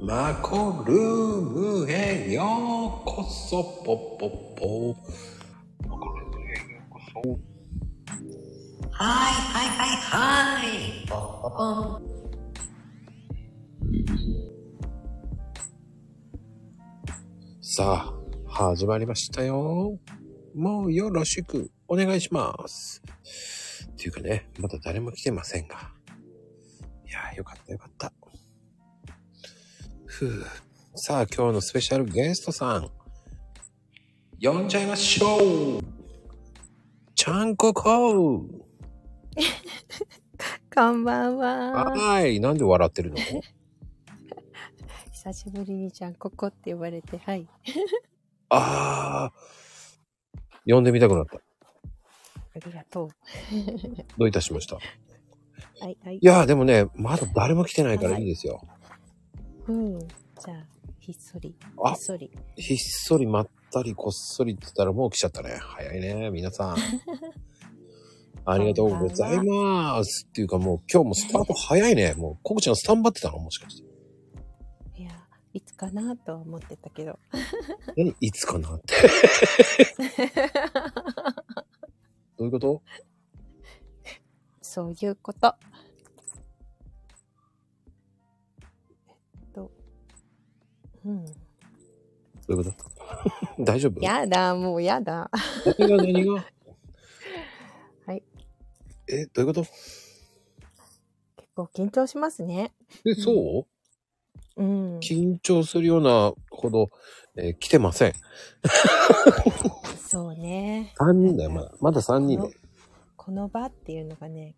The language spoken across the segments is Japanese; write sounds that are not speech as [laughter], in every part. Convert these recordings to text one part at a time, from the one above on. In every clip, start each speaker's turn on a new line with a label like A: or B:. A: マコルームへようこそ、ポッポッポ。
B: マコルームへようこそ。
C: はいはいはいはい。ポッポポン。
A: さあ、始まりましたよ。もうよろしくお願いします。っていうかね、まだ誰も来てませんが。いやー、よかったよかった。ふぅ。さあ、今日のスペシャルゲストさん。呼んじゃいましょうちゃんここう
D: こんばんは。
A: はーい。なんで笑 [laughs] ってるの
D: 久しぶりにちゃんここって呼ばれて、はい。
A: あー。呼んでみたくなった。
D: ありがとう。
A: どういたしました。
D: はいはい。
A: いやー、でもね、まだ誰も来てないからいいですよ。
D: うん。じゃあ、ひっそり。
A: あ
D: ひっそり。
A: ひっそりまったりこっそりって言ったらもう来ちゃったね。早いね、皆 [laughs] さん。ありがとうございます。っていうかもう今日もスタート早いね。もう、ココちゃんスタンバってたのもしかして。
D: いや、いつかなとは思ってたけど。
A: 何いつかなって。どういうこと
D: そういうこと。えっと。うん。
A: どういうこと [laughs] 大丈夫
D: やだ、もうやだ。
A: 何が何が
D: はい。
A: え、どういうこと
D: 結構緊張しますね。
A: え、そう
D: うん。
A: 緊張するようなほど、えー来てません。
D: そうね。
A: 3人だよ、まだ。まだ3人だよ。
D: この場っていうのがね、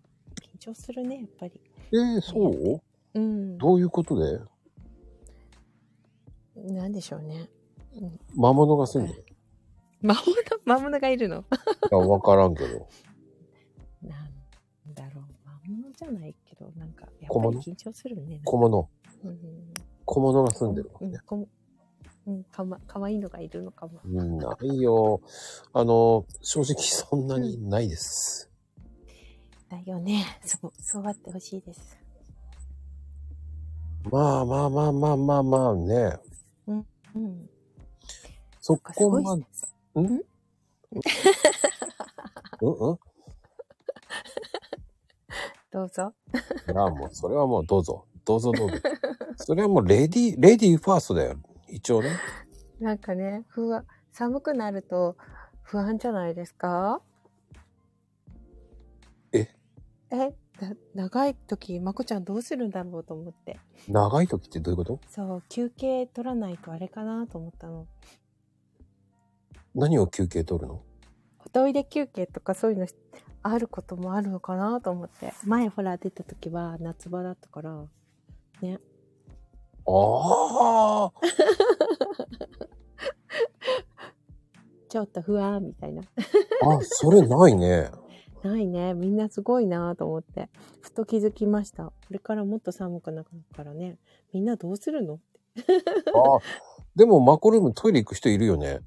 D: 緊張するね、やっぱり。
A: えー、そう
D: うん。
A: どういうことで
D: なんでしょうね。 [laughs]
A: 魔物が住んでる
D: 魔物、魔物がいるの
A: いや、わからんけど。 [laughs]
D: なんだろう、魔物じゃないけど、なんか、やっぱ
A: 小物
D: り緊張するね。
A: 小物。
D: うん、
A: 小物が住んでる。
D: うん、こもうん、かま、かわいいのがいるのかも。
A: うん、ないよ。あの、正直そんなにないです。
D: だよね。そう、そうあってほしいです。
A: まあまあまあまあまあまあね。
D: うん。
A: そ
D: なんかすご
A: こ
D: い
A: まで
D: で。す。
A: うんうん。
D: どうぞ。
A: いや、もう、それはもうどうぞ。どうぞ
D: [laughs]
A: どうぞ。それはもうレディー、レディーファーストだよ。一応ね。
D: なんかね、不安、寒くなると不安じゃないですか
A: え
D: えだ長い時、まこちゃんどうするんだろうと思って。
A: 長い時ってどういうこと
D: そう、休憩取らないとあれかなと思ったの。
A: 何を休憩取るの
D: おトイレ休憩とかそういうのしあることもあるのかなと思って前ほら出た時は夏場だったから
A: ああ
D: ちょっと不安みたいな
A: あ、それないね。
D: ないねみんなすごいなと思ってふと気づきましたこれからもっと寒くなるからねみんなどうするの
A: あでもマコルームトイレ行く人いるよね。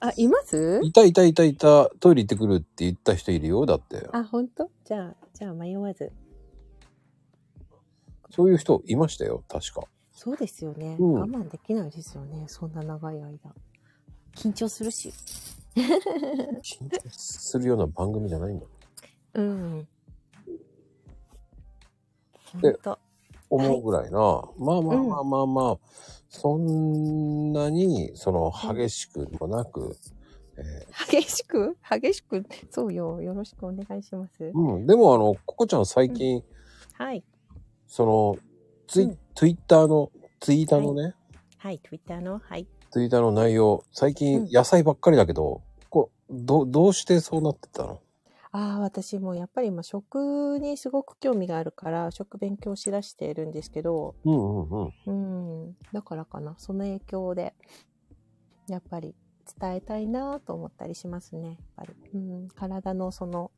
D: あいます
A: いたいたいたいた、トイレ行ってくるって言った人いるよ。だって。
D: あ本当じゃあじゃあ迷わず
A: そういう人いましたよ。確か。
D: そうですよね、
A: うん
D: 我慢できないですよねそんな長い間緊張するし
A: 緊張するような番組じゃないんだ。
D: うん
A: で
D: 本当
A: 思うぐらいな。まあまあまあまあまあ、そんなに、その、激しくもなく、え
D: 激しく激しくそうよよろしくお願いします
A: ーうん。でもあの、ココちゃん最近、
D: はい
A: その、ツイ、
D: うん
A: ツイッターの、ツイーターのね、
D: はい Twitter のはい
A: ツイーターの内容、最
D: う
A: 近
D: ん
A: 野菜ばっかりだけど、こう、ど、どうしてそうなってたの
D: ああ私もやっぱり今食にすごく興味があるから食勉強しだしているんですけど
A: うんうんうん。
D: うんだからかなその影響でやっぱり伝えたいなと思ったりしますねやっぱりうん体のその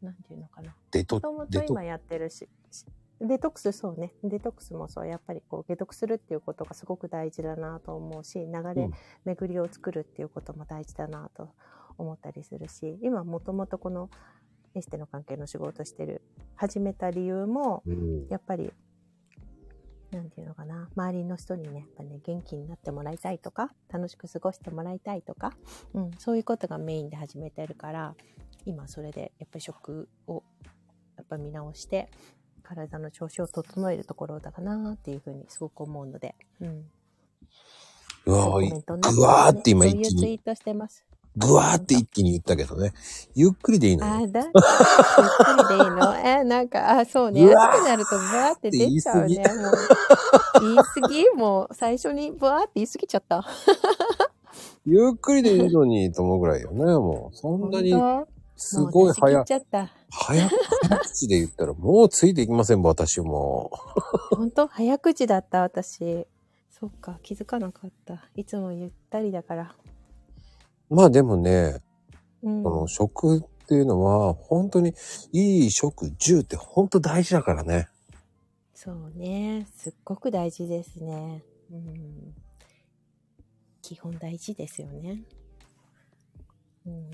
D: なんていうのかな
A: デト
D: 子供、
A: デ
D: と
A: ト
D: 今、やってるししデトックスそうねデトックスもそうやっぱりこう解毒するっていうことがすごく大事だなと思うし流
A: う
D: れ
A: ん
D: 巡りを作るっていうことも大事だなと思ったりするし今もともとこのエステの関係の仕事をしてる始めた理由も
A: うん。
D: やっぱりなんていうのかな、周りの人にね、やっぱね、元気になってもらいたいとか、楽しく過ごしてもらいたいとか、うん、そういうことがメインで始めてるから、今それで、やっぱり食を、やっぱ見直して、体の調子を整えるところだかなっていうふうにすごく思うので、うん。
A: うわ
D: そう
A: ー
D: いうコメン
A: い
D: トにな
A: ぐわーって今
D: そう
A: 一
D: いう
A: 気
D: ツイ
A: に、
D: ートしてます。
A: ぐわーって一気に言ったけどね。ゆっくりでいいの
D: あ
A: よ。
D: ー、だ、ゆっくりでいいのえ、なんか、あ、そうね。
A: うわー
D: 暑くなるとブワーって出ちゃうね。
A: 言い
D: もう言い過ぎもう最初にブワーって言い過ぎちゃった。
A: ゆっくりでいいのにと思うぐらいよね。もう、そんなに、
D: 本当
A: すごい
D: も
A: 早
D: う出し切っ、ちゃった。
A: 早、早口で言ったらもうついていきません、私も。
D: 本当早口だった、私。そっか、気づかなかった。いつもゆったりだから。
A: まあでもね、
D: うん。
A: その食っていうのは、本当にいい食、住って本当大事だからね。
D: そうね。すっごく大事ですね。うん。基本大事ですよね。うん。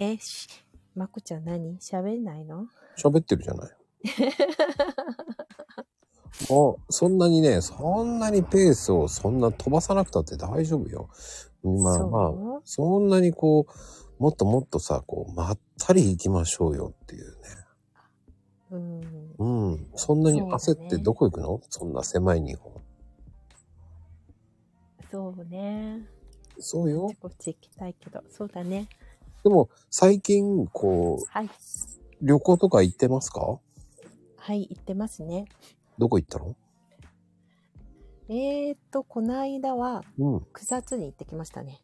D: え、し、まこちゃん何喋んないの
A: 喋ってるじゃ
D: [laughs]
A: ない。あそんなにね、そんなにペースをそんな飛ばさなくたって大丈夫よ。まあまあ、
D: そう
A: そんなにこう、もっともっとさ、こう、まったり行きましょうよっていうね。
D: うん。
A: うん。そんなに焦
D: そう
A: っ
D: だ
A: て
D: ね
A: どこ行くのそ,、んな狭い日本。
D: そうね。
A: そう
D: あ
A: よ
D: ち。こち行きたいけど。そうだね。
A: でも、最近、こう、
D: はい。
A: 旅行とか行ってますか
D: はい、行ってますね。
A: どこ行ったの
D: えーと、この間は
A: うん。
D: 草津に行ってきましたね。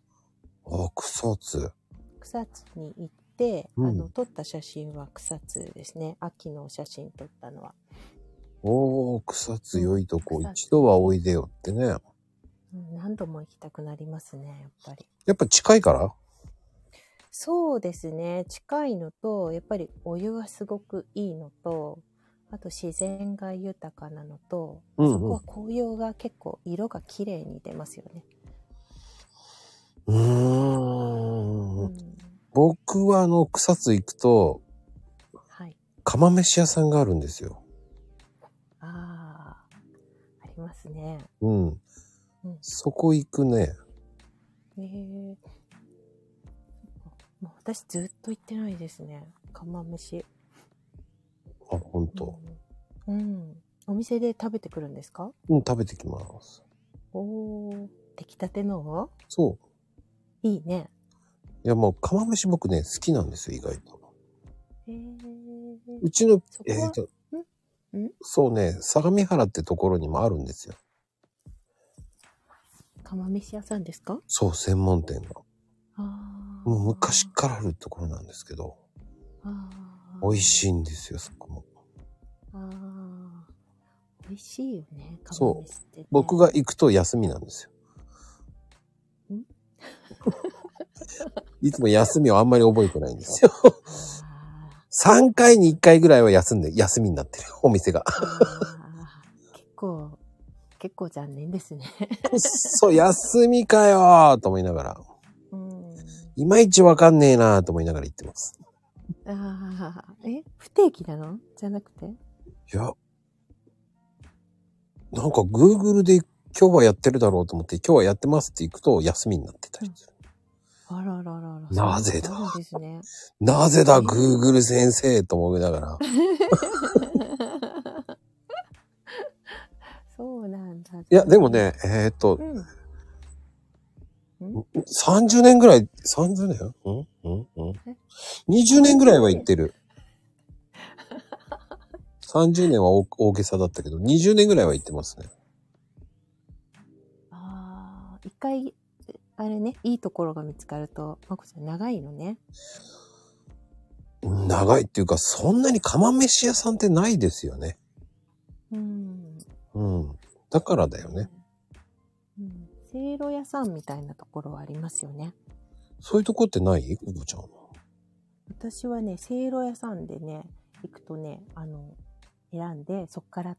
A: あ、草津。
D: 草津に行って、
A: うん
D: あの、撮った写真は草津ですね。秋の写真撮ったのは。
A: おー、草津良いとこ、
D: 草津
A: 一度はおいでよってね。
D: うん何度も行きたくなりますね、やっぱり。
A: やっぱ近いから
D: そうですね。近いのと、やっぱりお湯がすごくいいのと、あと自然が豊かなのと、
A: うん
D: そこ
A: うん
D: は紅葉が結構色が綺麗に出ますよね。
A: うー。
D: うんん
A: 僕はあの、草津行くと、
D: はい。
A: 釜飯屋さんがあるんですよ。
D: ああ、ありますね。
A: うん。
D: うん
A: そこ行くね。
D: えー、もう私ずっと行ってないですね。釜飯。
A: あ、ほんと。
D: うん。うんお店で食べてくるんですか
A: うん、食べてきます。
D: おお。出来たてのを
A: そ
D: いいね。
A: う。いや、もう釜飯僕ね、好きなんですよ、意外と。
D: えー、
A: うちの
D: そ、こ
A: えっ、
D: は
A: と
D: んん、
A: そうね、相模原ってところにもあるんですよ。
D: 釜飯屋さんですか
A: そう、専門店が。
D: ああ。
A: もう昔からあるところなんですけど、
D: あー
A: 美味しいんですよ、そこも。
D: あー美味しいよね。
A: そう
D: 釜飯ってね、
A: 僕が行くと休みなんですよ
D: ん。
A: [laughs] いつも休みをあんまり覚えてないんですよ。
D: あ
A: 3回に1回ぐらいは休んで、休みになってる、お店が。
D: ー。あー結構、結構残念ですね。 [laughs]
A: そう、休みかよーと思いながら、
D: うん。
A: いまいちわかんねえなーと思いながら行ってます。
D: ああ。え不定期なのじゃなくて
A: いや、なんか Google で今日はやってるだろうと思って、今日はやってますって行くと休みになってたりする。
D: あらあらあらあら。
A: なぜだ
D: そうなんです
A: [laughs]
D: ね。 [laughs]
A: なぜだ、Google 先生と思いながら。
D: そうなんだ。い
A: いや、でも。ね、えーっと
D: う、ん。
A: 30年ぐらい、30年うんうんうん
D: え
A: ?20 年ぐらいは行ってる。30年は大大げさだったけど、20年ぐらいは行ってますね。
D: ああ、一回、あれね、いいところが見つかると、まこちゃん長いのね。
A: 長いっていうか、そんなに釜飯屋さんってないですよね。
D: うん。
A: うん。だからだよね。
D: うん。せいろ屋さんみたいなところはありますよね。
A: そういうとこってないココちゃんは。
D: 私はね、せいろ屋さんでね、行くとね、あの、選んで、そっから、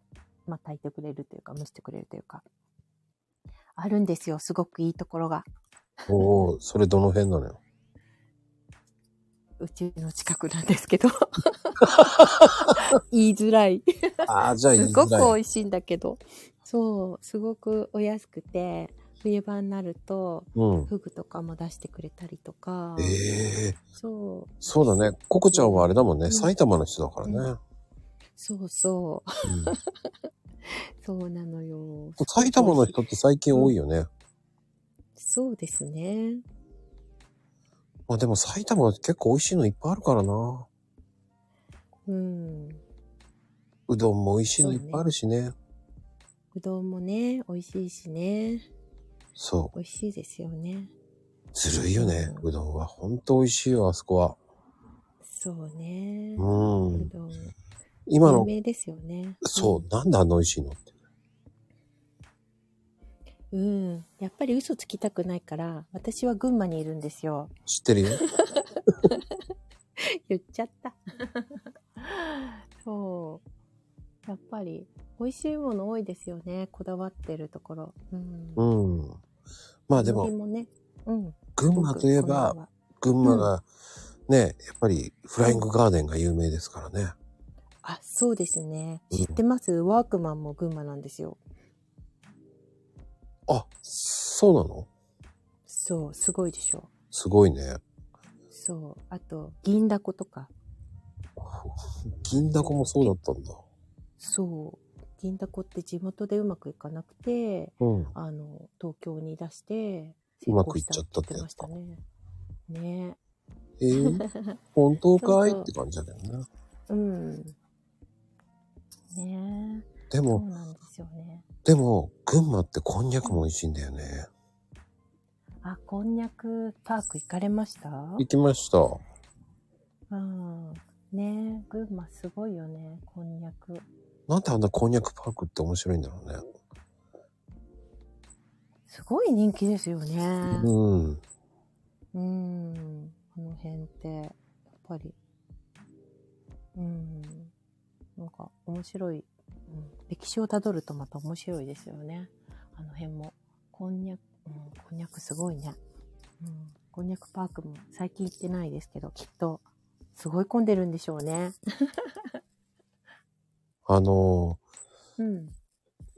D: まあ、炊いてくれるというか、蒸してくれるというか。あるんですよ、すごくいいところが。 [laughs]
A: おお、それどの辺なのよ。
D: うちの近くなんですけ
A: [laughs]
D: ど。言いづらい。
A: ああ、じゃあ言
D: す
A: い
D: ご
A: づらい。
D: く美味しいんだけど。そう、すごくお安くて、冬場になると、
A: うん。
D: フグとかも出してくれたりとか、
A: ええ
D: そう、
A: そうだね。ココちゃんはあれだもんね。
D: うん
A: 埼玉の人だからね。
D: うんそうそう、
A: うん
D: そうなのよ。
A: 埼玉の人って最近多いよね。
D: そうですね。
A: まあでも埼玉は結構美味しいのいっぱいあるからな。
D: うん。
A: うどんも美味しいのいっぱいあるしね。
D: うどんもね、美味しいしね。
A: そ
D: 美味しいですよね。
A: う。ずるいよね。うどんは。ほんと美味しいよ、あそこは。
D: そうね。
A: う。
D: うんどん、
A: 今
D: 有
A: の、
D: 名ですよね。
A: そう。なんであんな美味しいのって。
D: うん。うん。やっぱり嘘つきたくないから、私は群馬にいるんですよ。
A: 知ってるよ。
D: 言っちゃった。 [laughs] そう。やっぱり、美味しいもの多いですよね。こだわってるところ。うん。
A: うん。まあで
D: 小麦
A: も、
D: もね。うん。
A: 群馬といえ
D: 僕こんば
A: ば
D: ん、は
A: 群馬が、ね、やっぱりフライングガーデンが有名ですからね。
D: あ、そうですね。
A: うん
D: 知ってます、ワークマンも群馬なんですよ。
A: あ、そうなの
D: そう、すごいでしょ。
A: すごいね。
D: そう。あと、銀だことか。
A: 銀だこもそうだったんだ。
D: そう。銀だこって地元でうまくいかなくて、
A: うん。
D: あの、東京に出して、
A: うまくいっちゃったって
D: 成
A: や
D: 功
A: つ
D: し
A: か
D: たって言ってましたね。ね
A: えー、
D: [laughs]
A: 本当かい
D: そうそう
A: って感じだけどね。
D: え。うん。ねえ。
A: で
D: そ
A: も、
D: うなんですよね。
A: でも、群馬ってこんにゃくも美味しいんだよね。
D: あ、こんにゃくパーク行かれました
A: 行きました。
D: うん。ねえ、群馬すごいよね、こんにゃく。
A: なんであんなこんにゃくパークって面白いんだろうね。
D: すごい人気ですよね。
A: うん。
D: うん、この辺って、やっぱり、うん、なんか面白い、うん、歴史をたどるとまた面白いですよね。あの辺も。こんにゃく、うん、こんにゃくすごいね。うん、こんにゃくパークも最近行ってないですけど、きっと、すごい混んでるんでしょうね。
A: あの
D: うん、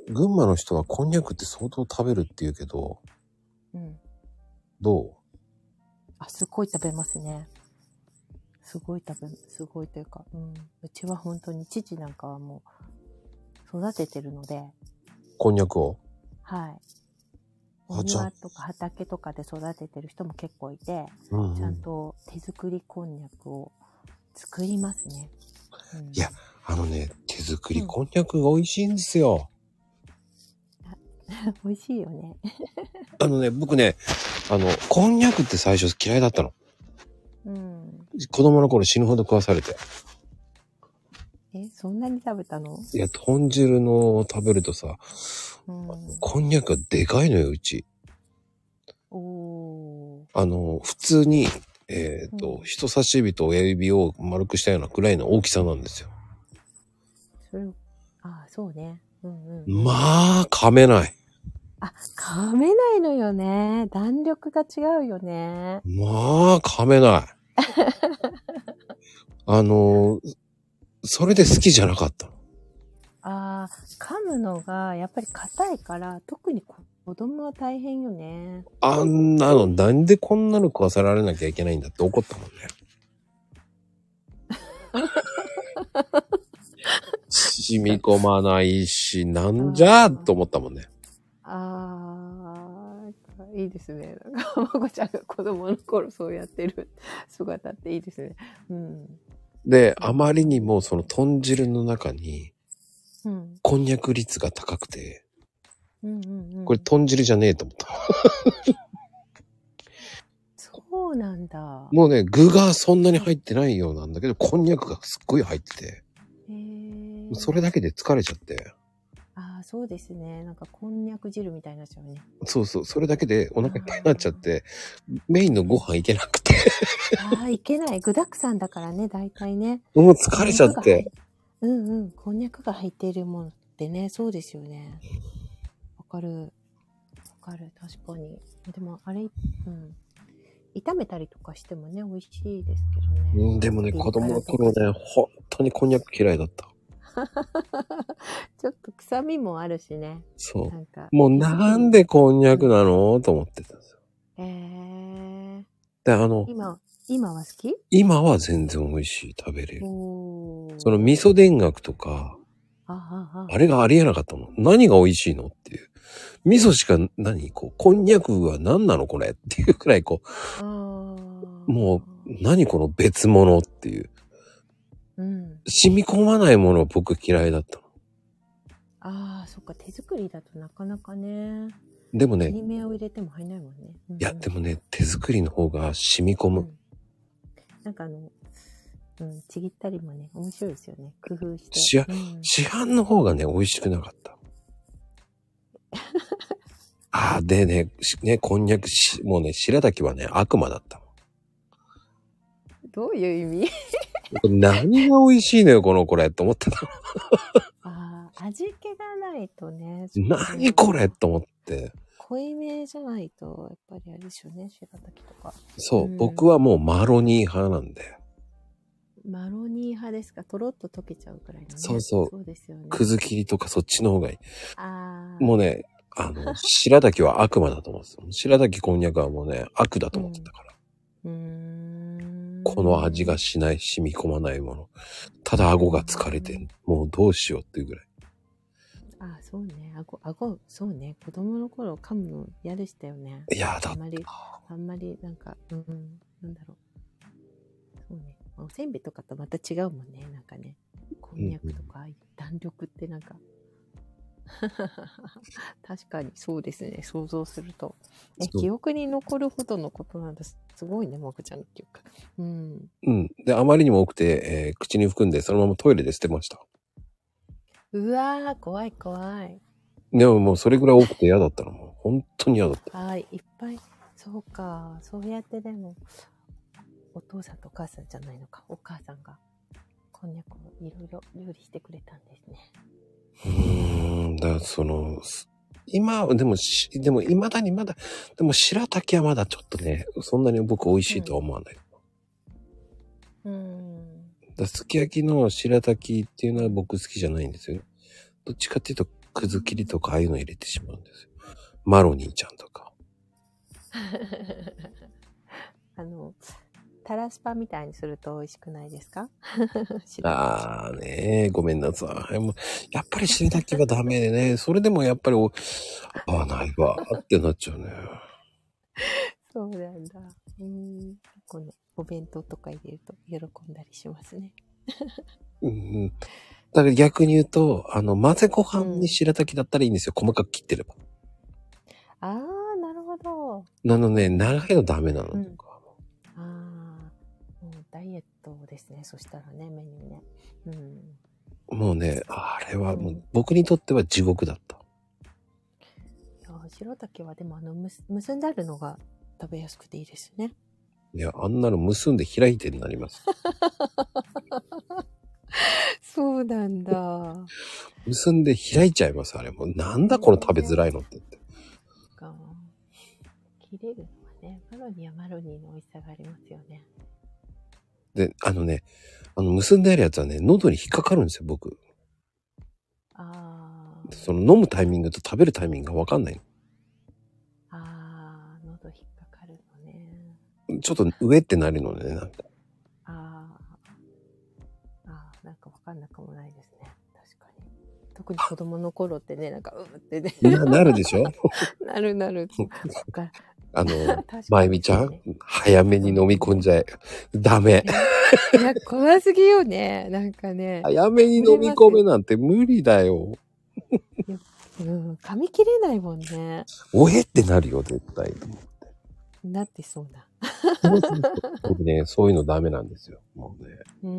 A: ー、群馬の人はこんにゃくって相当食べるって言うけど、
D: うん。
A: ど
D: あ、すごい食べますね。すごい食べ、すごいというか、うん。うちは本当に父なんかはもう、育ててるので、
A: うこんにゃくを
D: はい。
A: あ
D: お
A: じゃあ
D: 庭とか畑とかで育ててる人も結構いて、
A: うん
D: ちゃ
A: うんん。
D: と手作りこんにゃくを作りますね。うん
A: いやあのね、手作りこんにゃくが美味しいんですよ。
D: [laughs] 美味しいよね。
A: あのね、僕ね、あの、こんにゃくって最初嫌いだったの。
D: うん。
A: 子供の頃死ぬほど食わされて。
D: え、そんなに食べたの
A: いや、豚汁の食べるとさ、
D: うん。
A: こんにゃくがでかいのよ、うち。
D: おー。
A: あの、普通に、えっ、と、
D: うん
A: 人差し指と親指を丸くしたようなくらいの大きさなんですよ。
D: それ、ああ、そうね。うんうん。
A: まあ、噛めない。
D: あ、噛めないのよね。弾力が違うよね。
A: まあ、噛め
D: [laughs]
A: ない。あの、それで好きじゃなかったの。
D: ああ、噛むのがやっぱり硬いから、特に子供は大変よね。
A: あんなの、なんでこんなの食わせられなきゃいけないんだって怒ったもんね。染み込まないし、なんじゃーと思ったもんね。
D: ああ、いいですね。なんか、まこちゃんが子供の頃そうやってる姿っていいですね。うん。
A: で、あまりにもその豚汁の中に、
D: うん。
A: こんにゃく率が高くて、
D: うんうんうん。
A: これ豚汁じゃねえと思った。
D: そうなんだ。
A: もうね、具がそんなに入ってないようなんだけど、こんにゃくがすっごい入ってて、
D: へえ。
A: それだけで疲れちゃって、
D: ああ、そうですね。なんか、こんにゃく汁みたいになっちゃうね。
A: そうそう、それだけでお腹いっぱいになっちゃって、メインのご飯いけなくて、
D: ああ、いけない。具沢山だからね、大体ね。
A: もう疲れちゃって。
D: うんうん。こんにゃくが入っているものってね、そうですよね。わかる。わかる。確かに。でも、あれ、うん。炒めたりとかしてもね、美味しいですけどね。
A: うん、でもね、
D: ピリ
A: 子
D: 辛とか
A: 供の頃ね、本当にこんにゃく嫌いだった。
D: ちょっと臭みもあるしね。
A: そ
D: なんか
A: う。。もうなんでこんにゃくなのと思ってたんですよ。
D: えー、
A: で、あの、
D: 今、今は好き
A: 今は全然美味しい、食べれる。
D: おー
A: その味噌田楽とか、
D: あああ
A: あれがありえなかったもん。何が美味しいのっていう。味噌しか何こう、こんにゃくは何なのこれっていうくらいこ
D: あ
A: う、も
D: も
A: う、何この別物っていう。
D: う、うん、
A: 染み込まないものは僕嫌いだったの。
D: ああそっか手作りだとなかなかね
A: でもね、
D: 切り目を入れても入んないもんね、うんうん
A: いや、でもね、手作りの方が染み込
D: う
A: む。
D: んなんかあの、うん、ちぎったりもね面白いですよね工夫して
A: しや
D: うん
A: 市販の方がね、美味しくなかった。ああ、でね、しね、こんにゃくし、もうね、白滝はね、悪魔だったの。
D: どういう意味
A: これ何が美味しいのよ、このこれ、と思ってた。
D: ああ味気がないとね
A: 何これと思って。
D: 濃いめじゃないとやっぱりあれでしょうね白滝とか
A: そう、
D: うん
A: 僕はもうマロニー派なんで、
D: マロニー派ですかとろっと溶けちゃうくらいの、ね、
A: そうそう
D: そうですよね
A: くず切りとかそっちの方がいい。
D: ああ
A: もうね、あの、白滝は悪魔だと思ってた。白滝こんにゃくはもうね、悪だと思ってたから。
D: うーん
A: この味がしない、染み込まないもの。ただ顎が疲れて、もうどうしようっていうぐらい。
D: あそうね顎顎そうね子供の頃噛むの嫌でしたよね
A: いやだ
D: あんまりあんまりなんかうんうんなんだろうそうねおせんべいとかとまた違うもんねなんかねこんにゃくとかああいう弾力ってなんか [laughs] 確かにそうですね想像するとえ
A: そう
D: 記憶に残るほどのことなんですすごいねもぐちゃんの記憶うん
A: うん。で、あまりにも多くて、えー口に含んで、そのままトイレで捨てました。
D: うわー怖い怖い
A: でももうそれぐらい多くて嫌だったの。もう本当に嫌だった。
D: はい、いっぱい。そうか、そうやってでも、お父さんとお母さんじゃないのか、お母さんが、こんにゃくをいろいろ料理してくれたんですね。
A: うーん。だからその、す今は、でもし、でも、未だにまだ、でも、白滝はまだちょっとね、そんなに僕美味しいとは思わない。だ
D: うーん。
A: からすき焼きの白滝っていうのは僕好きじゃないんですよね。どっちかっていうと、くず切りとかああいうの入れてしまうんですよ。マロニーちゃんとか。
D: あの、タラスパみたいにすると美味しくないですか知らん
A: あーねごめんなさい。もうやっぱり白滝はダメでね、それでもやっぱりお、合わないわってなっちゃうね。
D: そうなんだ。うーん。結構ね、お弁当とか入れると喜んだりしますね。
A: うん。だから逆に言うと、あの、混ぜご飯に白滝だったらいいんですよ。細かく切ってれば。
D: あー、なるほど。
A: なので、長いのダメなのとか。
D: ああ、もうダイエットですね。そしたらね、メニューね。うん。
A: もうね、あれはもう、僕にとっては地獄だった。
D: いやー、白竹はでもあの、むす結んであるのが食べやすくていいですね。
A: いや、あんなの結んで開いてになります。
D: そうなんだ。
A: 結んで開いちゃいます、あれもう。なんだこの食べづらいのって言って。
D: か切れるのはね、マロニーはマロニーの美味しさがありますよね。
A: で、あのね、あの、結んであるやつはね、喉に引っかかるんですよ、僕。
D: ああ、
A: その飲むタイミングと食べるタイミングが分かんない。
D: ああ、喉引っかかるのね。
A: ちょっと上ってなるのでね、なんか。
D: ああ、ああ、なんかわかんなくもないですね。確かに。特に子供の頃ってね、なんか、うーってね、
A: ななるでしょ
D: なるなる。そっか
A: あの、
D: 確かに
A: まゆみちゃん、早めに飲み込んじゃえ。ダメ。
D: いや、怖すぎよね。なんかね。
A: 早めに飲み込めなんて無理だよ。
D: うん、噛み切れないもんね。
A: おえってなるよ、絶対。
D: なってそうな。
A: 僕ね、そういうのダメなんですよ。もうね。
D: うー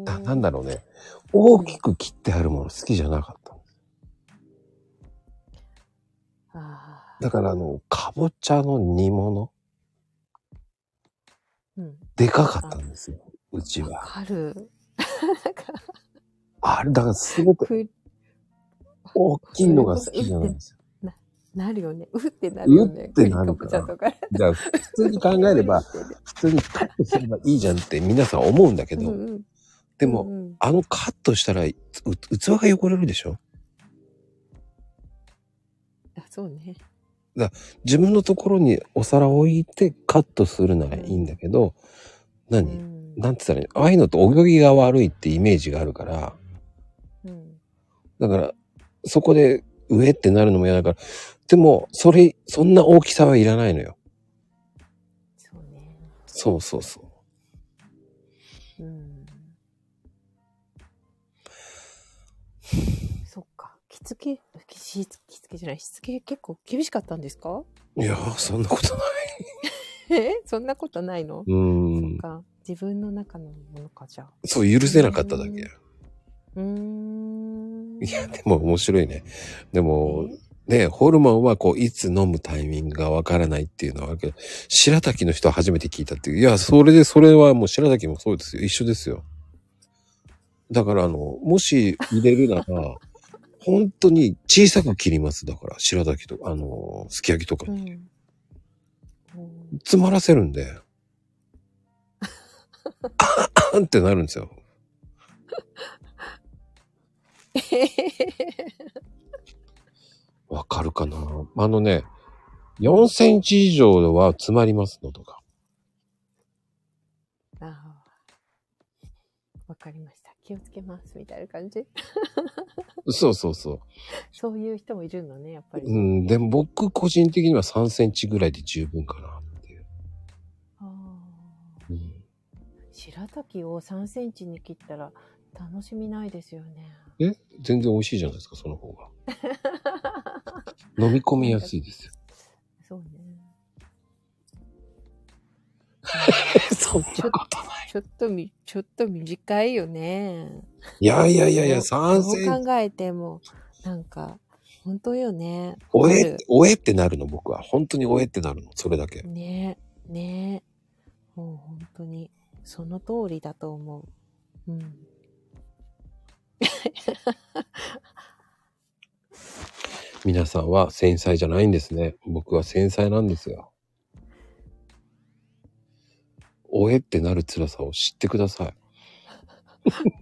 D: ん。
A: ななんだろうね。大きく切ってあるもの好きじゃなかった。
D: ああ。
A: だからあの、かぼちゃの煮物、
D: うん。
A: でかかったんですよ。うち
D: わ
A: は。
D: かる。
A: あれ、だからすごく
D: く
A: 大きいのが好きじゃないんですよ。
D: なるよね。 [laughs] うってなるよね。
A: うってなる
D: か
A: から
D: ぼちゃとか。
A: じゃあ、普通に考えれば、普通にカットすればいいじゃんって皆さん思うんだけ
D: うん
A: ど、
D: うん、
A: で
D: う
A: も、
D: んうん
A: あのカットしたら、う器が汚れるでしょ
D: あそうね。
A: 自分のところにお皿を置いてカットするならいいんだけど、
D: う
A: 何
D: ん
A: なんて言ったらいいのああいうのってお行儀が悪いってイメージがあるから、
D: うん
A: だから、そこで上ってなるのも嫌だから、でも、それ、そんな大きさはいらないのよ。
D: そうね。
A: そうそうそう。 [sighs]
D: うん。そっか。着付け、きし着付けじゃない、しつけ結構厳しかったんですか [laughs]
A: いやー、そんなことない。
D: えそんなことないの、
A: う
D: そっ
A: ん。
D: か。自分の中のものか、じゃあ。
A: そう、許せなかっただけ。
D: うーん。
A: いや、でも面白いね。でも、
D: ね
A: ね、ホルモンはこう、いつ飲むタイミングがわからないっていうのはあるけど、白滝の人は初めて聞いたっていう。いや、それで、それはもう白滝もそうですよ。一緒ですよ。だから、あの、もし入れるなら、本当に小さく切ります。だから、白滝とか、あの、すき焼きとか
D: う。ん。うん
A: 詰まらせるんで、あんってなるんですよ。わかるかなあのね、4センチ以上は詰まりますのとか。
D: あーわかりました。気をつけます。みたいな感じ。
A: そうそうそ
D: そういう人もいるのね、やっぱ
A: う。
D: り。
A: うん、でも僕個人的には3センチぐらいで十分かなっていう。
D: あー
A: うん、
D: 白滝を3センチに切ったら楽しみないですよね。
A: え全然美味しいじゃないですか、その方が。飲み込みやすいです
D: [laughs]
A: よ。
D: そうね。
A: [laughs] そんなことない。
D: ちょっとみ、ちょっと短いよね。
A: いやいやいやいや、
D: どう
A: 3センチ。
D: 考えても、なんか、本当よね。
A: お
D: わか
A: え
D: る、
A: おえってなるの、僕は。本当におえってなるの、それだけ。
D: ねえ、ねえ。もう本当に、その通りだと思う。うん。
A: 皆さんは繊細じゃないんですね。僕は繊細なんですよ。おえってなる辛さを知ってください。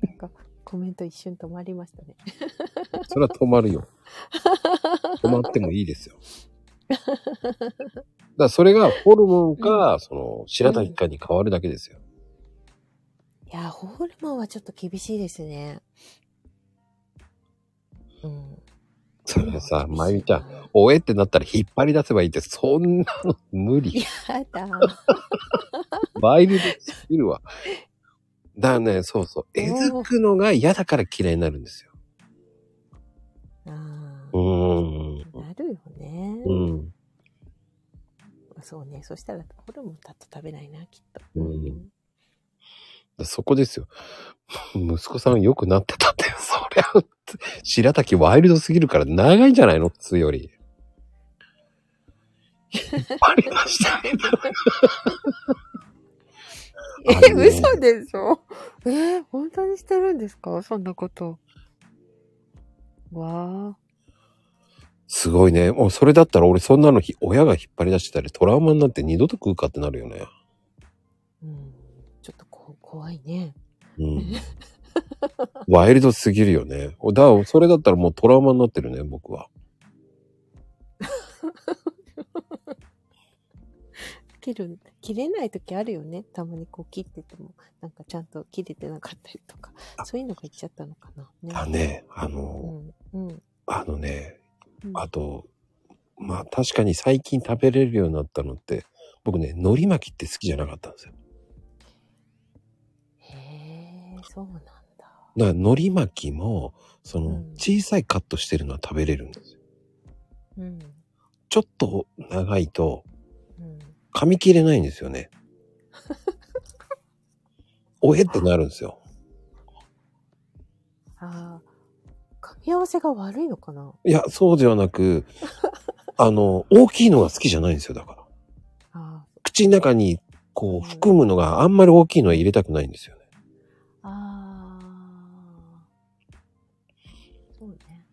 D: なんか、コメント一瞬止まりましたね。
A: それは止まるよ。止まってもいいですよ。だからそれがホルモンか、その白滝かに変わるだけですよ。
D: いや、ホルモンはちょっと厳しいですね。うん。
A: それさ、まゆみち
D: ち
A: ゃん、おえってなったら引っ張り出せばいいって、そんなの無理。
D: やだ。
A: [laughs] ワイルドすぎるわ。だからね、そうそう。えずくのが嫌だから嫌いになるんですよ。
D: あ
A: う
D: ー
A: ーん。
D: なるよね、
A: うん。
D: そうね。そしたらホルモンだと食べないな、きっと。
A: うんそこですよ。 [laughs] 息子さん良くなってたって、 [laughs] そりゃ、白滝ワイルドすぎるから長いんじゃないの普通より。引っ張り出したいんだあ
D: え、
A: るね
D: [laughs] 嘘でしょえー本当にしてるんですかそんなこと。わあ。
A: すごいね。もうそれだったら俺そんなのひ親が引っ張り出してたりトラウマになって二度と食うかってなるよね。
D: うん。ちょっとこ怖いね。
A: うん。ワイルドすぎるよね。だからそれだったらもうトラウマになってるね、僕は。
D: 切る、切れない時あるよね。たまにこう切ってても、なんかちゃんと切れてなかったりとか。そういうのがいっちゃったのかな。ね
A: あ、ね、あ
D: う
A: の、
D: ん。うん。
A: あのね、
D: うん
A: あと、まあ確かに最近食べれるようになったのって、僕ね、海苔巻きって好きじゃなかったんですよ。
D: へえ、そうなんだ。
A: だから海苔巻きも、その
D: うん
A: 小さいカットしてるのは食べれるんですよ。
D: うん。
A: ちょっと長いと
D: うん。
A: 噛み切れないんですよね。 [laughs] おえってなるんですよ。
D: ああ。噛み合わせが悪いのかない
A: や、そうではなく、あの、大きいのが好きじゃないんですよ、だから。
D: あー
A: 口の中にこう含むのがあんまり大きいのは入れたくないんですよね。
D: あー。そうね。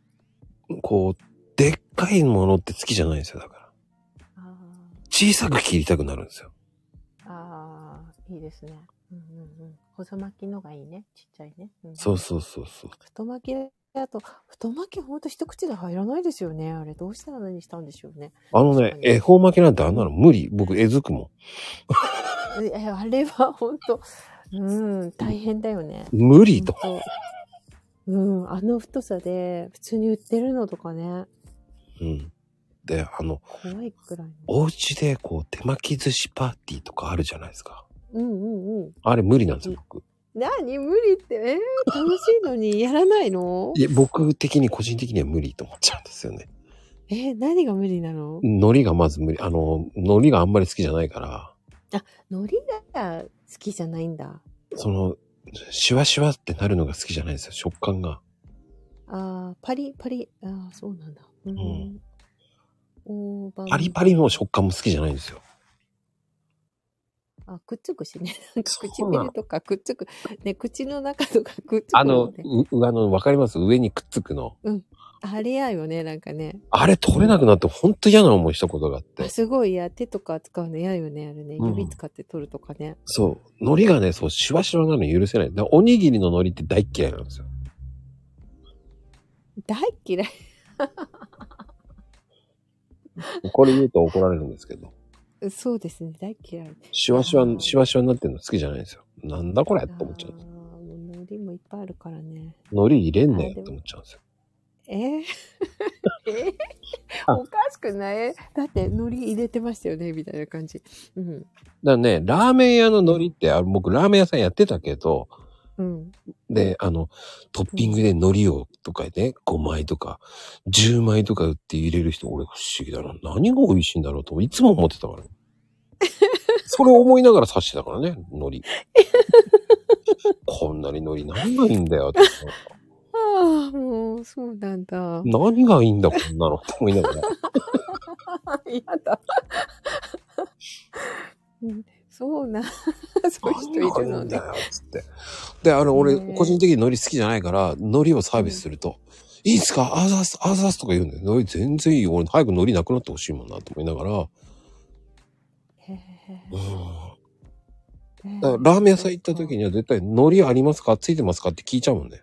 A: こう、でっかかいものって好きじゃないんですよ、だから。
D: あ
A: 小さく切りたくなるんですよ。
D: ーあー、いいですね。うんうんうん。細巻きのがいいね。ちっちゃいね。うん
A: そうそうそうそう。
D: 太巻きだと、太巻きほんと一口で入らないですよね。あれ、どうしたら何したんでしょうね。
A: あのね
D: 確か、に
A: 恵方巻きなんてあんなの無理。僕、絵づくも
D: えあれはほんと、うん、大変だよね。
A: ん。無理と。
D: ほんとうん、あの太さで、普通に売ってるのとかね、
A: うん。で、あの、
D: 怖いくらいの。
A: お家でこう、手巻き寿司パーティーとかあるじゃないですか。
D: うんうんうん。
A: あれ無理なんですよ、僕。
D: 何無理って、えー、楽しいのにやらないの
A: いや、僕的に個人的には無理と思っちゃうんですよね。
D: えー、何が無理なの
A: 海苔がまず無理。あの、海苔があんまり好きじゃないから、
D: 海苔が好きじゃないんだ。
A: その、シワシワってなるのが好きじゃないんですよ、食感が。
D: あーパリパリ、あーそうなんだ。う
A: うん
D: ん。大判
A: パリパリの食感も好きじゃないんですよ。
D: あ、くっつくしね。 [laughs]
A: そうなの
D: 唇とかくっつく。ね、口の中とかくっつく
A: あ
D: の
A: の、
D: ね。
A: う、うあの、わかります上にくっつくの。
D: あれやよね、なんかね。
A: あれ取れなくなってほんと嫌な思いしたことがあって
D: あ。すごいや、手とか使うの嫌よね、あれね。
A: うん
D: 指使って取るとかね。
A: そう。海苔がね、そう、シワシワなの許せない。だからおにぎりの海苔って大っ嫌いなんですよ。
D: 大嫌い。
A: これ言うと怒られるんですけど。
D: そうですね、大嫌い。
A: シワシワ
D: あ、ー
A: シワシワになってるの好きじゃないんですよ。なんだこれって思っちゃう
D: あー。もう海苔もいっぱいあるからね。
A: 海苔入れんね
D: あ
A: え
D: ーでも
A: って思っちゃうんですよ。
D: えー [laughs] えー
A: あ
D: おかしくないだって海苔入れてましたよね、みたいな感じ。う
A: だ
D: ん。
A: からね、ラーメン屋の海苔って、あ僕ラーメン屋さんやってたけど、
D: うん。
A: で、あの、トッピングで海苔をとかね、5枚とか、10枚とか売って入れる人、俺不思議だな。何が美味しいんだろうと、いつも思ってた
D: [laughs]
A: から。それを思いながら刺してたからね、
D: [laughs]
A: 海苔。こんなに海苔何がいいんだよって。
D: ああ、もう、そうなんだ。
A: 何がいいんだ、こんなのって思いながら。
D: [laughs] 嫌だ。うんそうな。 [laughs] そういう人いる
A: 何
D: の
A: がいい
D: ね
A: んだ。よ、つって。で、あの、俺
D: ね、え
A: 個人的に海苔好きじゃないから、海苔をサービスすると、いいですかあざす、あざすとか言うんだよ。海苔全然いいよ。俺、早く海苔なくなってほしいもんな、と思いながら。
D: へ
A: う
D: え
A: ん
D: ね
A: だからラーメン屋さん行った時には絶対海苔ありますかついてますかって聞いちゃうもんね。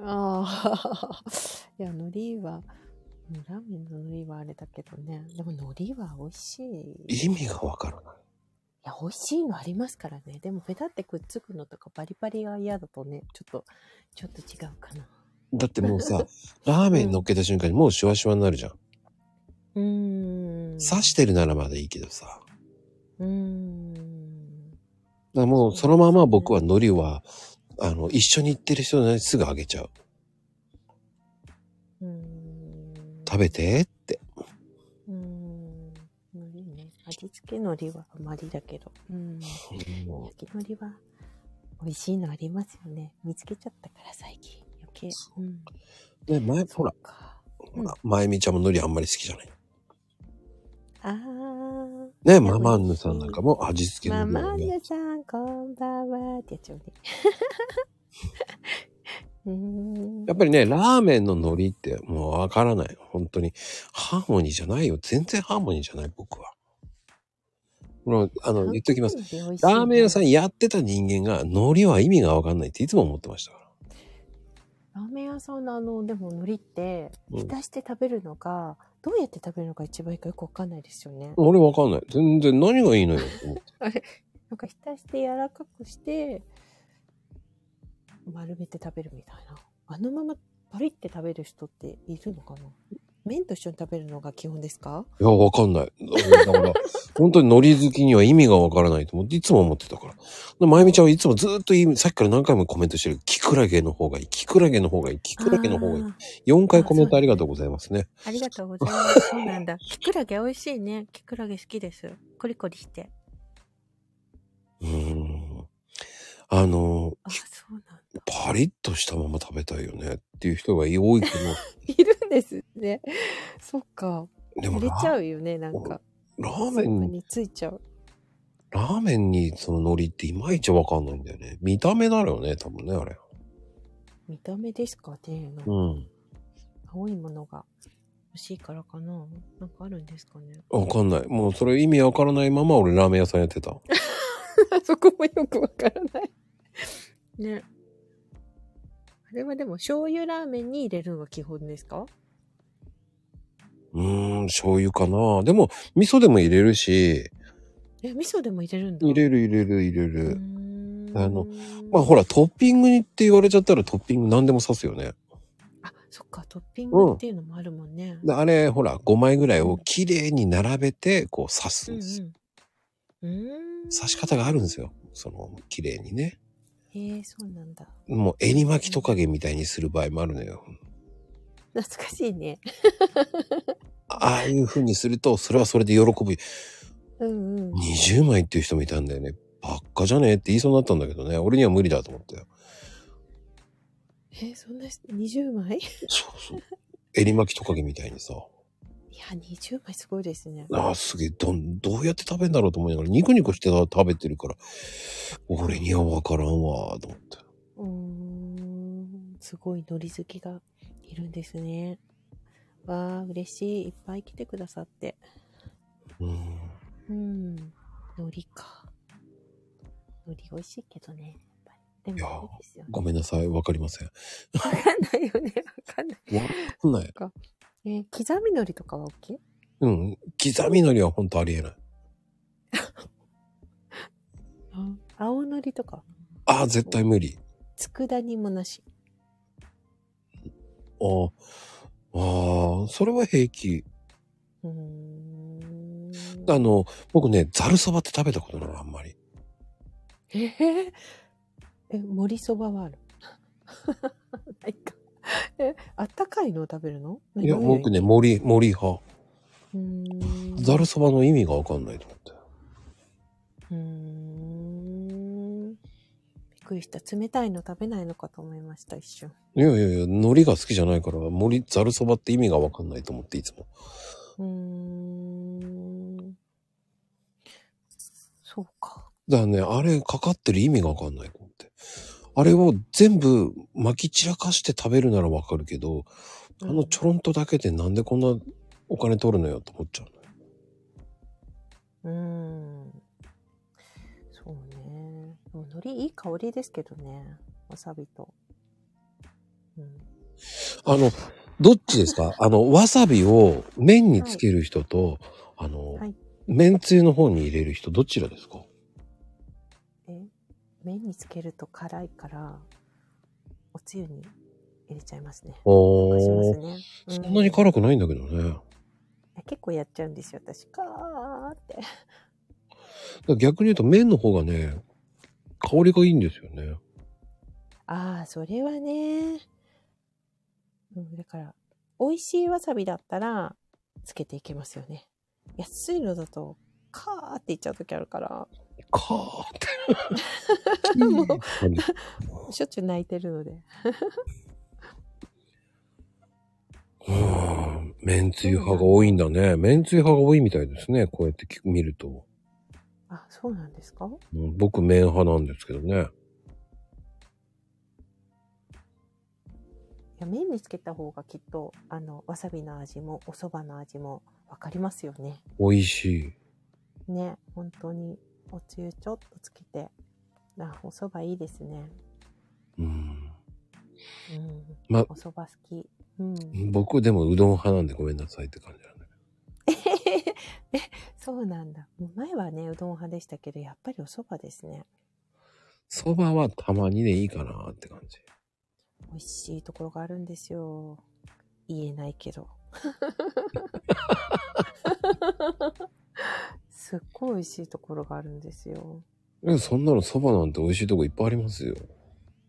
D: ああ。 [laughs] いや、海苔は、うんラーメンの海苔はあれだけどね。でも海苔は美味しい。い
A: 意味がわからない。
D: や、美味しいのありますからね。でも、ペタってくっつくのとか、バリバリが嫌だとね、ちょっと、ちょっと違うかな。
A: だってもう [laughs] さ、ラーメン乗っけた瞬間にもうシュワシュワになるじゃん。
D: うーん。
A: 刺してるならまだいいけどさ。だか
D: うーん。
A: らもうそのまま僕は海苔は、あの、一緒に行ってる人にすぐあげちゃう。
D: うーん。
A: 食べてって。
D: うーん。海苔ね。味付け海苔はあまりだけど。うん。焼き海苔は美味しいのありますよね。見つけちゃったから最近。余計。うん。
A: で、前、ほら、
D: か。
A: ほら、まゆみちゃんも海苔あんまり好きじゃない。
D: あー。
A: ね、ママンヌさんなんかも味付け
D: マ
A: のり
D: マ
A: は
D: ン
A: ね
D: ヌさん、こんばんは。ってやっちゃうね。 [laughs] うーん。
A: やっぱりね、ラーメンの海苔ってもうわからない。本当に。ハーモニーじゃないよ。全然ハーモニーじゃない、僕は。もう、あの、言っときます。ラーメン屋さ
D: ん。
A: んやってた人間が、海苔は意味がわかんないっていつも思ってましたから。
D: ラーメン屋さんのあの、でも海苔って、
A: うん
D: 浸して食べるのが、どうやって食べるのが一番いいかよくわかんないですよね。
A: 俺わかんない。全然何がいいのよって思って。
D: なんか浸して柔らかくして、丸めて食べるみたいな。あのままパリって食べる人っているのかな麺と一緒に食べるのが基本ですか
A: いや、わかんない。だから、本当に海苔好きには意味がわからないと思って、いつも思ってたから。でまゆみちゃんはいつもずっと言うさっきから何回もコメントしてる。キクラゲの方がいい。キクラゲの方がいい。キクラゲの方がいい。
D: あ
A: 4回コメントありがとうございますね。
D: ーありがとうございます。そうなん [laughs] だ。キクラゲ美味しいね。キクラゲ好きです。コリコリして。
A: うーん。あの、
D: あ、そうなんだ。
A: パリッとしたまま食べたいよねっていう人が多いけ
D: [laughs] いるんですね。そっか。
A: ど、でも
D: 入れ
A: ラ
D: ちゃうよね、なんか。
A: ラ
D: ス
A: ーメ
D: ープ
A: ン、
D: についちゃう。
A: ラーメンにその海苔っていまいちわかんないんだよね。見た目だろうね、多分ね、あれ。
D: 見た目ですかね。なんか
A: うん。
D: 青いものが。欲しいからかななんかあるんですかね
A: わかんない。もうそれ意味わからないまま俺ラーメン屋さんやってた。
D: [laughs] そこもよくわからない [laughs] ねあれはでも醤油ラーメンに入れるのが基本ですか
A: うーん、醤油かな。でも、味噌でも入れるし、
D: え味噌でも入れるんだ
A: 入れる入れる入れ
D: うー
A: る。
D: ん
A: あのまあほら、トッピングにって言われちゃったらトッピング何でも刺すよね。
D: あそっかトッピングっていうのもあるもんね、
A: であれ、ほら、5枚ぐらいを綺麗に並べて、こう刺す
D: うんん
A: ですよ。
D: うん。うーん。
A: 刺し方があるんですよ。その、綺麗にね。
D: へえ、そうなんだ。
A: もう、エニマキトカゲみたいにする場合もあるのよ。
D: 懐かしいね。
A: ああいう風にすると、それはそれで喜ぶ。
D: うんうん。
A: 20枚っていう人もいたんだよね。ばっかじゃねえって言いそうになったんだけどね。俺には無理だと思ったよ。
D: えー、そんな人、20枚 [laughs]
A: そうそう。エリマキトカゲみたいにさ。
D: いや、20枚すごいですね。
A: ああ、すげえ、どん、どうやって食べんだろうと思いながら、ニコニコしてた食べてるから、俺にはわからんわ、と思って。
D: うーん。すごい海苔好きがいるんですね。わあ、嬉しい。いっぱい来てくださって。
A: うん。
D: うん。海苔か。海苔美味しいけどね。やっぱりで
A: いや
D: も、いいですよね。
A: ごめんなさい、わかりません。
D: わかんないよね。わかんない。
A: わかんない。
D: えー刻み海苔とかは OK?
A: うん。刻みのりはほんとありえない。
D: 青海苔とか、
A: ああ、絶対無理。
D: 佃煮もなし。
A: ああ、ああ、それは平気。
D: うーん
A: あの、僕ね、ざるそばって食べたことない、あんまり。
D: えーえ、盛りそばはある [laughs] ないか。え、あったかいのを食べるの
A: いや、僕ね、。森、森派。
D: 何がいいうーん。
A: ざるそばの意味がわかんないと思って。
D: うーん。びっくりした。冷たいの食べないのかと思いました、一瞬。
A: いやいやいや、海苔が好きじゃないから、森、ざるそばって意味がわかんないと思って、いつも。
D: うーん。そうか。
A: だからね、あれかかってる意味がわかんないと思って。あれを全部巻き散らかして食べるならわかるけど、あのちょろんとだけでなんでこんなお金取るのよと思っちゃうのよ。
D: うーん。そうね。でも海苔いい香りですけどね。わさびと。うん。
A: あの、どっちですかあの、わさびを麺につける人と、あの、
D: はい
A: 麺つゆの方に入れる人、どちらですか
D: え麺につけると辛いからおつゆに入れちゃいますね。
A: お
D: します
A: ー。
D: ね。う
A: そんなに辛くないんだけどね。だか
D: 結構やっちゃうんですよ私かーって。
A: ら逆に言うと麺の方がね、香りがいいんですよね。
D: ああそれはね、うん、だから美味しいわさびだったらつけていけますよね。安いのだとかーって言っちゃう時あるから
A: かーって。[laughs]
D: [laughs]
A: もう
D: しょっちゅう泣いてるので。
A: うーん、めんつゆ派が多いんだね。めんつゆ派が多いみたいですね。こうやって聞く見ると。
D: あそうなんですか
A: うん僕、麺派なんですけどね。
D: いや麺につけた方がきっとあのわさびの味もお蕎麦の味も分かりますよね。
A: 美味しい。
D: ね本当におつゆちょっとつけてあお蕎麦いいですね
A: うん、
D: うん、
A: ま
D: お蕎麦好きうん、
A: 僕、でもうどん派なんでごめんなさいって感じだね。
D: [laughs] えそうなんだもう前はねうどん派でしたけどやっぱりお蕎麦ですね
A: そばはたまにでいいかなって感じ。
D: 美味しいところがあるんですよ言えない
A: [laughs]
D: けどすっごい美味しいところがあるんですよ
A: えそんなのそばなんて美味しいとこいっぱいありますよ。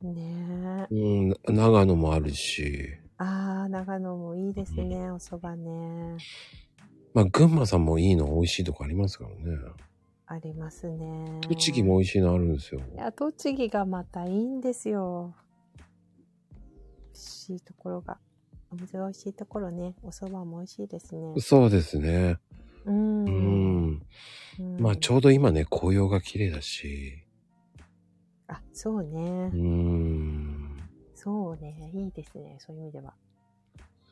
D: ねえ
A: うん、長野もあるし。
D: あー長野もいいですね、お蕎麦ね
A: まあ、群馬さんもいいの美味しいとこありますからね。
D: ありますね
A: 栃木も美味しいのあるんですよ。
D: いや、栃木がまたいいんですよ。美味しいところが。お水が美味しいところね。お蕎麦も美味しいですね。
A: そうですね。う
D: う。
A: んん。
D: うん
A: まあ、ちょうど今ね、紅葉が綺麗だし。
D: あ、そうね
A: うー。ん
D: そうね。いいですね。そういう意味では。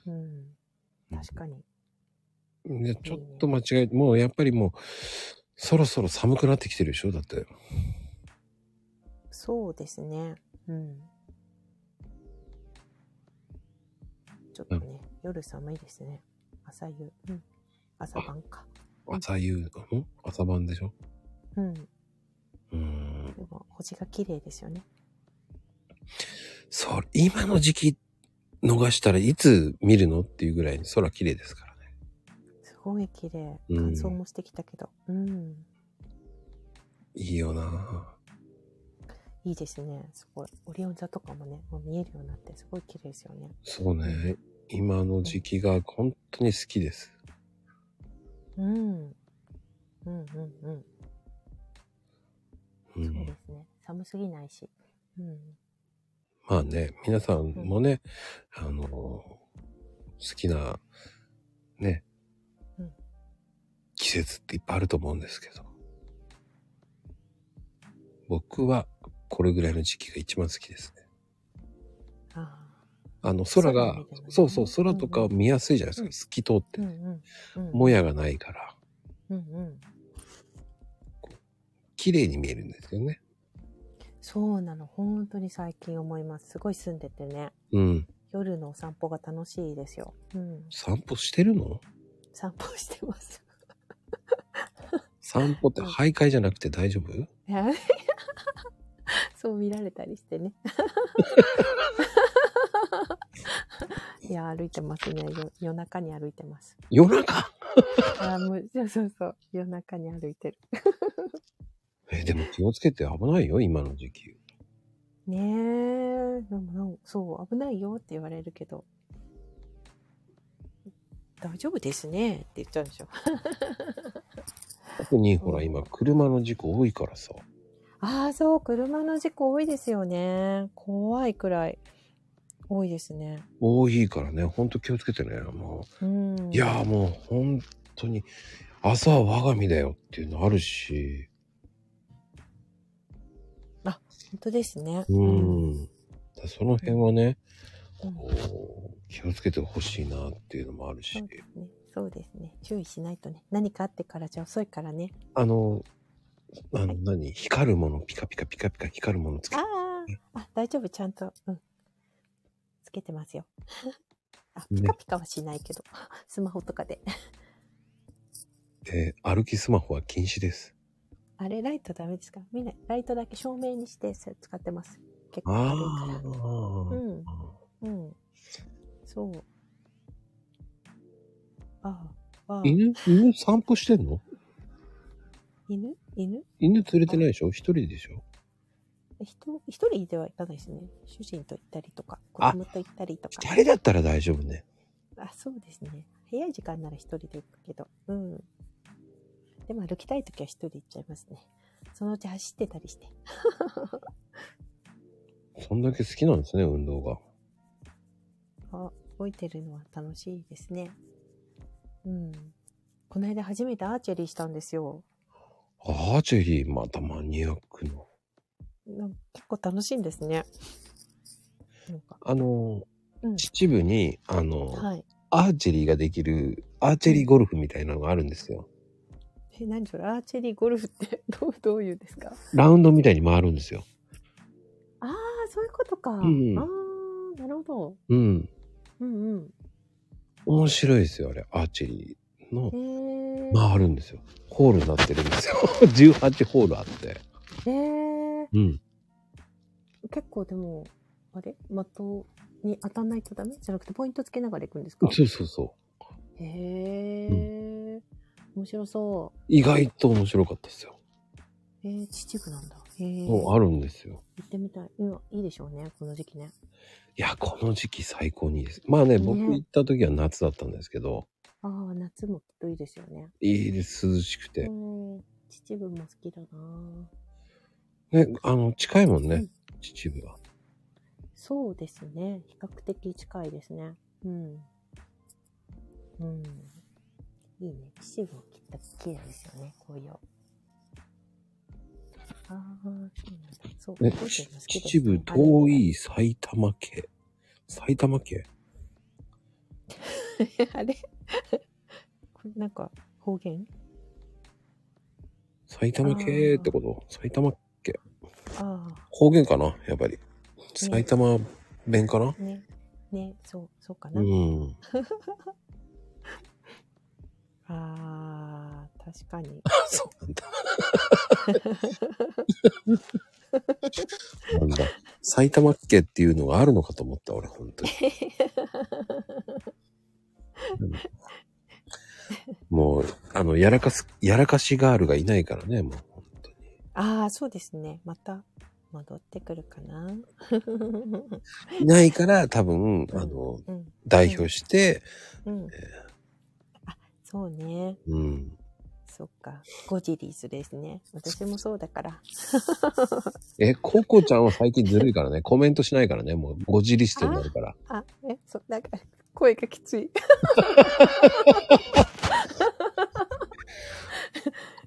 D: うん。確かに。
A: ね、ちょっと間違え、もうやっぱりもう、そろそろ寒くなってきてるでしょだって。
D: そうですね。うん。ちょっとね、夜寒いですね。朝夕。うん。朝晩か。
A: 朝夕、ん朝晩でしょ
D: うん。
A: うーん。
D: でも、星が綺麗ですよね。
A: そう、今の時期逃したらいつ見るのっていうぐらい空綺麗ですからね。
D: すごい綺麗。
A: うん
D: 乾燥もしてきたけど。うん。
A: いいよなぁ
D: いいですね。すごい。オリオン座とかもね、もう見えるようになって、すごい綺麗ですよね。
A: そうね。今の時期が本当に好きです。
D: うん。うんうんうん。
A: う
D: そうで
A: ん、
D: すね。寒すぎないし。うん。
A: まあね、皆さんもね、あの、好きな、ね
D: うん、
A: 季節っていっぱいあると思うんですけど。僕はこれぐらいの時期が一番好きですね。
D: あ
A: あの、空が
D: 空を見ても、ね
A: そうそう、空とか見やすいじゃないですか。
D: うん
A: 透き通っ
D: あ。う
A: て
D: ん。うん。うん、
A: もやがないから、
D: うんうん。
A: 綺麗に見えるんですよね。
D: そうなの。本当に最近思います。すごい住んでてね。
A: うん。
D: 夜のお散歩が楽しいですよ。うん。
A: 散歩してるの
D: 散歩してます。
A: 散歩って
D: うん
A: 徘徊じゃなくて大丈夫、
D: いや [laughs] そう見られたりしてね。 [laughs] いや、歩いてますね。よ夜中に歩いてます。
A: 夜中
D: あーもうそうそうそう。夜中に歩いてる。
A: え、でも気をつけて危ないよ、今の時期。
D: ねえ、でもなんそう、危ないよって言われるけど、大丈夫ですねって言っちゃうんでしょ。
A: 特にほら今、車の事故多いからさ。
D: ああ、そう、車の事故多いですよね。怖いくらい多いですね。
A: 多いからね、ほんと気をつけてね。も
D: うん。
A: う、いやーもう本当に、朝は我が身だよっていうのあるし、
D: 本当ですね。
A: う。ん。だその辺はね、
D: うん
A: こう、気をつけてほしいなっていうのもあるし。
D: そうですね。そうですね。注意しないとね。何かあってからじゃ遅いからね。
A: あの、あの、何光るもの、ピカピカピカピカ光るものつけ
D: ああ、あ、大丈夫、ちゃんと、うん。つけてますよ。 [laughs] あ、
A: ね
D: ピカピカはしないけど、 [laughs] スマホとかで。
A: て、歩きスマホは禁止です。
D: あれ、ライトダメですかみんな、ライトだけ照明にしてそれ使ってます。結構
A: あ
D: 明るいから。う
A: あ。
D: ん、うん。そう。ああ、ああ
A: 犬、犬散歩してんの
D: 犬犬
A: 犬連れてないでしょ一人でしょ
D: 人一人では行かないですね。主人と行ったりとか、子
A: あ
D: 供と行ったりとか。
A: 二人だったら大丈夫ね。
D: あ、そうですね。早い時間なら一人で行くけど。うん。でも歩きたいときは一人で行っちゃいますね。そのうち走ってたりして。
A: そんだけ好きなんですね、運動が。
D: あ、動いてるのは楽しいですね。うん。この間初めてアーチェリーしたんですよ。
A: アーチェリー、またマニアックの。
D: なんか結構楽しいんですね。なんか、
A: あの、
D: うん。
A: 秩父に、あの、
D: はい。
A: アーチェリーができる、アーチェリーゴルフみたいなのがあるんですよ。
D: え、何それアーチェリーゴルフって [laughs] どう、どういうですか
A: ラウンドみたいに回るんですよ。
D: ああ、そういうことか。
A: ん
D: ああ、なるほど。
A: うん。
D: うんうん。
A: 面白いですよ、あれ。アーチェリーの
D: えー、
A: 回るんですよ。ホールになってるんですよ。18ホールあって。
D: えー、
A: うん。
D: 結構でも、あれ的に当たんないとダメじゃなくてポイントつけながら行くんですか
A: そうそうそう。
D: へえー、面白そう。
A: 意外と面白かったですよ。
D: えー、秩父なんだ。えー、
A: もうあるんですよ。
D: 行ってみたい。今、いいでしょうね、この時期ね。
A: いや、この時期最高にいいです。まあね、僕
D: ね
A: 行った時は夏だったんですけど、
D: ああ、夏もきっといいですよね。
A: いいです、涼しく
D: う
A: て。
D: ん、秩父も好きだな
A: ね、あの、近いもん
D: う
A: ね
D: ん、
A: 秩父は。
D: そうですね。比較的近いですね。うん。うん。いいね。秩父もきっと綺麗ですよね、紅葉。ああ、そうなんだ。そう。
A: ね、
D: 紅葉
A: ち
D: も好きです
A: 秩父、
D: あれ
A: 遠い埼玉県。埼玉県
D: あれ [laughs] これなんか方言
A: 埼玉系ってこと埼玉、
D: ああ。
A: 方言かなやっぱり。埼玉弁かな、
D: ね、ね、そう、そうかな。
A: うん。
D: あー、確かに。
A: そうなんだ。なんだ。埼玉家っていうのがあるのかと思った、俺、本当に。うんもう、あの、やらかす、やらかしガールがいないからね、もう、本当に。
D: あー、そうですね。また戻ってくるかな。
A: いないから、多分、あの、
D: うん、
A: 代表して、
D: うん。あ、そうね。
A: うん。
D: そっか。ゴジリスですね。私もそうだから。
A: え、ココちゃんは最近ずるいからね、コメントしないからね、もう、ごじリストになるから。
D: [laughs] あ、え、そう、なんか、声がきつい。 [laughs]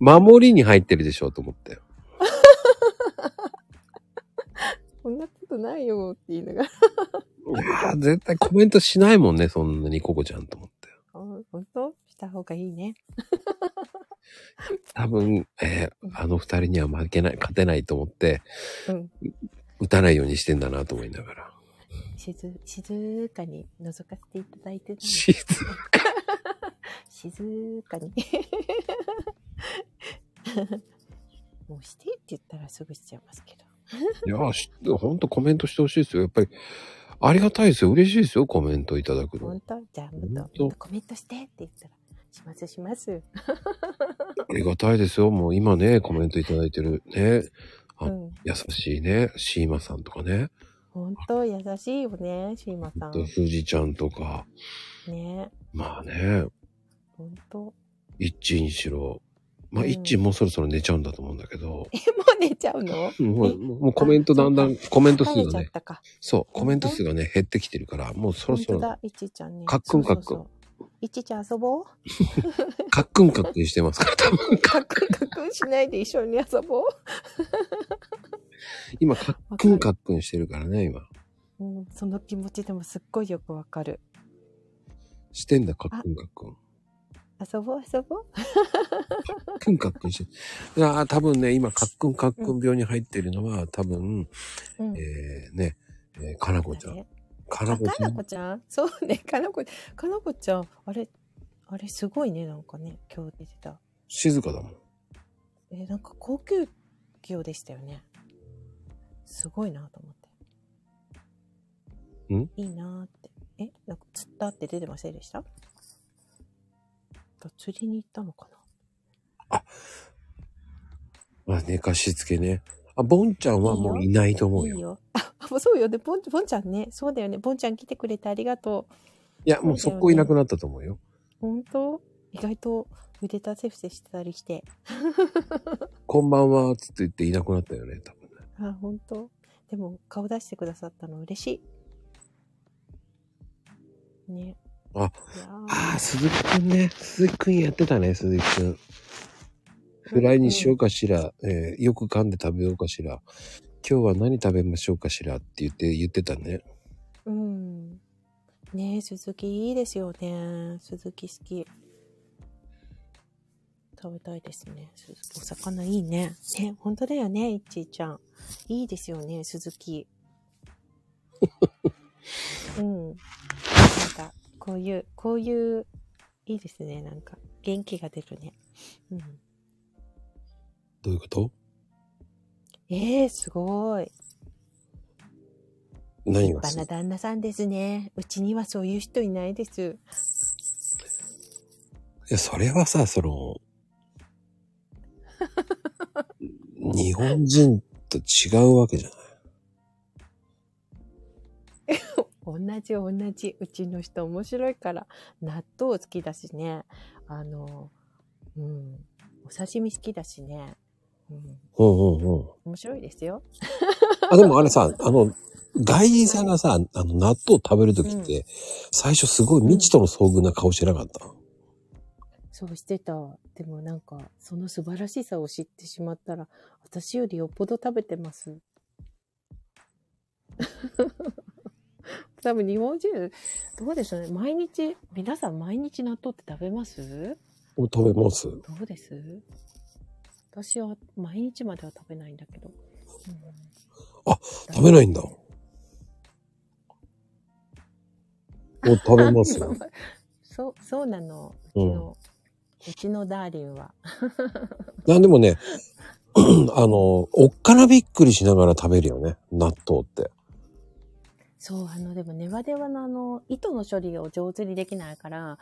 A: 守りに入ってるでしょ、と思ったよ。
D: こんなことないよって言いながら。
A: いやー絶対コメントしないもんね、そんなにココちゃんと思って。
D: あ本当した方がいいね。
A: 多分、えーあの二人には負けない、勝てないと思って、
D: うん。
A: 打たないようにしてんだなと思いながら。
D: 静、静かに覗かせていただいてるので
A: 静か。
D: 静かに [laughs] もうしてって言ったらすぐしちゃいますけど
A: いやー、しほんとコメントしてほしいですよ。やっぱり、ありがたいですよ。嬉しいですよ、コメントいただくの
D: 本。当じゃあも
A: 本
D: っ
A: 当
D: ともっとコメントしてって言ったらしますします
A: ありがたいですよ。もう今ね、コメントいただいてるね。あ
D: うん
A: 優しいね、シーマさんとかね。
D: 本当優しいよねシーマさ
A: あと、
D: ん
A: 富士ちゃんとか。
D: ね
A: まあね、
D: 本当 [laughs]
A: イッチにしろ。まあ、
D: うん
A: イッチもうそろそろ寝ちゃうんだと思うんだけど。
D: えもう寝ちゃうの
A: もうもうコメントだんだん、コメント数
D: 疲れち
A: が
D: ゃっ
A: ね、
D: たか
A: そう、コメント数がね、減ってきてるから、もうそろ
D: 本
A: そ
D: 当
A: ろ、
D: だいちちゃんね
A: かっくんかっくん
D: そうそうそういちちゃん遊ぼう
A: カックンカックンしてますから、多
D: [laughs]
A: 分。
D: かっくんかっくんしないで一緒に遊ぼう
A: 今、カックンカックンしてるからね、今。
D: [laughs] うん、その気持ちでもすっごいよくわかる
A: してんだ、カックンカックン。
D: 遊ぼう遊ぼう
A: カックンカックンしてる。ああ、多分ね、今、カックンカックン病に入ってるのは、多分、
D: うん
A: えー、ね、えー、かなこちゃん。かな
D: あ
A: こち
D: か
A: ゃ
D: なんこ。ちゃんそうね、かなこ、かなこちゃん、あれ、あれすごいね、なんかね、今日出てた。
A: 静かだもん。
D: えーなんか高級業でしたよね。すごいなと思って。
A: ん
D: いいなーって。え、なんか釣ったって出てませんでしたあ釣りに行ったのかな
A: まあ、寝かしつけね。あ、ボンちゃんはもういないと思う
D: いい
A: よ。
D: よ。あ、 [laughs] もうそうよね。ぼん、ぼんちゃんね。そうだよね。ぼんちゃん来てくれてありがとう。
A: いや、もう速攻いなくなったと思うよ。
D: 本当意外と腕立て伏せしてたりして。
A: こんばんは、つって言っていなくなったよね、多分ね。
D: あ、本当。でも顔出してくださったの嬉しい。ね。
A: あ
D: いやー、
A: ああ、鈴木くんね。鈴木くんやってたね、鈴木くん。フライにしようかしら、えーよく噛んで食べようかしら、今日は何食べましょうかしらって言って、言ってたね。
D: うん。ねえ、鈴木いいですよね。鈴木好き。食べたいですね。鈴木お魚いいね。ね、本当だよね、いっちーちゃん。いいですよね、鈴木。うん。なんか、こういう、こういう、いいですね、なんか。元気が出るね。うん。
A: どういうこと
D: ええすごい。
A: 何が
D: バ
A: す
D: ナ旦那さんですね。うちにはそういう人いないです。
A: いや、それはさ、そ [laughs] の、日本人と違うわけじゃない。
D: 同じ同じ。うちの人面白いから、納豆好きだしね。あの、うん。お刺身好きだしね。うん。
A: うんうんうん。
D: 面白いですよ。
A: あ、でもあれさ、あの、外人さんがさ、あの、納豆食べるときって、最初すごい未知との遭遇な顔してなかった。
D: そうしてた。でもなんか、その素晴らしさを知ってしまったら、私よりよっぽど食べてます。 [laughs] 多分日本人、どうでしょうね。毎日、皆さん毎日納豆って食べます
A: お食べます。
D: どうです私は毎日までは食べないんだけど。うん
A: あ、食べないんだ。お食べます。
D: [laughs] そう [laughs] そう、そうなの。うちの、うちのダーリンは。
A: なんでもね、 [clears throat] あの、おっからびっくりしながら食べるよね。納豆って。
D: そう、あの、でもネバネバのあの、糸の処理を上手にできないから、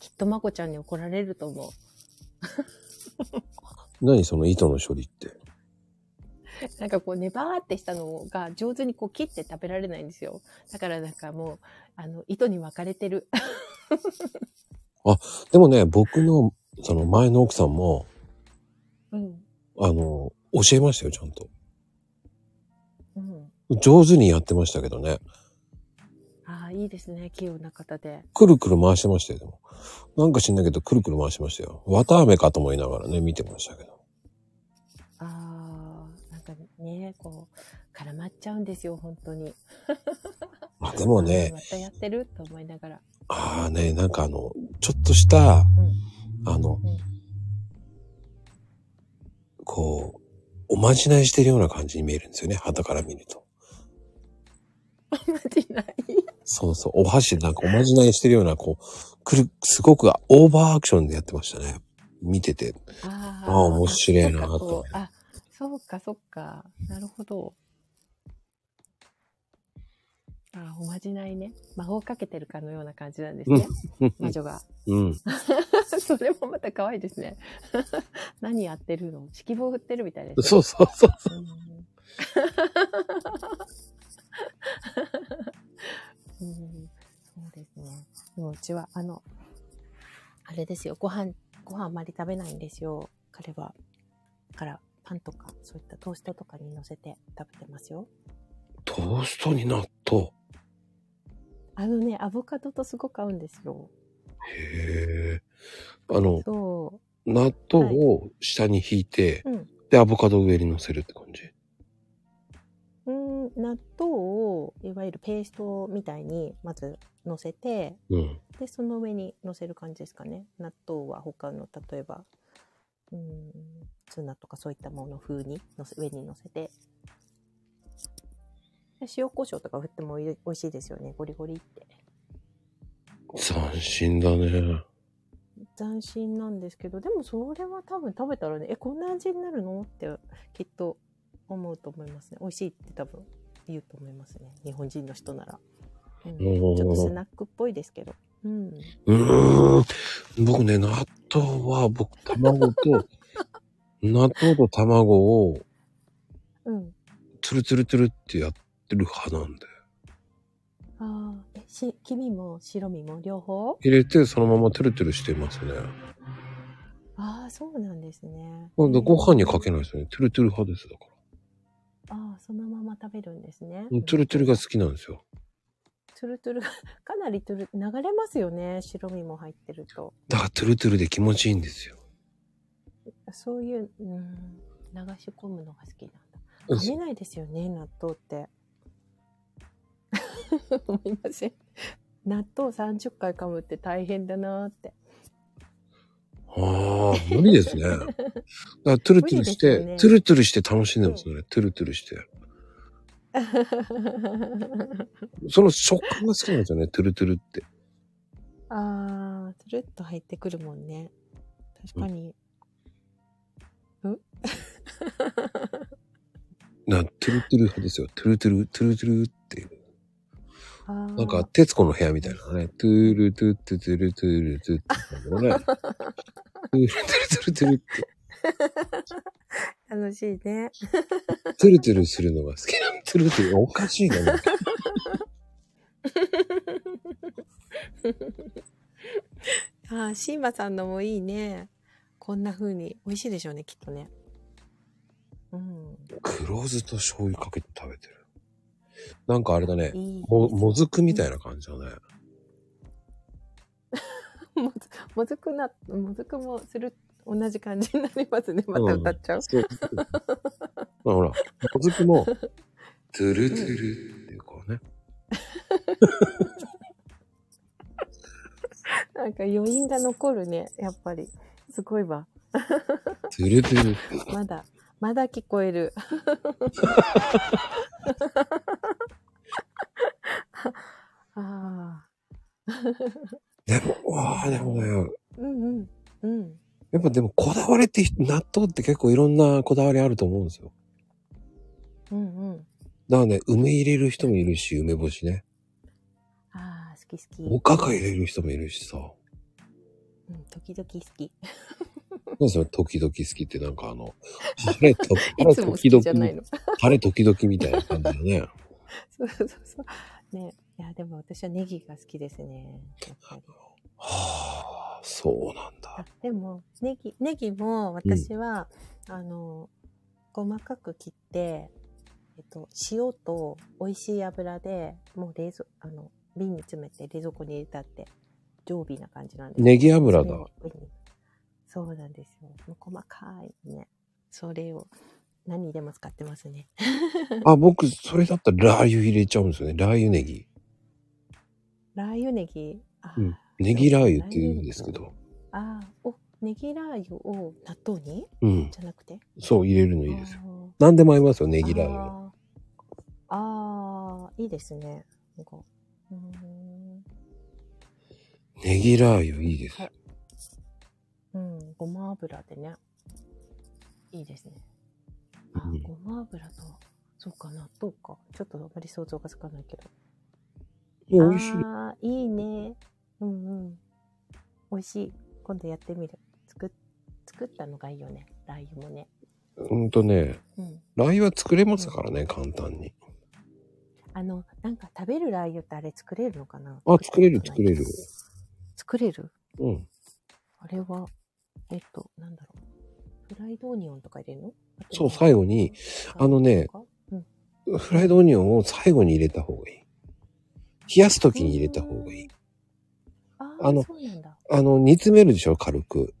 D: きっとまこちゃんに怒られると思う。
A: 何その糸の処理って。
D: なんかこう、ネバーってしたのが上手にこう切って食べられないんですよ。だからなんかもう、あの、糸に分かれてる。
A: でもね、僕の、その前の奥さんも、
D: うん。
A: あの、教えましたよ、ちゃんと。
D: うん。
A: 上手にやってましたけどね。
D: ああ、いいですね。器用な方で。
A: くるくる回してましたよ、でも。なんか知んないけど、くるくる回してましたよ。綿飴かと思いながらね、見てましたけど。
D: ああ、なんかね、こう、絡まっちゃうんですよ、本当に。
A: あ、でもね、
D: またやってると思いながら。
A: ああね、なんかあの、ちょっとした、あの、
D: うん
A: こう、おまじないしてるような感じに見えるんですよね、旗から見ると。
D: マジない。
A: そうそう、お箸でなんかおまじないしてるような、こう、くる、すごくオーバーアクションでやってましたね。見て
D: [laughs]
A: て。
D: あ
A: ああ、面白い
D: そ
A: な
D: っか
A: と
D: こ。
A: 思いう
D: あ、そうか、そうか。なるほど。あ、おまじないね。魔法かけてるかのような感じなんですね。魔女が。 [laughs]
A: うん。
D: それもまた可愛いですね。 [laughs] 何やってるの色棒振ってるみたいです。
A: そうそうそう。
D: うんうん、そうですね。でもうちは、あの、あれですよ、ご飯、ご飯あんまり食べないんですよ、彼は。だから、パンとか、そういったトーストとかに乗せて食べてますよ。
A: トーストに納豆。
D: あのね、アボカドとすごく合うんですよ。
A: へえ。あの、
D: そ
A: 納豆を下に引いて、
D: う。うん。
A: で、アボカドを上に乗せるって感じ。
D: うん、納豆を、いわゆるペーストみたいに、まず乗せて、
A: うん。
D: でその上に乗せる感じですかね納豆は他の例えばうんツナとかそういったもの風にのせ上に乗せてで塩コショウとか振ってもいい美味しいですよねゴリゴリって
A: 斬新だね。
D: 斬新なんですけどでもそれは多分食べたらねえこんな味になるのってきっと思うと思いますね美味しいって多分言うと思いますね日本人の人なら、うん、ちょっとスナックっぽいですけどうん
A: うーん。僕ね、納豆は、僕、卵と、納豆と卵を、
D: うん
A: つるつるつるってやってる派なんで。
D: ああ、え、し、黄身も白身も両方
A: 入れて、そのままつるつるしてますね。
D: ああ、そうなんですね。
A: ほんでご飯にかけないですよね。つるつる派です。だか
D: ああ、そのまま食べるんですね。
A: ら。つるつるが好きなんですよ。
D: トゥルトゥル、 [laughs] かなりトゥル、流れますよね。白身も入ってると。
A: だから、つるつるで気持ちいいんですよ。
D: そういう、うーん、流し込むのが好きなんだ。
A: うん
D: 食べないですよね、納豆って。 [laughs] 思いません。納豆30回噛むって大変だなーって。 [laughs]
A: ああ、無理ですね。だから、つるつるし
D: 無理ですよ
A: て
D: ね、
A: つるつるして楽しんでますね。つるつるして。その食感が好きなんですよね。つるつるって。
D: あー、つるっと入ってくるもんね。確かに。
A: な、トゥルトゥル派ですよ。トゥルトゥル、トゥルトゥルっていう。
D: あー
A: なんか、徹子の部屋みたいなね。トゥルトゥトゥトゥルトゥルトゥってのね。トゥルトゥルトゥルトゥルって、
D: 楽しいね。
A: トゥルトゥルするのが好きなの。トゥルトゥル、おかしいな。なんか
D: ああ、シーマさんのもいいね。こんな風に。美味しいでしょうね、きっとね。うん。
A: 黒酢と醤油かけて食べてる。なんかあれだね。
D: いい。
A: も、もずくみたいな感じだね。
D: [laughs] もずもずくな、もずくもする、同じ感じになりますね。また歌っちゃう。
A: そう。ほら、もずくも、トゥルトゥルっていうこうね。
D: なんか余韻が残るね、やっぱり。すごいわ。
A: トゥルトゥル。
D: まだ、まだ聞こ
A: [laughs]
D: える。 [laughs] ああ。
A: でも、ああ、でもね、
D: うんうん。うん。
A: やっぱでもこだわりって納豆って結構いろんなこだわりあると思うんですよ。
D: うんうん。
A: だからね、梅入れる人もいるし、梅干しね。
D: ああ、好き好き。
A: おかか入れる人もいるしさ。
D: うん、時々好き。
A: なんでそれ時々好きってなんかあ
D: [laughs]
A: の、晴れと、晴
D: い
A: れ
D: つも好
A: 時
D: きじゃな
A: 々
D: い、の。
A: 晴れ時々みたいな感じだね。
D: [laughs] そうそうそう。ね。いや、でも私はネギが好きですね。やっぱり。
A: はあ、そうなん
D: あ [laughs]
A: だ。
D: でも、ネギ、ネギも私は、あの、細かく切って、えっと、塩と美味しい油で、もう冷蔵、あの、瓶に詰めて冷蔵庫に入れたって、常備な感じなんです
A: ネギ油だ。
D: それにそうなんですよ。もう細かいね。それを何にでも使ってますね。
A: あ、僕、それだったらラー油入れちゃうんですよね。ラー油ネギ。
D: ラー油ネギ、あ、
A: うんネギラー油って言うんですけど。
D: あー、お、ネギラー油を納豆に
A: うん。
D: じゃなくて
A: そう、入れるのいいですよ。
D: あー
A: 何でも合いますよ、ネギラー油。
D: あーあー、いいですね。なんかうーん
A: ネギラー油いいですよ。
D: うん、ごま油でね。いいですね。あ
A: うん
D: ごま油と、そうか、納豆か。ちょっとあまり想像がつかないけど。
A: 美味しい。
D: あーいいね。うんうん。美味しい。今度やってみる。作っ、作ったのがいいよね。ラー油もね。
A: うんとね、
D: うん。
A: ラー油は作れますからね、簡単に。
D: あの、なんか食べるラー油ってあれ作れるのかな
A: あ、作れる、作れる。
D: 作れる
A: うん。
D: あれは、えっと、なんだろう。フライドオニオンとか入れるの
A: そう、最後に、あのね、フライドオニオンを最後に入れた方がいい。冷やす時に入れた方がいい。
D: あ
A: あ
D: あ
A: の
D: の、そうなんだ。
A: あの、煮詰めるでしょ軽く。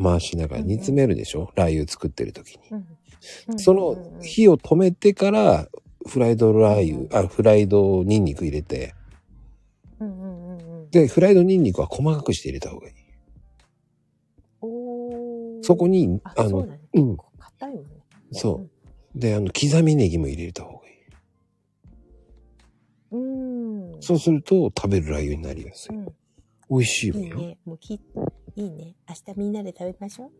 A: 回しながら
D: うんうん
A: 煮詰めるでしょラー油作ってる時に。
D: うんうん
A: そ
D: うんうんう
A: の
D: ん
A: 火を止めてから、フライドラ
D: う
A: ー
D: ん
A: 油、あ、フライドニンニク入れて、
D: うんうんうんうん。
A: で、フライドニンニクは細かくして入れた方がいい。
D: おー
A: そこに、
D: あ、
A: あ
D: そ
A: の
D: う、だね。
A: うん
D: 結構硬いもんね。
A: そう。で、あの、刻みネギも入れた方がいい。
D: うん。うーん。
A: そうすると、食べるラー油になりやすい。
D: うん。
A: 美味しいわ
D: いい
A: よ。
D: ね。もうき、いいね。明日みんなで食べましょう。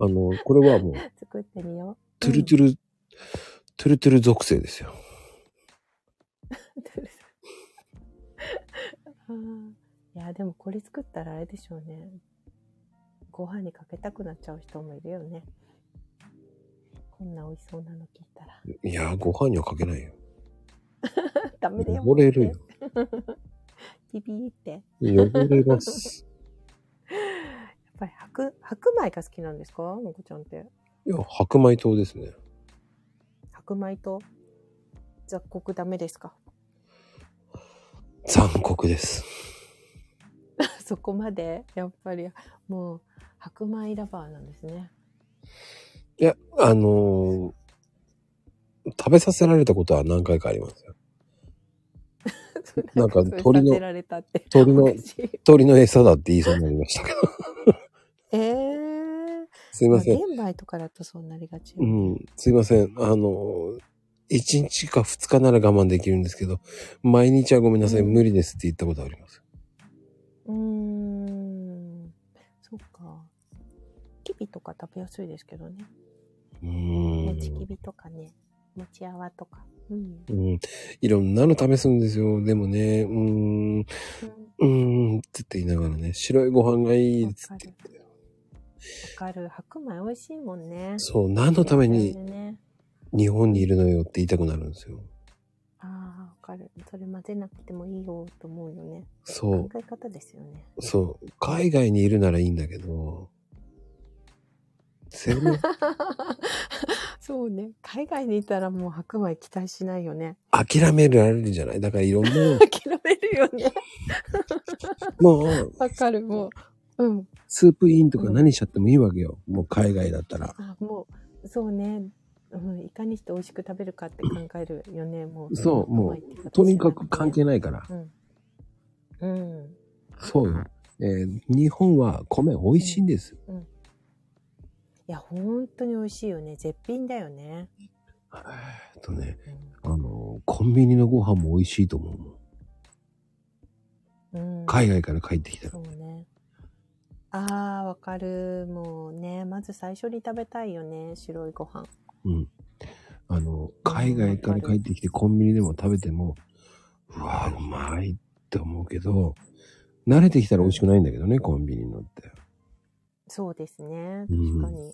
A: あの、これはもう、
D: 作ってみよう。
A: トゥルトゥル、トゥルトゥル属性ですよ。
D: [laughs] うんいや、でもこれ作ったらあれでしょうね。ご飯にかけたくなっちゃう人もいるよね。こんな美味しそうなの聞いたら。
A: いやー、ご飯にはかけないよ。
D: ダメだよ。
A: 汚れるよ。
D: [laughs] ビビーって。やっ
A: 汚れ [laughs] ます。
D: ぱり白、白米が好きなんですかのこちゃんって。
A: いや、白米糖ですね。
D: 白米と雑穀ダメですか [laughs]
A: 残酷です。
D: そこまで、やっぱり、もう、白米ラバーなんですね。
A: いや、あのー食べさせられたことは何回かありますよ。なん
D: [laughs]
A: か鳥の
D: そうさせられたって
A: 鳥の
D: おかしい
A: 鳥の餌だって言いそうになりました [laughs] けど。
D: えー。
A: すいません。
D: あ玄米とかだとそうなりがち。
A: うん、すいません。あのー、1日か2日なら我慢できるんですけど、毎日はごめんなさい、
D: うん
A: 無理ですって言ったことあります。
D: うーん。そうか。きびとか食べやすいですけどね。
A: う
D: もち
A: ー
D: き
A: ん。
D: びとかね。もちあわとか。うん。
A: うん、いろんなの試すんですよ。でもね、うーん、うーん、って言いながらね、白いご飯がいいっ
D: わ
A: つ
D: か
A: って
D: る。わかる。白米美味しいもんね。
A: そう、何のため
D: そ
A: に
D: れでね。
A: 日本にいるのよって言いたくなるんですよ。
D: ああ、わかる。それ混ぜなくてもいいよと思うよね。
A: そ
D: 考え方ですよね。
A: う、そう。海外にいるならいいんだけど、せ
D: [laughs]
A: め
D: そうね。海外にいたらもう白米期待しないよね。
A: 諦められるじゃないだからいろんな、
D: 諦めるよ [laughs] ね。
A: もう、
D: わかる。もう。うん。
A: スープインとか何しちゃってもいいわけよ。もう海外だったら。
D: あもうそうねうん、いかにして美味しく食べるかって考えるよね、もう。
A: そうもう
D: 怖いって形
A: とにかく関係ないから。
D: うん。うん。
A: そうよ。えー日本は米美味しいんです。
D: いや、本当に美味しいよね。絶品だよね。
A: えっとね、
D: うん
A: あの、コンビニのご飯も美味しいと思うもん。
D: うん、
A: 海外から帰ってきたら。
D: そうね。ああ、わかる。もうね、まず最初に食べたいよね、白いご飯。
A: うん。あの、海外から帰ってきてコンビニでも食べても、うわぁ、うまいって思うけど、慣れてきたら美味しくないんだけどね、コンビニのって。
D: そうですね。
A: うん
D: 確かに。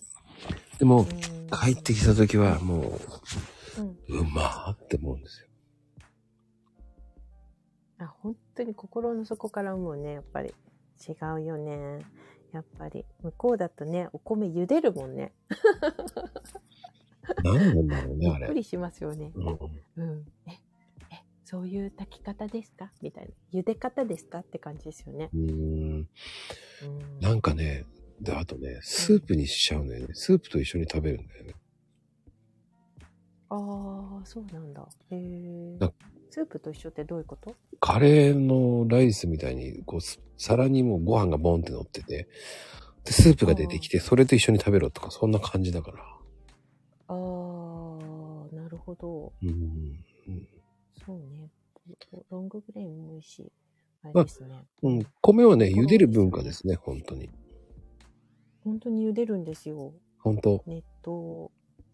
A: でも、
D: うん
A: 帰ってきた時はも
D: うん。
A: う、うまーって思うんですよ。
D: あ、本当に心の底から思うね、やっぱり。違うよね。やっぱり。向こうだとね、お米茹でるもんね。
A: 何なんだろう
D: び
A: ね、あ
D: っく
A: れ。
D: りしますよね。
A: うん
D: うん。え、え、そういう炊き方ですかみたいな。茹で方ですかって感じですよね。
A: うーん。
D: うん。
A: なんかね、で、あとね、スープにしちゃうんだよね。スープと一緒に食べるんだよね。
D: ああ、そうなんだ。へえ
A: な。
D: スープと一緒ってどういうこと
A: カレーのライスみたいに、こう、す皿にもうご飯がボンって乗ってて、で、スープが出てきて、それと一緒に食べろとか、そんな感じだから。
D: ああ、なるほど。
A: うん。
D: そうね。ロンググレインも美味しい。あ
A: あ
D: れですね。
A: うん、米はね、茹でる文化ですね、本当に。
D: 本当に茹でるんですよ。
A: 本当
D: 熱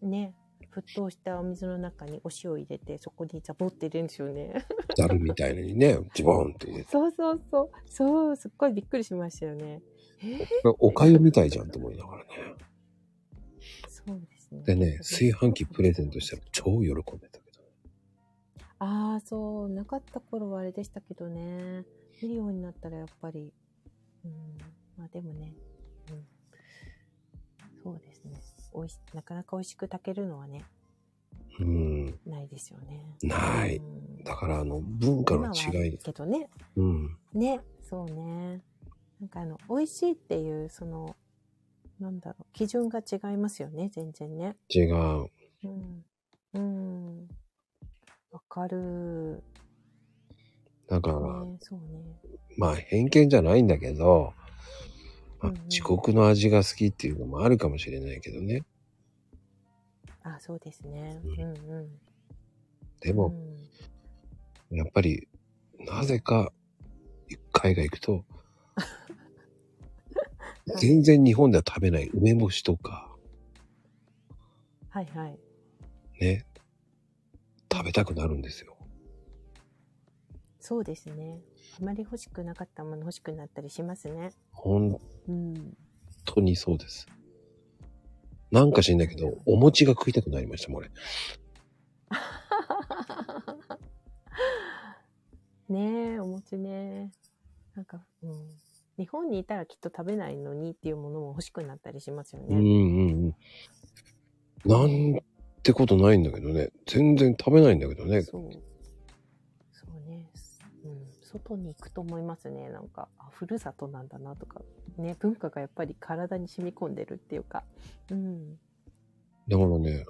D: 湯。ね。沸騰したお水の中にお塩入れて、そこにザボって入れるんですよね。 [laughs]
A: ざるみたいのにね、ジボンって入れて。
D: そうそうそう。そう、すっごいびっくりしましたよね。えー
A: おかゆみたいじゃんと思いながらね。
D: そうですね。
A: でね、炊飯器プレゼントしたら超喜んでたけど。
D: ああ、そう、なかった頃はあれでしたけどね。見るようになったらやっぱり、うん、まあでもね、うん。そうですね。おいし、なかなか美味しく炊けるのはね、
A: うん、
D: ないですよね。。
A: ないう
D: ん
A: だから、あの、文化の
D: 今はあ
A: 違い
D: る。けどね。
A: うん。
D: ね、そうね。なんかあの、美味しいっていう、その、なんだろう、基準が違いますよね、全然ね。
A: 違う。
D: うん。うん。わかる。
A: だから、
D: ね、そうね。
A: まあ偏見じゃないんだけど、まあ
D: うんうん
A: 自国の味が好きっていうのもあるかもしれないけどね。
D: あ、そうですね。
A: う
D: うんんうん。
A: で
D: う
A: も、
D: ん、
A: やっぱり、なぜか、海外行くと、全然日本では食べない梅干しとか、
D: はいはい。
A: ね、食べたくなるんですよ。
D: そうですね。あまり欲しくなかったもの欲しくなったりしますね。
A: 本
D: うん。
A: 当にそうです。なんか知んないけど、お餅が食いたくなりましたもん、俺。
D: ねえ、お餅ね。なんか、うん。日本にいたらきっと食べないのにっていうものも欲しくなったりしますよ
A: うん
D: ね。
A: うんうん。なんてことないんだけどね。全然食べないんだけどね。
D: そう。そうね。うん。外に行くと思いますね。なんか、あ、ふるさとなんだなとか。ね、文化がやっぱり体に染み込んでるっていうか。うん。
A: だからね。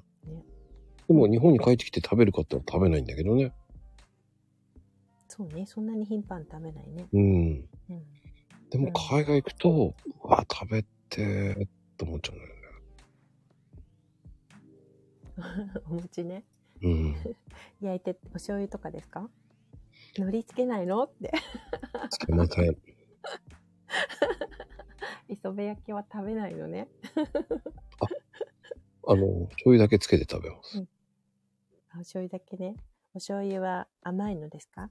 A: でも日本に帰ってきて食べるかって言ったら食べないんだけどね。
D: そうね。そんなに頻繁に食べないね。
A: うん。
D: うん。 [laughs]
A: でも海外行くと、うわ、食べて、と思っちゃうんだよね。
D: お餅ね。
A: うん。
D: [laughs] 焼いてお醤油とかで
A: [laughs]
D: すか乗りつけないのって。 [laughs]
A: つけません。
D: 磯辺焼きは食べないのね。
A: あの、醤油だけつけて食べます。
D: あお醤油だけね。お醤油は甘いのですか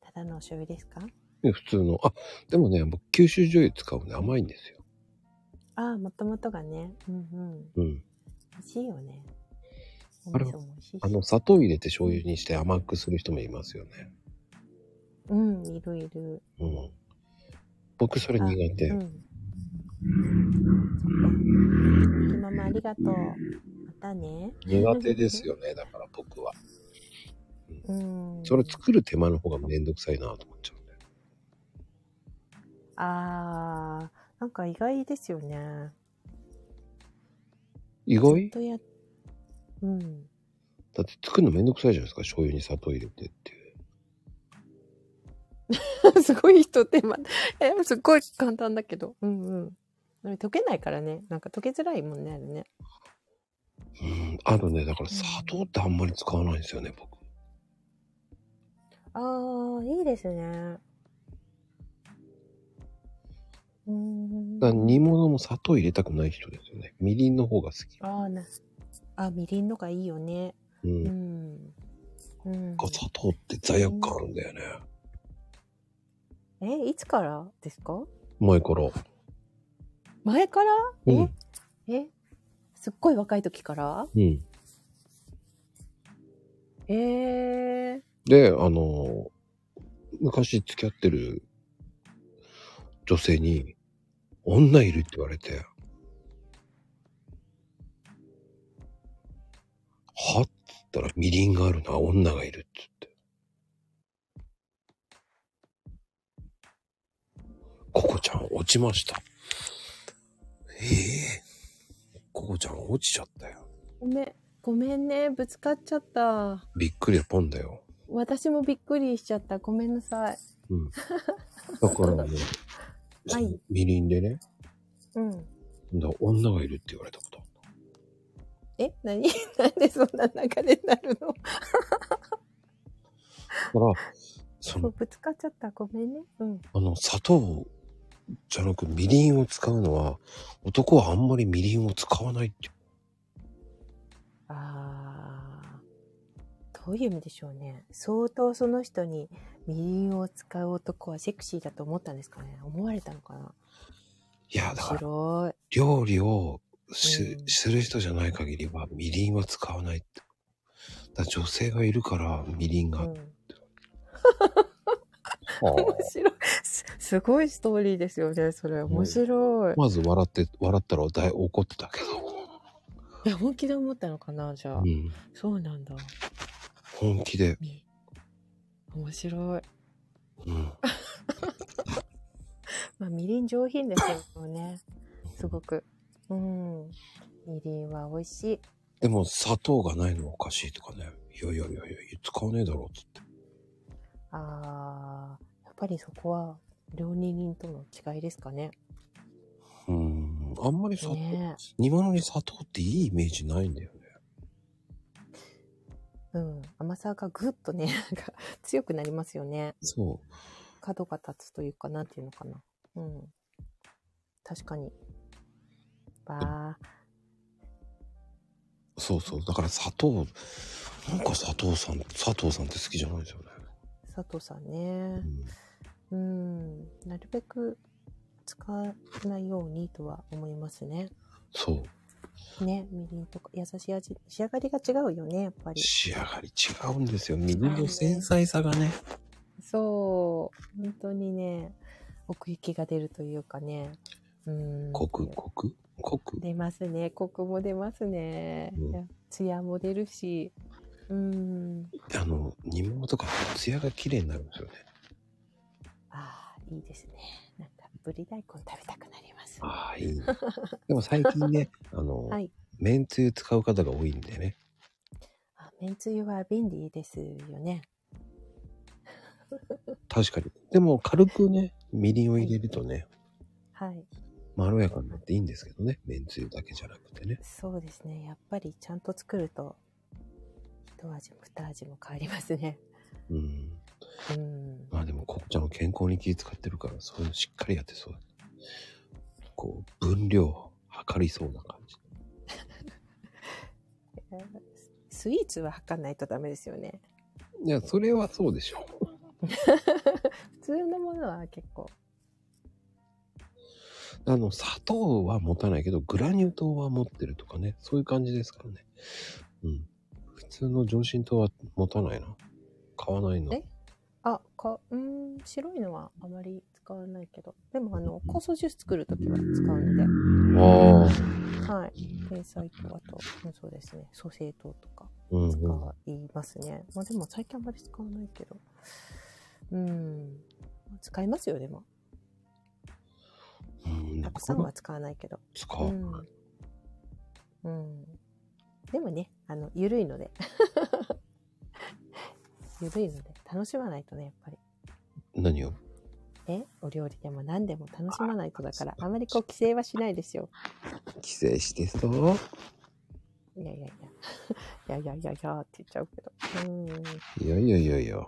D: ただのお醤油ですか
A: で普通の。あ、でもね、僕九州醤油使うね。甘いんですよ。
D: ああ、もともとがね。うん
A: う
D: うん。
A: ん。
D: 美味しいよね。お
A: あれ
D: 味噌も美味しいし
A: あ。の、砂糖入れて醤油にして甘くする人もいますよね。
D: うん、いるいる。
A: うん。僕それ苦手。
D: あうん。そっか。ゆきママありがとう。またね。
A: 苦手ですよね。だから僕は。
D: うん。
A: それ作る手間の方がめんどくさいなと思っちゃうんだよ。
D: ああ、なんか意外ですよね。
A: 意
D: ず
A: 外
D: っとやうん。 [laughs]
A: だって作るのめんどくさいじゃないですか。醤油に砂糖入れてっていう。
D: すごい人って、ま、え、すごい簡単だけど。うんうん。でも溶けないからね。なんか溶けづらいもんね、あれね。
A: うん。あのね、だから砂糖ってあんまり使わないんですよね、僕。
D: ああ、いいですね。うーん。
A: だから煮物も砂糖入れたくない人ですよね。みりんの方が好き。
D: ああ、な。あ、みりんのがいいよね。
A: う。
D: うん
A: なん
D: ん。うん。
A: か砂糖って罪悪感あるんだよね。
D: え、いつからですか
A: 前から。
D: 前から
A: う
D: え、
A: ん。
D: えすっごい若い時から
A: うん。
D: ええ
A: で、あの、昔付き合ってる女性に、女いるって言われて、はっつったら、みりんがあるな、女がいるって言って。ココちゃん落ちました。ええココちゃん落ちちゃったよ。
D: ごめん、ごめんね。ぶつかっちゃった。
A: びっくりポンだよ。
D: 私もびっくりしちゃった。ごめんなさい。
A: うん。だからね、
D: はい
A: みりんでね、
D: うん。
A: だ女がいるって言われたことあった。
D: え何 [laughs] なんでそんな流れになる
A: だ
D: の
A: から、そ
D: そう
A: の、
D: ぶつかっちゃった。ごめんね。うん。
A: あの、砂糖じゃなくみりんを使うのは、男はあんまりみりんを使わないって。
D: あー。どういう意味でしょうね。相当その人にみりんを使う男はセクシーだと思ったんですかね。思われたのかない
A: や、だ
D: 面
A: から、
D: 白い。
A: 料理をし,、
D: うん
A: する人じゃない限りは、みりんは使わないって。だから女性がいるから、みりん
D: う
A: が。
D: ん。 [laughs] 面白い。すすごいストーリーですよね、それ。面白い。
A: まず笑って、笑ったら大怒ってたけど、
D: いや、本気で思ったのかな、じゃあ。
A: うん、
D: そうなんだ。
A: 本気で、
D: み面白い。
A: うん、
D: まあ、みりん上品ですよね。すごく。うん。みりんは美味しい。
A: でも砂糖がないのはおかしいとかね。いやいやいやいや、使わねえだろうっつって。
D: あー、やっぱりそこは、料理人との違いですかね。
A: うーん、あんまり砂糖、
D: ね
A: 煮物に砂糖っていいイメージないんだよね。
D: うん。甘さがぐっとね、なんか強くなりますよね。
A: そう。
D: 角が立つというかなんていうのかなうん確かにわあ
A: そうそう。だから砂糖、なんか佐藤さん、佐藤さんって好きじゃないですよね。
D: 佐藤さん
A: う
D: ね
A: ん、
D: うんなるべく使わないようにとは思いますね
A: そう。
D: ねみりんとか優しい味仕上がりが違うよねやっぱり
A: 仕上がり違うんですよ。みりんの繊細さがね。
D: そう本当にね奥行きが出るというかねうん
A: コク、コク、コク。
D: 出ますねコクも出ますね、
A: うん
D: いやツヤも出るしうん
A: あの、煮物とか、ツヤが綺麗になるんですよね。
D: ああ、いいですね。なんか、ぶり大根食べたくなります。
A: ああ、いいね。でも最近 [laughs] ね、あの、
D: はい
A: めんつゆ使う方が多いんでね。
D: あ、めんつゆは便利ですよね。
A: 確かに。でも軽くね、みりんを入れるとね、
D: はい。
A: まろやかになっていいんですけどね。めんつゆだけじゃなくてね。
D: そうですね。やっぱりちゃんと作ると、一味も二味も変わりますね。
A: うん。
D: うん。
A: まあでも、こっちゃんは健康に気遣ってるから、そういうのしっかりやってそうだ。こう、分量を測りそうな感じ。
D: スイーツは測んないとダメですよね。
A: いや、それはそうでしょう。
D: 普通のものは結構。
A: あの、砂糖は持たないけど、グラニュー糖は持ってるとかね。そういう感じですからね。うん。普通の上新糖は持たないな。買わないの。
D: えあ、か、うーん、白いのはあまり使わないけど。でも、あの、酵素ジュース作るときは使うんで。
A: ああ。
D: はい。珪細糖あと、うんそうですね。蘇生糖とか。
A: うん、うん。
D: 使いますね。まあでも最近あんまり使わないけど。うん。使いますよ、でも。
A: うん
D: たくさんは使わないけど。
A: 使
D: う
A: う。
D: ん。うん。でもね、あの、ゆるいので。 [laughs] ゆるいので、楽しまないとね、やっぱり。
A: 何を
D: えお料理でも何でも楽しまないとだから、あまりこう、規制はしないですよ。
A: 帰省してそう
D: いやい [laughs] やいや。いやいやいやいやって言っちゃうけど。うん。
A: いやいやいやいや。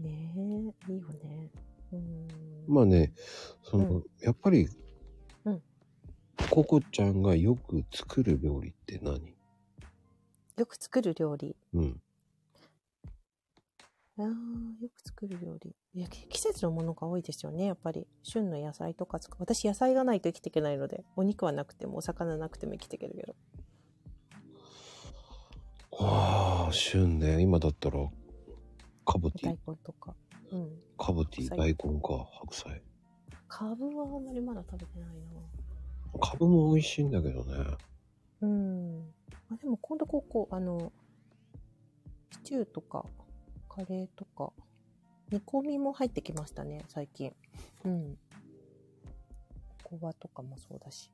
D: ねえ、いいよね。うん。
A: まあね、その、
D: う
A: やっぱり、
D: うん
A: ココちゃんがよく作る料理って何
D: よく作る料理。
A: うん。
D: ああ、よく作る料理。いや、き季節のものが多いですよね、やっぱり。旬の野菜とか作私、野菜がないと生きていけないので、お肉はなくても、お魚なくても生きていけるけど。
A: ああ、旬ね。今だったら、カボティ
D: 大、根とか。うん。
A: カボティ、大根か、白菜。
D: カブはあんまりまだ食べてないな。
A: カブも美味しいんだけどね。
D: うん。あでも、今度こう、こう、あの、シチューとか、カレーとか、煮込みも入ってきましたね、最近。うん。おこわとかもそうだし。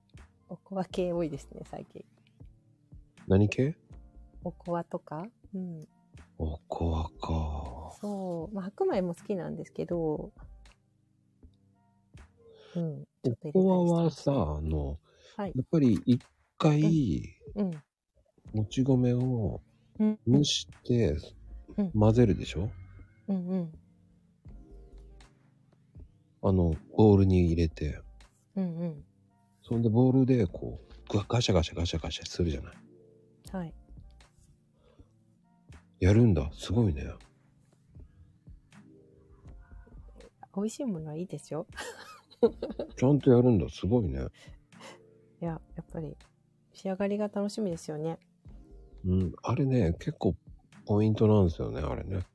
D: おこわ系多いですね、最近。
A: 何系
D: おこわとか。うん。
A: おこわか。
D: そう、まあ、白米も好きなんですけど、うん、ちょっと入れたり
A: お
D: して
A: こわはさ、あの、
D: はい
A: やっぱり一回、
D: うん、
A: もち米を
D: うん、
A: 蒸して
D: うん、
A: 混ぜるでしょ、
D: うん、うん、
A: あの、ボウルに入れて。
D: うん、うん、
A: そんでボールでこうガガシャガシャガシャガシャするじゃない
D: はい。
A: やるんだすごいね
D: 美味しいものはいいですよ。
A: ちゃんとやるんだすごいね
D: いや、やっぱり、仕上がりが楽しみですよね。
A: うんあれね結構ポイントなんですよねあれね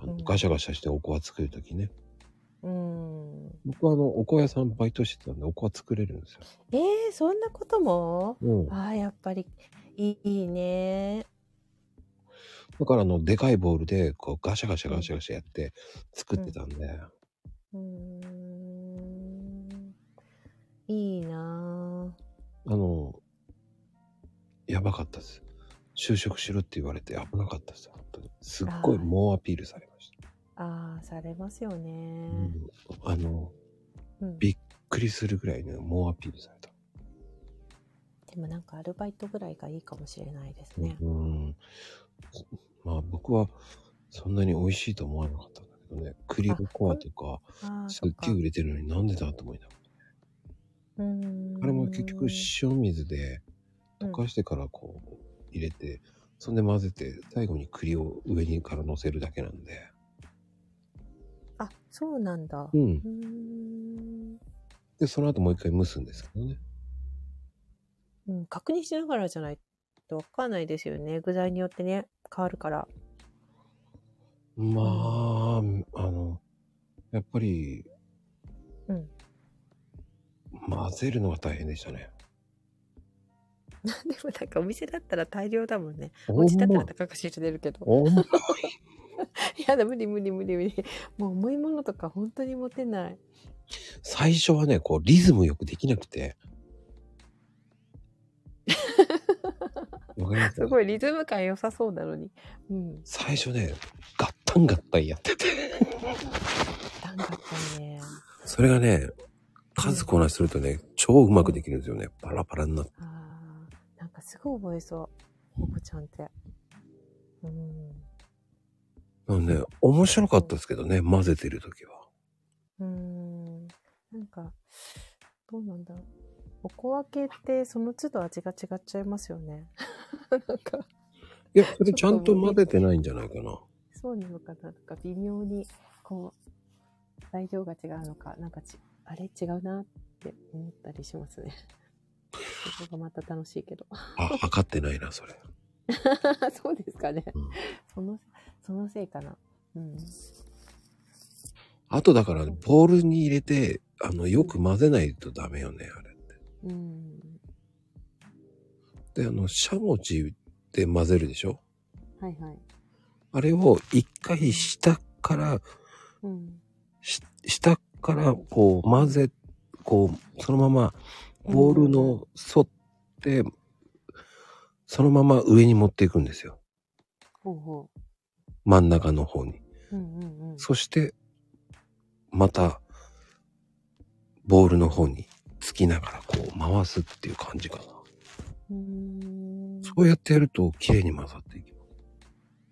A: あの
D: うん
A: ガシャガシャしておこわ作るときね
D: うーん。
A: 僕はあのおこわ屋さんバイトしてたんでおこわ作れるんですよ
D: えー、そんなことも
A: うん
D: ああ、やっぱり、いいいいね。
A: だからあのでかいボールでこうガシャガシャガシャガシャやって作ってたんで、
D: うーん。いいなぁ
A: あのやばかったです就職しろって言われて危なかったです本当にすっごい猛アピールされました
D: ああ、されますよね。
A: うんあの、
D: うん
A: びっくりするぐらいね、猛アピールされた。
D: でもなんかアルバイトぐらいがいいかもしれないですね。
A: うん。まあ僕はそんなに美味しいと思わなかったんだけどね。クリームコアとか、
D: ああ、
A: す
D: そ
A: っ
D: っか
A: げえ。売れてるのになんでだと思いながら。
D: うーん
A: あれも結局塩水で溶かしてからこう入れて、そんで混ぜて、最後に栗を上にから乗せるだけなんで。
D: あ、そうなんだ。
A: う。
D: うんーん。
A: で、その後もう一回蒸すんですけどね。
D: うん、確認しながらじゃないとわかんないですよね。具材によってね、変わるから。 [laughs]
A: まあ、あの、やっぱり、
D: うん
A: 混ぜるのが大変でしたね。
D: でもなんかお店だったら大量だもんね。お
A: 重
D: 家だったら
A: い。
D: 高く仕入れるけど。
A: 重い。
D: いやだ、無理無理無理無理。もう重いものとか本当に持てない。
A: 最初はね、こう、リズムよくできなくて。わかります
D: すごいリズム感良さそうなのに。うん。
A: 最初ね、ガッタンガッタンやってて。
D: ダンかったね。
A: それがね、数こなしするとね、超うまくできるんですよね。パラパラになって。
D: あーなんかすごい覚えそう。ココちゃんって。うん。
A: なんで、面白かったですけどね、混ぜてるときは。
D: うーん。なんか、どうなんだろう。おこわ系ってその都度味が違っちゃいますよね。なんか、
A: いや、それちゃんと混ぜてないんじゃないかな。
D: そうなのかなとか、微妙に、こう、材料が違うのか、なんかち、あれ違うなって思ったりしますね。そこがまた楽しいけど。 [laughs]
A: あ、測ってないな、それ。
D: そうですかね
A: うん。
D: その、そのせいかな。うん。
A: あとだから、ボールに入れて、あの、よく混ぜないとダメよね、あれっ
D: うん。
A: て。で、あの、しゃもじで混ぜるでしょ
D: はいはい。
A: あれを一回下から、
D: うん。
A: し下からこう混ぜ、こう、そのまま、ボールの沿って、そのまま上に持っていくんですよ。
D: ほうほ
A: 真ん中の方に。
D: う。うんうんうん。
A: そして、また、ボールの方につきながらこう回すっていう感じかな。
D: うーん。
A: そうやってやると綺麗に混ざっていきます。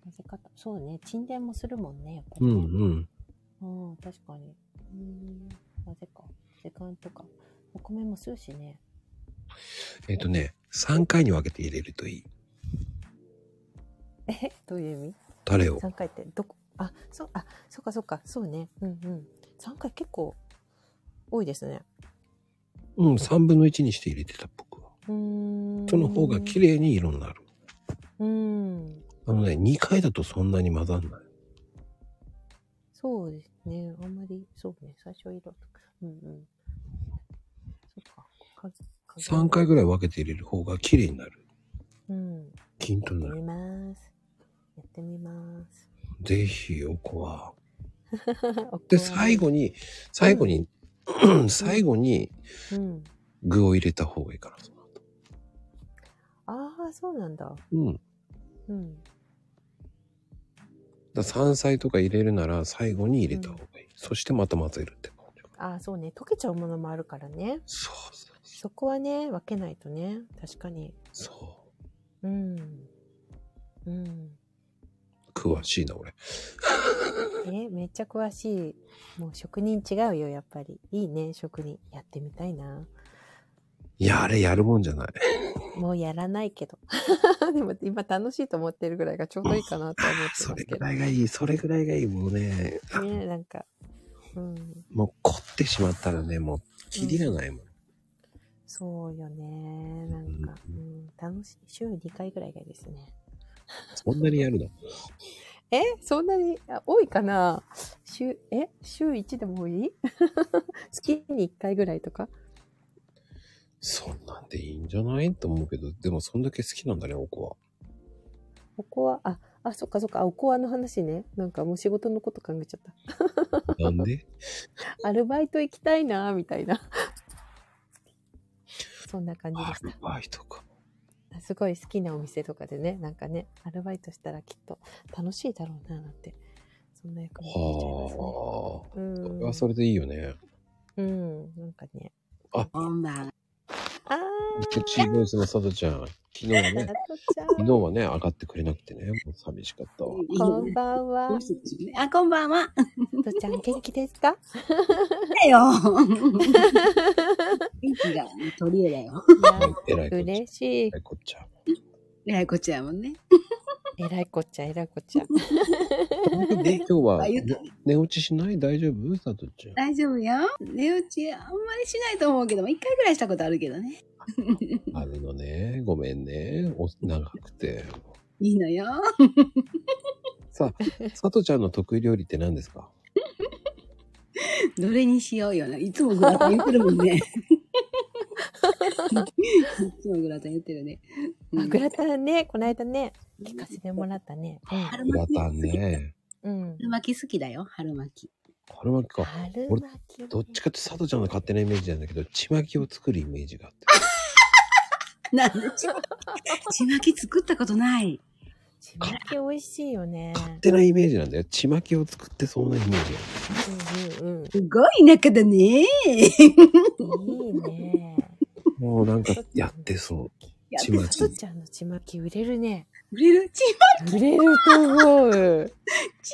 D: 混ぜ方。そうね。沈殿もするもんね。やっぱ
A: う
D: り
A: ん
D: ね
A: うん。
D: うん、確かに。うーん。混ぜか。時間とか。お米もするしね。 [laughs]
A: えっ、とね、3回に分けて入れるといい。
D: え、どういう意味
A: タレを。
D: ?3 回ってどこあ、そう、あ、そっかそっか。そうね。うんうん。3回結構多いですね。
A: うん、3分の1にして入れてた僕は。
D: うーん。
A: その方が綺麗に色になる。
D: うん。
A: あのね、2回だとそんなに混ざんない。
D: そうですね。あんまり、そうね。最初色とか。うんうん。そっか。かか
A: 3回ぐらい分けて入れる方が綺麗になる。
D: うん。
A: 均等に
D: や
A: な
D: って
A: る。
D: みます。やってみます。 [laughs]
A: ぜひ、おこは。
D: お米
A: で、最後に、最後に、最後に
D: うん。
A: 具を入れた方がいいから。
D: ああ、そうなんだ。
A: うん。
D: うん。
A: だ山菜とか入れるなら最後に入れた方がいい。そしてまた混ぜるって感じか。
D: ああ、そうね。溶けちゃうものもあるからね。
A: そうそう
D: そこはね、分けないとね。確かに。
A: そ
D: うん。うん。
A: う。詳しいな、俺。
D: え、めっちゃ詳しい。もう職人違うよ、やっぱり。いいね、職人。やってみたいな。
A: いや、あれやるもんじゃない。
D: もうやらないけど。 [laughs] でも今楽しいと思ってるぐらいがちょうどいいかなと思ってます
A: それ
D: け
A: ぐ
D: ど。
A: らいがいい。それぐらいがいい。もうね、あ
D: ね、なんか。うん。
A: もう凝ってしまったらね、もう、キリがないもん。
D: そうよね。なんか、うん、楽しい。週2回ぐらいがいいですね。
A: そんなにやるの。
D: えそんなにあ多いかな週、え週1でも多い [laughs] 月に1回ぐらいとか
A: そんなんでいいんじゃないと思うけど、でもそんだけ好きなんだね、おこは。
D: おこわ、あ、あ、そっかそっか、あおこわの話ね。なんかもう仕事のこと考えちゃっ
A: なんで
D: た。アルバイト行きたいな、みたいな。 [laughs] そんな感じで
A: ア
D: し
A: ルバイトか。
D: た。すごい好きなお店とかでね、なんかね、アルバイトしたらきっと楽しいだろうな、なんて。そんな役に立っちゃいますね。
A: はあ。
D: う
A: そ
D: ん
A: れはそれでいいよね。
D: うん、なんかね。
A: あ
D: こんばんは。あ
A: プチーボイスのさとちゃん、昨日は
D: ー、
A: ね
D: [laughs] な、とちゃん。
A: 昨日はね、上がってくれなくてね、もう寂しかったわ。
D: こんばんは。
E: あ、こんば
D: [laughs]
E: んは。
D: とちゃん元気ですか [laughs]
E: だよ。元気が取り柄だよ。
A: えらいこっちゃ。え
D: 嬉しい。
A: らいこっちゃ。
E: えいこちらもね。
D: えらいこっちゃ、えらいこっちゃ。
A: ね、今日は
E: あ言った
A: ね寝落ちしない大丈夫さとちゃん。
E: 大丈夫よ。寝落ちあんまりしないと思うけども、一回ぐらいしたことあるけどね。
A: あるのね、ごめんね、お長くて。
E: いいのよ。
A: さあ、さとちゃんの得意料理って何ですか
E: どれにしようよな。いつもグラタン言ってるもんね。いつもグラタン言ってるね。う
D: あ
E: ん
D: グラタンね、この間ね、聞かせてもらったね。
E: 春
A: グラ
E: 巻き
A: タンね。
D: うん。
E: 春巻き好きだよ、春巻き。
A: 春巻きか。
D: 春
A: 俺
D: 巻きね。
A: どっちかってさとちゃんの勝手なイメージなんだけど、ちまきを作るイメージがあって。
E: なんでちまき [laughs] ちまき作ったことない。
D: ちまき美味しいよね。
A: 勝手なイメージなんだよ。ちまきを作ってそうなイメージ。
D: うんうん
E: すごい田舎だね。
D: うん。いいね。
A: もうなんかやってそう。
E: やっ
A: ち
E: て
A: まき
D: さ。とちゃんのちまき売れるね。
E: 売れるち
D: 売れると思う。
E: まき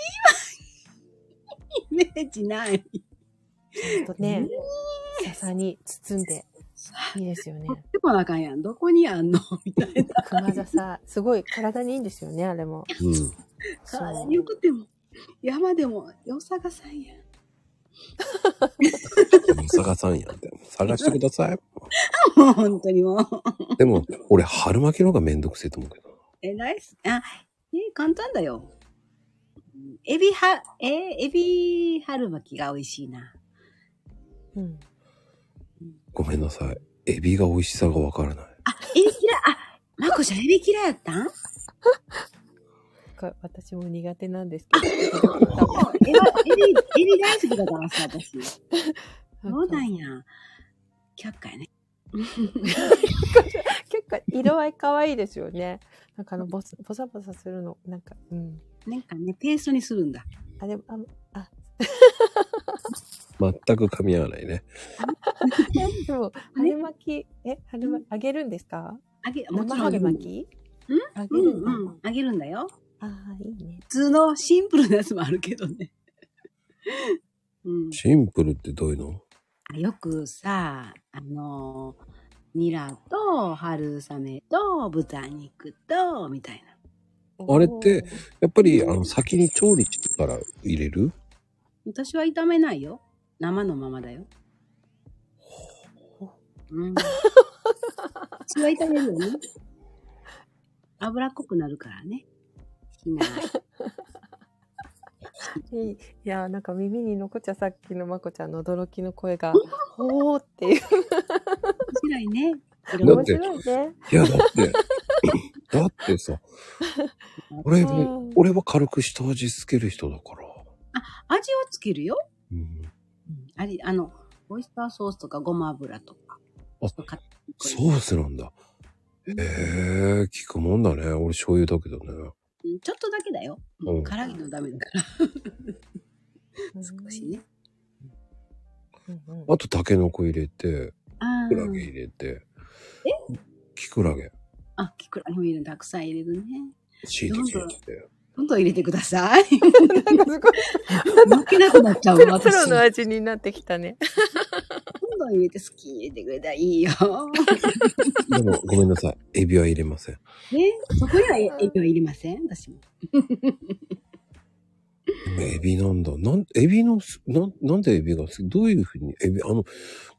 E: イメージない。
D: ちょっとね、笹に包んで。いいです [laughs] よね。
E: でもあかんやん。どこにあんの
D: [laughs]
E: みたいな。
D: 熊笹、すごい体にいいんですよね、あれも。
A: うん。
D: そう
E: 川によくても、山でも、よさがさんやん。
A: 探さんやんって。探してください。
E: もう [laughs] 本当にもう。
A: でも、俺、春巻きの方がめんどくせえと思うけど。
E: えらいっす。あ、え簡単だよ。うんエビは、えエビ春巻きが美味しいな。
D: うん。
A: ごめんなさい。エビが美味しさがわからない。
E: あ、エビ嫌い。あ、まこちゃんエビ嫌いやったん
D: か私も苦手なんですけど。
E: そうエビ、エビ、エビ大好きだからさ、私。そうなんや。却下やね。
D: 結構色合い可愛いですよね。なんかあのボスボサボサするのなんかうん。
E: なんかね、ペーストにするんだ。
D: あでもあの
A: 全く噛み合わないね。
D: でも春巻きえ春巻き揚げるんですか？
E: あげ、もち
D: 生
E: ろん。
D: 春巻き？
E: うん
D: 揚げ
E: うん
D: るんだ。
E: うん。あげるんだよ。
D: ああいいね。
E: 普通のシンプルなやつもあるけどね。うん。
A: シンプルってどういうの
E: よくさ、あのー、ニラと春雨と豚肉と、みたいな。
A: あれってやっぱり、あの、先に調理してから入れる
E: 私は炒めないよ。生のままだよ。うん。私は炒めるよね。脂っこくなるからね。ひな。
D: おー。いいいやなんか耳に残っちゃうさっきのまこちゃんの驚きの声がほーっていう
E: 面白いね。いろい
A: だ
E: ろ
A: って
D: 面白いね。
A: いや、だって、 [laughs] だってさ、俺
D: う
A: も
D: ん、
A: 俺は軽く下味つける人だから。
E: 味をつけるよ。
A: うん、
E: あれ、あの、オイスターソースとかごま油とか。
A: あ
E: とか
A: ソースなんだ。へえ、聞くもんだね。俺醤油だけどね。
E: うんちょっとだけだよ。
A: う
E: うんん、辛いのダメだから。少しね。
D: うんうん。
A: あと、タケノコ入れて、
E: あ
A: キクラゲ
E: ー
A: 入れて。キクラゲ。
E: あ、キクラゲも入れるたくさん入れるね。
A: シート入れて。
E: どんどん入れてくだ
D: [laughs]
E: さい。
D: なんかすごい
E: 負けなくなっちゃう
D: プロプ
E: 私。
D: ロの
E: ど
D: 味になってきたね。
E: んどん入れて好きに入れてくれたらいいよ。
A: でも、ごめんなさい。エビは入れません。
E: ね、 [laughs] そこにはエビはいりません私も。
A: エビなんだ。なん、エビのす、なん、なんでエビが好きどういうふうに、エビ、あの、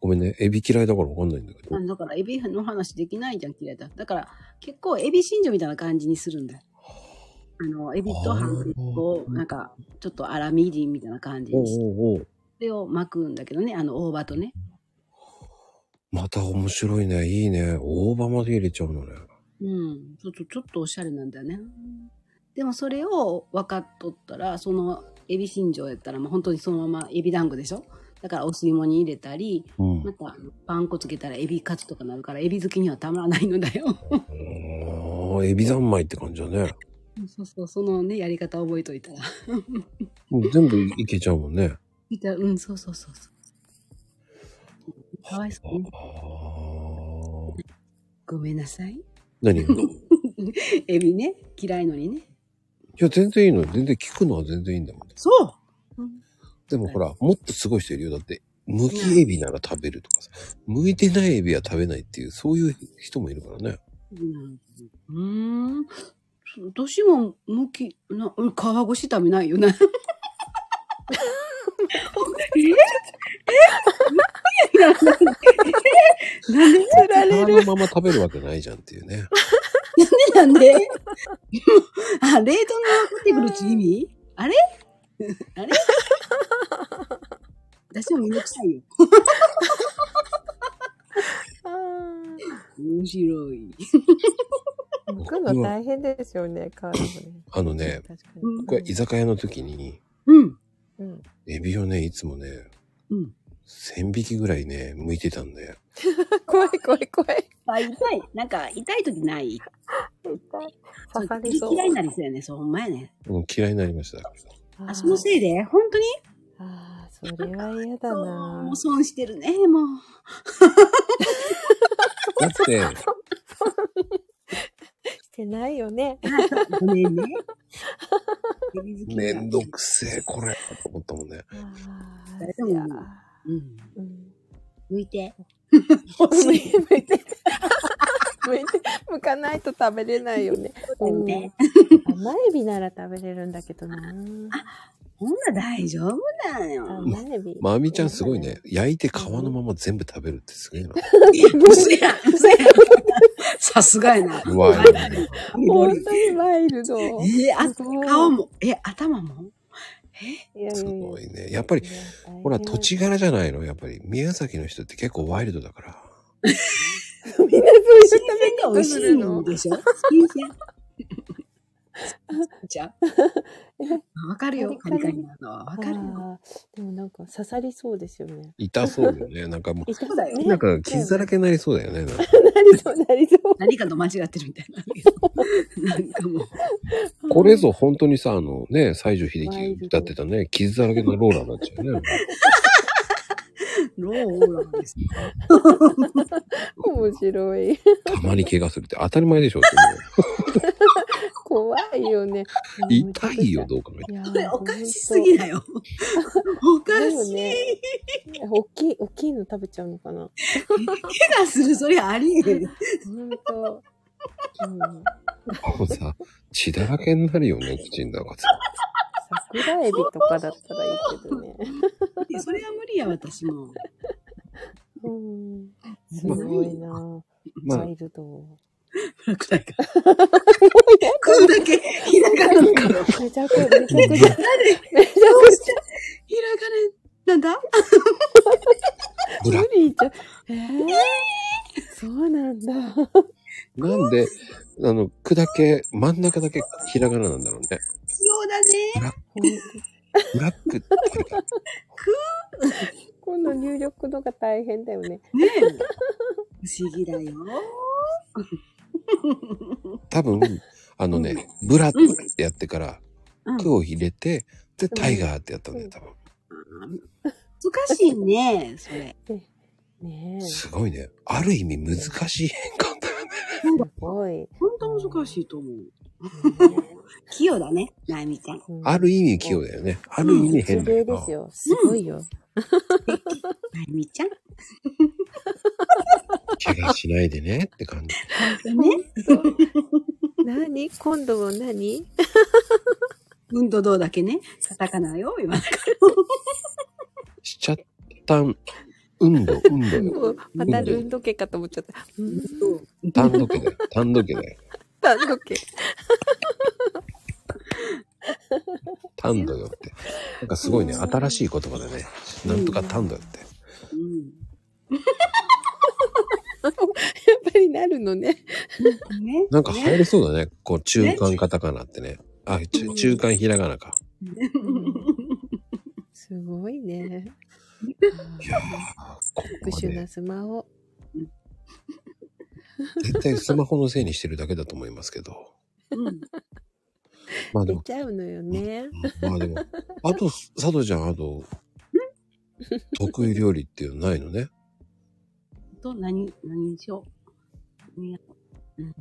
A: ごめんね。エビ嫌いだからわかんないんだけど
E: あ。だからエビの話できないじゃん、嫌いだ。だから結構エビ真珠みたいな感じにするんだ。あの、エビとハンコをなんかちょっと粗みりんみたいな感じ
A: お
E: にして、
A: うおうおう
E: それを巻くんだけどね、あの大葉とね。
A: また面白いね。いいね。大葉まで入れちゃうのね。
E: うん、ちょっとちょっとおしゃれなんだよね。でもそれを分かっとったら、そのエビ真珠やったら、まあ、本当にそのままエビ団子でしょだからお吸い物に入れたり、
A: うん。
E: またパン粉つけたらエビカツとかなるから、エビ好きにはたまらないのだよ。
A: ああ、エビ三昧って感じだね。
E: そうそう、そのね、やり方覚えといたら。
A: もう全部いけちゃうもんね。
E: 見たうん、そうそうそうそう。かわいそうね。
A: ああ。
E: ごめんなさい。
A: 何 [laughs] がい
E: エビね、嫌いのにね。
A: や、全然いいのよ。全然聞くのは全然いいんだもん。
E: そう
A: でもほら、もっとすごい人いるよ。だって、剥きエビなら食べるとかさ、剥いてないエビは食べないっていう、そういう人もいるからね。
E: うんうーん。私も向き、な、うん皮越し食べないよな。ええなんで
D: 釣られ
A: あ
D: る。
A: のまま食べるわけないじゃんっていうね。
E: なんでなんであ、冷凍の出てくるって意味あれあれ私もめんどくさいよ。
D: あー
E: 面白い。
D: 剥くの大変ですよね、カードもね。
A: あのね、
D: 確かに。
E: うん
A: 僕は居酒屋の時に、
E: うん。
D: うん。 [laughs]
A: エビをね、いつもね、
E: うん。
A: 1000匹ぐらいね、剥いてたんだよ。
D: 怖い怖い怖い。
E: あ、痛い。なんか、痛い時ない。
D: 痛い。
E: そ
D: 刺
E: う
D: さりそう。
E: 嫌いになりそうやね。そう、ほんまやね。
A: うん、嫌いになりました。
E: あ、そのせいで本当に
D: ああ、それは嫌だな
E: もう。損してるね、もう。
A: だって、
D: してないよね。
E: ごめんね。エビ好
A: [laughs]
E: き
A: め
E: だ
A: んどくせえ、これ、と思ったもんね。
D: ああ
E: 誰でもいいようん。
D: うん。 [laughs]
E: 向いて。
D: 向いて、向いて。向いて、向かないと食べれないよね。うん
E: ね
D: 甘エビなら食べれるんだけどな。
E: ほんな大丈夫だよ。
D: 甘エビ。
A: まみちゃんすごい
D: [laughs]
A: ね。。焼いて皮のまま全部食べるってすげえな。
E: 嘘やん、嘘やん。さすがや [laughs] な。
A: うわ、いいね
D: 本当にマイルド。
E: え
D: い
E: ー、あ、
D: すごい
E: 顔も、え、頭も
D: やいや
A: [laughs] す
D: い
A: ご
D: や
A: いね。やっぱり、ほら、土地柄じゃないのやっぱり、宮崎の人って結構ワイルドだから。
D: みんなそういう
E: [laughs] 新鮮で美味しいんでしょ新鮮。じゃあ。わかるよ、カリカリなのは。わかるよ。
D: あーでもなんか刺さりそうですよね。
A: 痛そうよね。なんかも
D: 痛
E: そうだよ
A: う、なんか傷だらけになりそうだよね。なんか
D: なりそう、なりそう。
E: 何かと間違ってるみたい [laughs] な。なんかもう、
A: これぞ本当にさ、あのね、西城秀樹が歌ってたね、傷だらけのローラーになっちゃうね。
E: ローオーラーですね。 [laughs]
D: 面白い。
A: たまに怪我するって当たり前でしょって
D: 怖いよね。
A: 思う。痛いよ、。どう考えても。
D: いやー
E: それおかしすぎだよ。おかし
D: でも
E: い。
D: ね本当大きい、大きいの食べちゃうのかな。
E: 怪我する、それありえる。
D: 本当。うん。
A: もうさ、血だらけになるよね、口の中で。
D: 桜エビとかだったらいいけどね。
E: それは無理や、私 [laughs] も。
D: うん。すごいな。
A: まあ
D: ワイルド。
E: くらいが。食うだけ、ひらがなのかよ。
D: めちゃくちゃ、めちゃく [laughs] ちゃ、めちゃ
E: どう
D: く
E: し
D: ち
E: てひらがな、なんだ
A: ブ
D: ゃ
A: ラ
D: 無理じゃ。えー、そうなんだ。
A: なんで、あの、句だけ、真ん中だけひらがななんだろうね。
E: そうだね。
A: ブラックって書いてある
D: 今度入力のが大変だよね。
E: ねえ。不思議だよ。
A: 多分、あのね、ブラってやってから、
E: うん
A: 句を入れて、で、タイガーってやったんだよ、多分。
E: 難しいね、それ。
D: ねえ。す
A: すごいね。ある意味難しい変換だよね。
D: ごい。
E: 本当難しいと思う。器用だね、なゆみちゃん。
D: うん
A: ある意味器用だよね。ある意味変だ
D: 一
A: け
D: 芸
A: ど。
D: ですよ。すごいよ。
E: なゆみちゃん。ね。
A: 怪我しないでねって感じ。
D: 何今度は何
E: うんとどうだけね。カタカナよ、今。
A: しちゃったん、うんど、うんどよ。
D: もうまたルンドケかと思っちゃった。うん、
A: 単独だよ。単独だよ。
D: タンドケ。
A: 単独よって。なんかすごいね、新しい言葉だね。なんとか単独って。
E: うん。
D: やっぱりなるのね。
E: ね。
A: なんか流行
E: ね。
A: りそうだね。こう、中間カタカナってね。あ、ちゅ中間ひらがなか。
D: すごいね。
A: いやー、ここ
D: 特
A: ま
D: 殊
A: で
D: な。スマホ。
A: 絶対スマホのせいにしてるだけだと思いますけど。
E: うん
A: まあで
D: 出
A: も、
D: ちゃうのよね。
A: うんまあでも、あと、佐藤ちゃん、あと、得意料理っていうのないのね。
E: と、何、何にしよう。ねうん。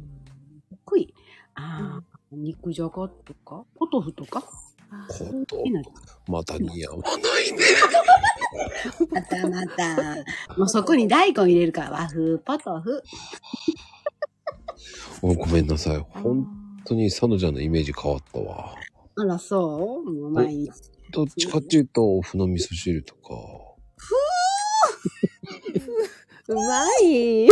E: 得意。ああ、肉じゃがとか、ポトフとか。
D: あ
A: こと
E: いい、な
A: また似合わないね。
E: またま [laughs] た。もうそこに大根入れるから、和風、ポトフ。
A: もうごめんなさい。
D: ー
A: 本当に佐野ちゃんのイメージ変わったわ。
E: あら、そうもう毎 [laughs] 日。
A: どっちかっていうと、お麩の味噌汁とか。
D: うまい。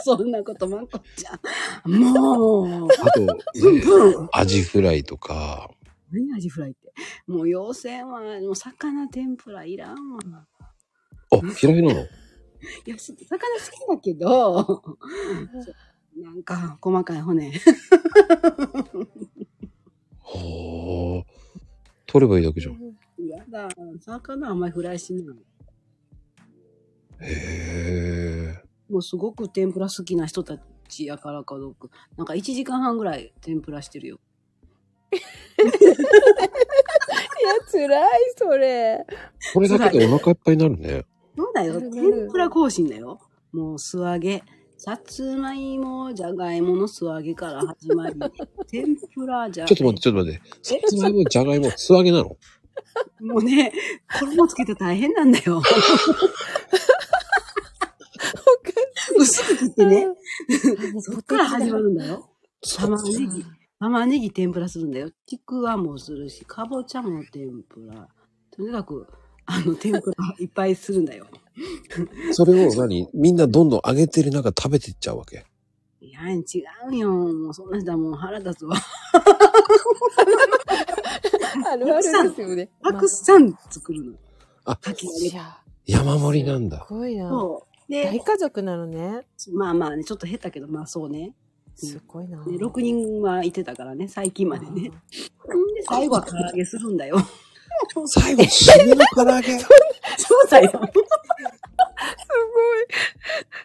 E: そんなこと、まこちゃん。もう、
A: あと、
E: ブン
A: ね、
E: ブン。
A: アジフライとか。
E: [laughs] 何味フライって。もう妖精は、もう魚天ぷらいらんわ。
A: あ、嫌いなの
E: いや、す魚好きだけど、なんか、細かい骨。
A: ほー。取ればいいだけじゃん。
E: やだ、魚あんまりフライしない。
A: へー。
E: もうすごく天ぷら好きな人たちやからかどうか。なんか1時間半ぐらい天ぷらしてるよ。
D: いや、辛い、それ。
A: これだけでお腹いっぱいになるね。
E: そうだよ。
D: なるなる
E: 天ぷら更新だよ。もう素揚げ。さつまいも、じゃがいもの素揚げから始まり、 [laughs] 天ぷらじゃ
A: ちょっと待って、ちょっと待って。さつまいも、じゃがいも、素揚げなの
E: もうね、衣つけて大変なんだ [laughs] よ。薄く切ってね。そっから始まるんだよ。玉ねぎ。玉ねぎ天ぷらするんだよ。ちくわもするし、かぼちゃも天ぷら。とにかく、あの、天ぷらいっぱいするんだよ。
A: それを何みんなどんどん揚げてる中食べてっちゃうわけ。
E: いや、違うよ。もうそんな人はもう腹立つわ。
D: あるあるですよね。
E: たくさん作るの。
A: あ、
E: かき揚
D: い
E: げ。
D: や、
A: 山盛りなんだ
D: す。ごいな。
E: そで
D: 大、家族なのね。
E: まあまあね、ちょっと減ったけど、まあそうね。
D: すごいな。
E: ね6人はいてたからね、最近までね。で、最後は唐揚げするんだよ。
A: 最後、締めの唐揚げ。
E: そうだよ。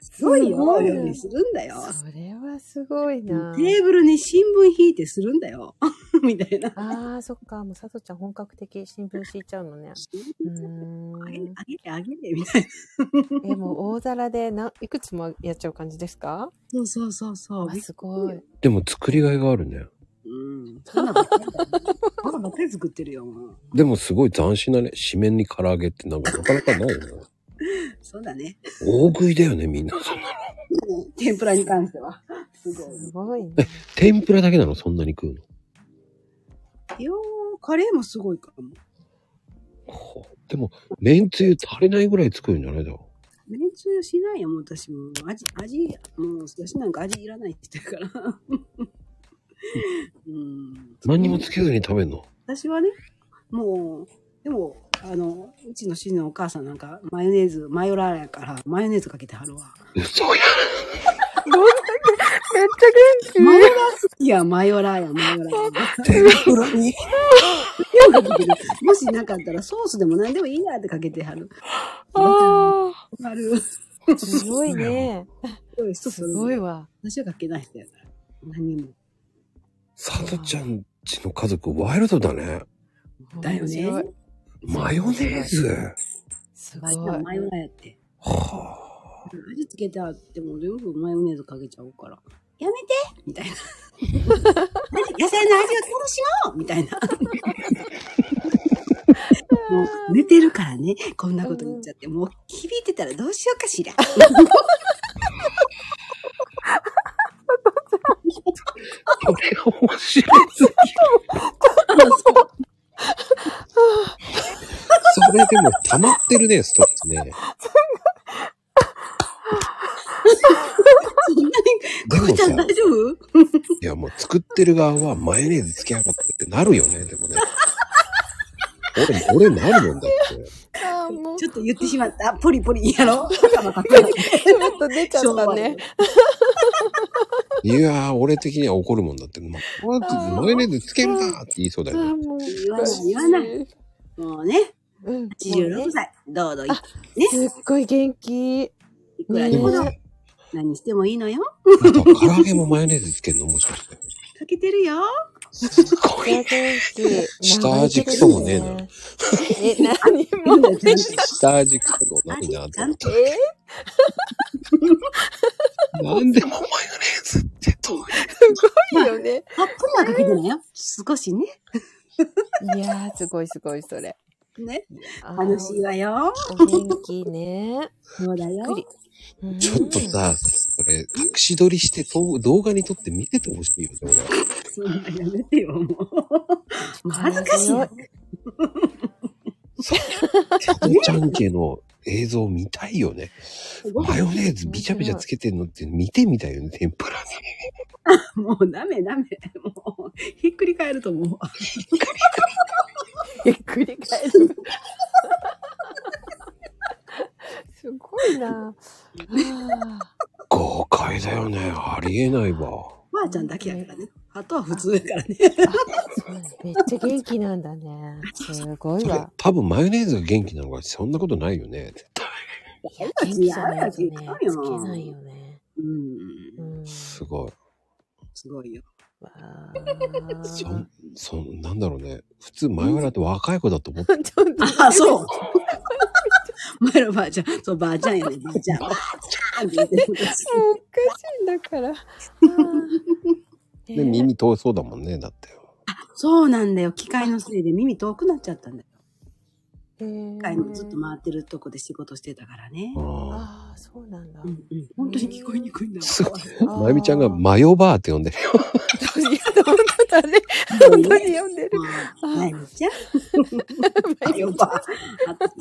E: す
D: す
E: ご
D: ごい。
E: いよ。
D: ね
E: 料理するんだよ。
D: それはすごい
E: テ
D: な。
E: ーブルに新聞引いてするんだよ。 [laughs] みたいな。
D: ああ、そっか。もう、さとちゃん本格的新聞敷いちゃうのね。う
E: あ
D: ー
E: げ
D: ん
E: て、。あげて、あげて、みたいな。
D: え、もう大皿でないくつもやっちゃう感じですか
E: そうそうそうそう。
D: あすごい。
A: でも作りがいがあるね。
E: うん。そんなばっかりだよ。そんなばっかり作ってるよ、もう。
A: でもすごい斬新だね。締めに唐揚げってなんかなかなかないよね。
E: そうだね。
A: 大食いだよね、みんな。
E: 天ぷらに関しては。すごい。
D: すごいね。
A: 天ぷらだけなのそんなに食うの。
E: いやー、カレーもすごいかも。
A: ほうでも、めんつゆ足りないぐらい作るんじゃないだろ
E: めんつゆしないよ、もう私も。味、味、もう、私なんか味いらないって言ってる [laughs] から。うん。
A: う。何にもつけずに食べるの。
E: 私はね、もう、でも、あの、うちの主人のお母さんなんか、マヨネーズ、マヨラーやから、マヨネーズかけてはるわ。
A: 嘘や。
D: めっちゃ
E: マ
D: 元
E: ヨラー好きや、マヨラーや、マヨラーや。 [laughs]
A: 天ぷ
D: [laughs]
A: らに。
E: 手をかけてる。 [laughs] もしなかったら、ソースでも何でもいいやってかけてはる。
D: あ
E: ある。
D: あ、すごいね。すごい。わ。
E: 私はかけない人やから。何も。
A: さとちゃんちの家族、ワイルドだね。
E: だよね
D: 面白い。
A: マヨネーズ。
D: すご
E: マ
D: い。
E: ヨマヨラーやって。
A: は
E: 味付けてあっても全部マヨネーズかけちゃうから。やめてみたいな。野菜の味を楽しもうみたいな。もう寝てるからね、こんなこと言っちゃって、もう響いてたらどうしようか
D: [laughs]
E: しら。
A: あ。これが面白い。それでも溜まってるね、ストレスね。
E: そんな
A: で
E: に、こ
A: も
E: いちゃん
A: さ
E: 大、丈夫
A: いやもう作ってる側はマヨネーズつけやがってってなるよね、でもね。俺、俺なるもんだって。
D: ああ、もう、
E: ち
D: ち
E: ょっと言ってしまった。ポリポリやろ
D: [laughs] ょっと出ちゃったね。。
A: いやー、俺的には怒るもんだって。まこうやってマヨネーズつけるなって言いそうだ
D: ああ、
A: よね。
D: もう。
E: 言わない、言わない。
D: い。
E: もうね、
D: うん。
E: 86歳。どうぞ、
D: あすっごい元気。
E: いくらで
A: で
E: も
A: も
D: ね
A: さ、
E: 何してもいいのよ。
A: なんか唐揚げもマヨネーズつけるのもしかして。
E: かけてるよ。
A: すごい。
D: 元気。
A: 下味クソもねえな
D: え、何も。
A: 下味くてもないなと思った。なんでもマヨネーズってどういう
D: え、いいよね。
E: たっぷりはかけてないよ。少しね。
D: いやー、すごいすごい、それ。
E: ね。
D: あー
E: 楽しいわよ。
D: お元気ね。
E: そうだよ。
D: うん
A: ちょっとさ、これ、隠し撮りしてと動画に撮って見ててほしいよね、俺。
E: そんなやめてよ、もう。恥ずかしいよ。
A: さとちゃん家の映像見たいよね。
E: ご
A: マ
E: 飯
A: ヨネーズびちゃびちゃつけてんのって見てみたいよね、天ぷらに。
E: [laughs] もうダメダメ。もう、ひっくり返ると思う。
D: ひっくり返る。すごいな。あ
A: 豪快だよね。ありえないわ。
E: ばあちゃんだけやからね。あとは普通やからね。
D: ーめっちゃ元気なんだね。すごい
A: それ
D: わ。
A: 多分マヨネーズが元気なのがそんなことないよね。絶対
D: 元気じゃないとね、つけないよね。
E: うん
D: う。ん。
A: すごい。
E: すごいよ。
D: わあ。 [laughs]
A: そん、そん、なんだろうね。普通マヨラーって若い子だと思って。
D: ちょっと
E: あ、そう。前のばあちゃん。そう、ばあちゃんやね。ばあちゃん。ばあちゃんって言ってる
D: もうおかしいんだから。あー
A: で、耳遠そうだもんね、だって。
E: そうなんだよ。機械のせいで耳遠くなっちゃったんだよ。
D: えー
E: 機械もずっと回ってるとこで仕事してたからね。
A: うん
D: ああ、そうなんだ
E: う。んうん。本当に聞こえにくいんだ
A: すごい。
D: あー
A: まゆみちゃんがマヨバーって呼ん
D: [laughs]
A: でるよ。
D: いや本当だね。
E: も
D: 本
E: ん。
D: 当に読んでる。
E: もう。まゆみちゃん。
D: あ
E: あよば。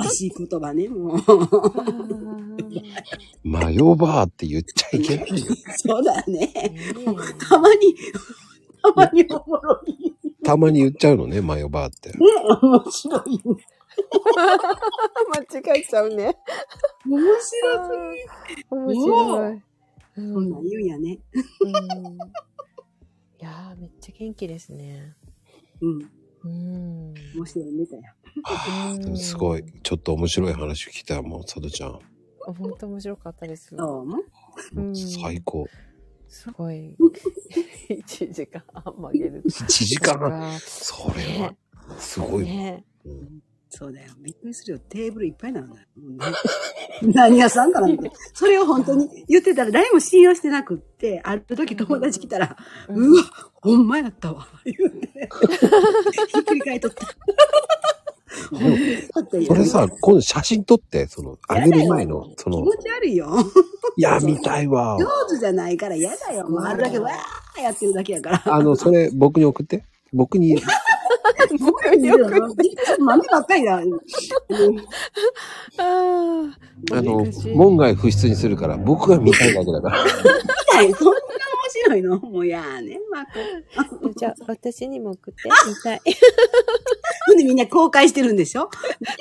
E: 新しい言葉ね、もう。
D: ー
A: マヨバーって言っちゃい
D: [laughs]
A: けないよ。
E: そうだね。
D: ね
E: たまに、たまにおもろい。
A: たまに言っちゃうのね、マヨバーって。
E: 面白いね。
D: 間違えちゃう
E: [laughs]
D: ね。
E: 面白い。
D: 面白い。う
E: そん
D: ん
E: なん言うんやね。
D: うんいやー、めっちゃ元気ですね。
E: うん。
D: うん。
E: 面白いネタや。
A: あー
D: うん
A: すごい。ちょっと面白い話聞いたもう、さとちゃん。
D: 本当面白かったです。
E: どうも。
D: うん
A: 最高。
D: すごい。1時間半曲げる。
A: 1時間半。
D: 半。
A: それは、すごい。
D: ね。
A: うん
E: そうだよ。びっくりするよ。テーブルいっぱいなんだよ。もうね何屋さんかなんて。それを本当に言ってたら誰も信用してなくって、ある時友達来たら、うわ、ほんまやったわ。言って。ひっくり返っとった。ほんまやったよ
A: それさ、今度写真撮って、その、あげる前の、そ
E: 気
A: の
E: 持、ち悪いよ。
A: いや、見たいわ。
E: 上手じゃないから嫌だよ。もうあるだけわーやってるだけやから。
A: あの、それ、僕に送って。僕に、
D: [laughs] 僕に送っ
E: 豆ばっかりだ。
D: あー
A: あの
D: 難し、い
A: 門外不出にするから、僕が見たいだけだから。
D: [laughs]
E: はい、そんな面白いのもうやーね。まあ、こ
D: じゃあ、私にも送って、み
E: [laughs]
D: たい。
E: うほんでみんな公開してるんでしょ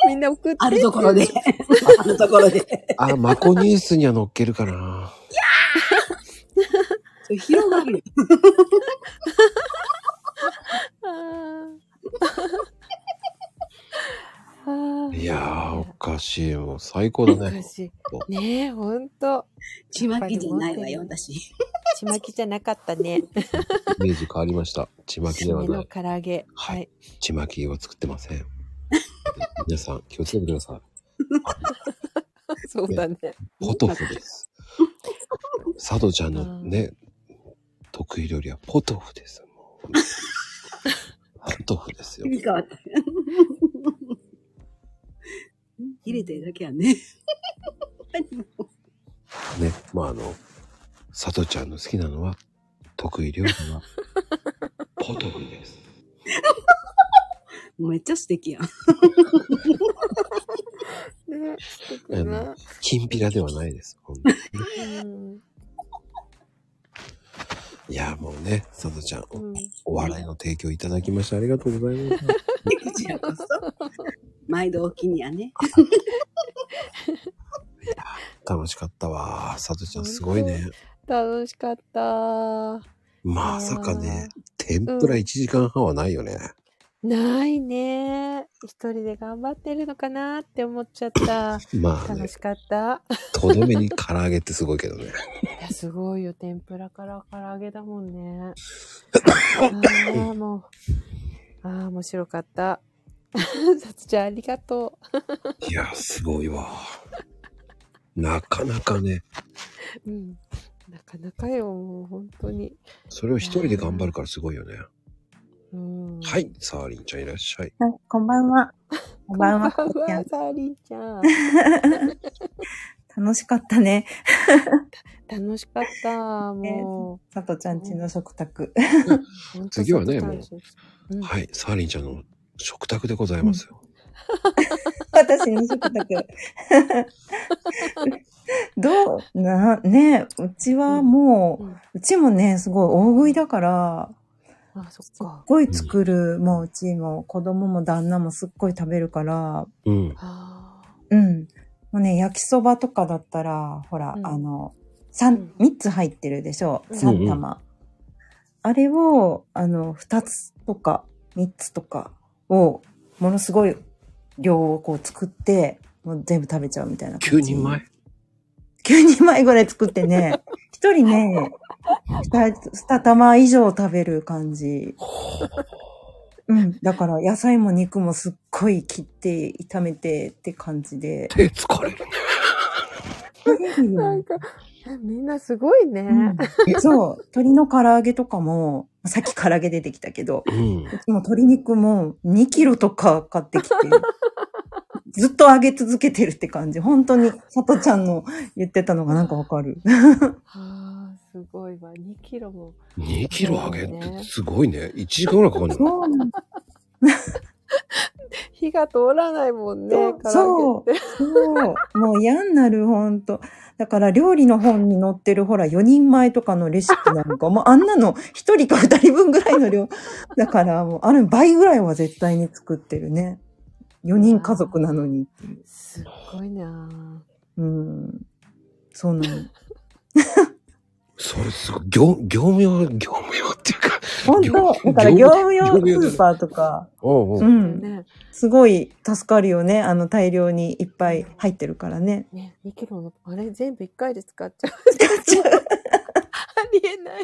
D: みんな送って。
E: あるところで。あるところで。
A: あ、マコニュースには乗っけるかな。
E: [laughs] [laughs] それ広がるよ。
D: あーあー。
A: いやー、おかしい。もう最高だ
D: おか
A: ね。
D: しい。ねえ、ほんと。
E: ちまきじゃないわよ、私。
D: ちまきじゃなかったね。
A: イメージ変わりました。ちまきで
D: 締
A: は
D: め
A: な
D: の
A: い。
D: 唐揚げ。
A: は
D: はいい。
A: ちまきは作ってません。皆さん、気をつけてくださ
D: [laughs] そうだね。
A: い。ポトフです。佐渡ちゃんのね、得意料理はポトフです。もうポトフですよ。
E: 意味変わった。入れてるだけやね。
A: ね、
E: [laughs]
A: まああの、佐藤ちゃんの好きなのは、得意料理は、ポトフです。
E: めっちゃ素敵やん。
D: ね
A: あの、きんぴらではないです。ほんとに
D: うん
A: いや、もうね、佐藤ちゃん、
D: うん
A: お笑いの提供いただきましてありがとうございます。
E: こちらこそ。毎度お気にやね。
A: 楽しかったわ。佐藤ちゃん、すごいね。
D: 楽しかった。
A: まさかね、天ぷら1時間半はないよね。
D: ないね。一人で頑張ってるのかなって思っちゃった。
A: まあ
D: 楽
A: ね、
D: しかった。
A: とどめに唐揚げってすごいけど
D: [laughs]
A: ね。
D: いや、すごいよ。天ぷらから唐揚げだもん
A: [laughs]
D: ね。ああ、もう。ああ、面白かった。 [laughs] さつちゃん、ありがと
A: いや、すごいわ。なかなかね、
D: う。うん。なかなかよ、もう本当に。
A: それを一人で頑張るからすごいよね。
D: うん。
A: は。い、サーリンちゃんいらっしゃい。
F: あこんばんは。こ
D: こ
F: ん
D: んば
F: ばん
D: んは、
F: は。
D: さ
F: こっちゃん
D: ーりんちゃん。
F: 楽しかったね。
D: 楽しか
F: [laughs]
D: った。も
F: さとちゃんちの食 [laughs] 卓。
D: う。ほんと
A: 次はね
D: さつちゃんうん
A: はい、サーリンちゃんの食卓でございますよ。
F: 私の食 [laughs] 卓。どうな、ねうちはもう、
D: う
F: うんちもね、すごい大食いだから、
D: あ、そっ
F: すっ
D: か。
F: ごい作る、もううちも子供も旦那もすっごい食べるから、
A: うん。
D: ああ。
F: うん。もうね、焼きそばとかだったら、ほら、
D: うん
F: あの、
D: うん
F: 三、三つ入ってるでしょ
D: うん
F: 三玉。あれを、あの、二つとか、三つとかを、ものすごい量をこう作って、もう全部食べちゃうみたいな感
A: 9
F: じ。
A: 人前
F: ?9 人前ぐらい作ってね、一人ね、二つ二玉以上食べる感じ。うん。だから、野菜も肉もすっごい切って、炒めてって感じで。
A: 手疲れるね。
D: なんか、みんなすごいね。
F: うんそう。鶏の唐揚げとかも、さっき唐揚げ出てきたけど、
A: うん。
F: もう鶏肉も2キロとか買ってき [laughs] て、ずっと揚げ続けてるって感じ。本当に、さとちゃんの言ってたのがなんかわかる。
D: ああ、すごいわ。2キロも。
A: 2キロ上げってすごいね。1時間ぐらいかかるの。
F: [laughs] そうなん
D: 火が通らないもんね。。
F: そうそう。もう嫌になる、ほんと。だから料理の本に載ってるほら、4人前とかのレシピなんか、もうあんなの1人か2人分ぐらいの量。だからもう、あれ倍ぐらいは絶対に作ってるね。 4人家族なのにっていう。
D: すっごいなぁ
F: うん。そうな [laughs] の。
A: それすごい、業、業務用、業務用っていうか、
F: 本当だから業務用スーパーとか、
A: おうお
F: う
A: う。
F: ん。
D: ね
F: すごい助かるよね。あの大量にいっぱい入ってるか
D: [laughs]
F: らね。
D: ね2キロのあれ全部1回で使っちゃう [laughs]
F: も
D: ありえない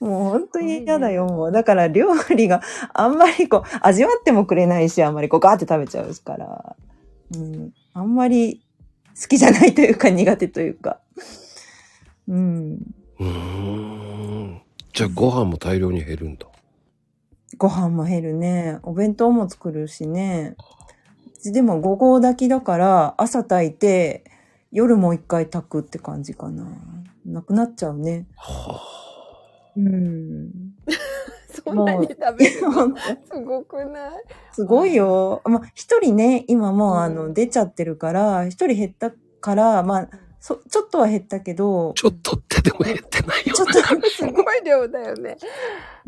D: う
F: 本当に嫌だよ、もう。だから料理があんまりこう、味わってもくれないし、あんまりこうガーって食べちゃうから。うん。あんまり好きじゃないというか苦手というか。うん。
A: うーん。じゃあご飯も大量に減るんだ。
F: ご飯も減るね。お弁当も作るしね。うちでも5合炊きだから、朝炊いて、夜もう一回炊くって感じかな。なくなっちゃうね。うん。
D: そんなに食べるの [laughs]
F: ほんと
D: すごくない
F: [laughs] すごいよ。まあ、一人ね、今もうあ
D: う
F: の、
D: ん
F: 出ちゃってるから、一人減ったから、まあ、そ、ちょっとは減ったけど、
A: ちょっとってでも減ってないよ
F: ちょっ
D: すごい量だよね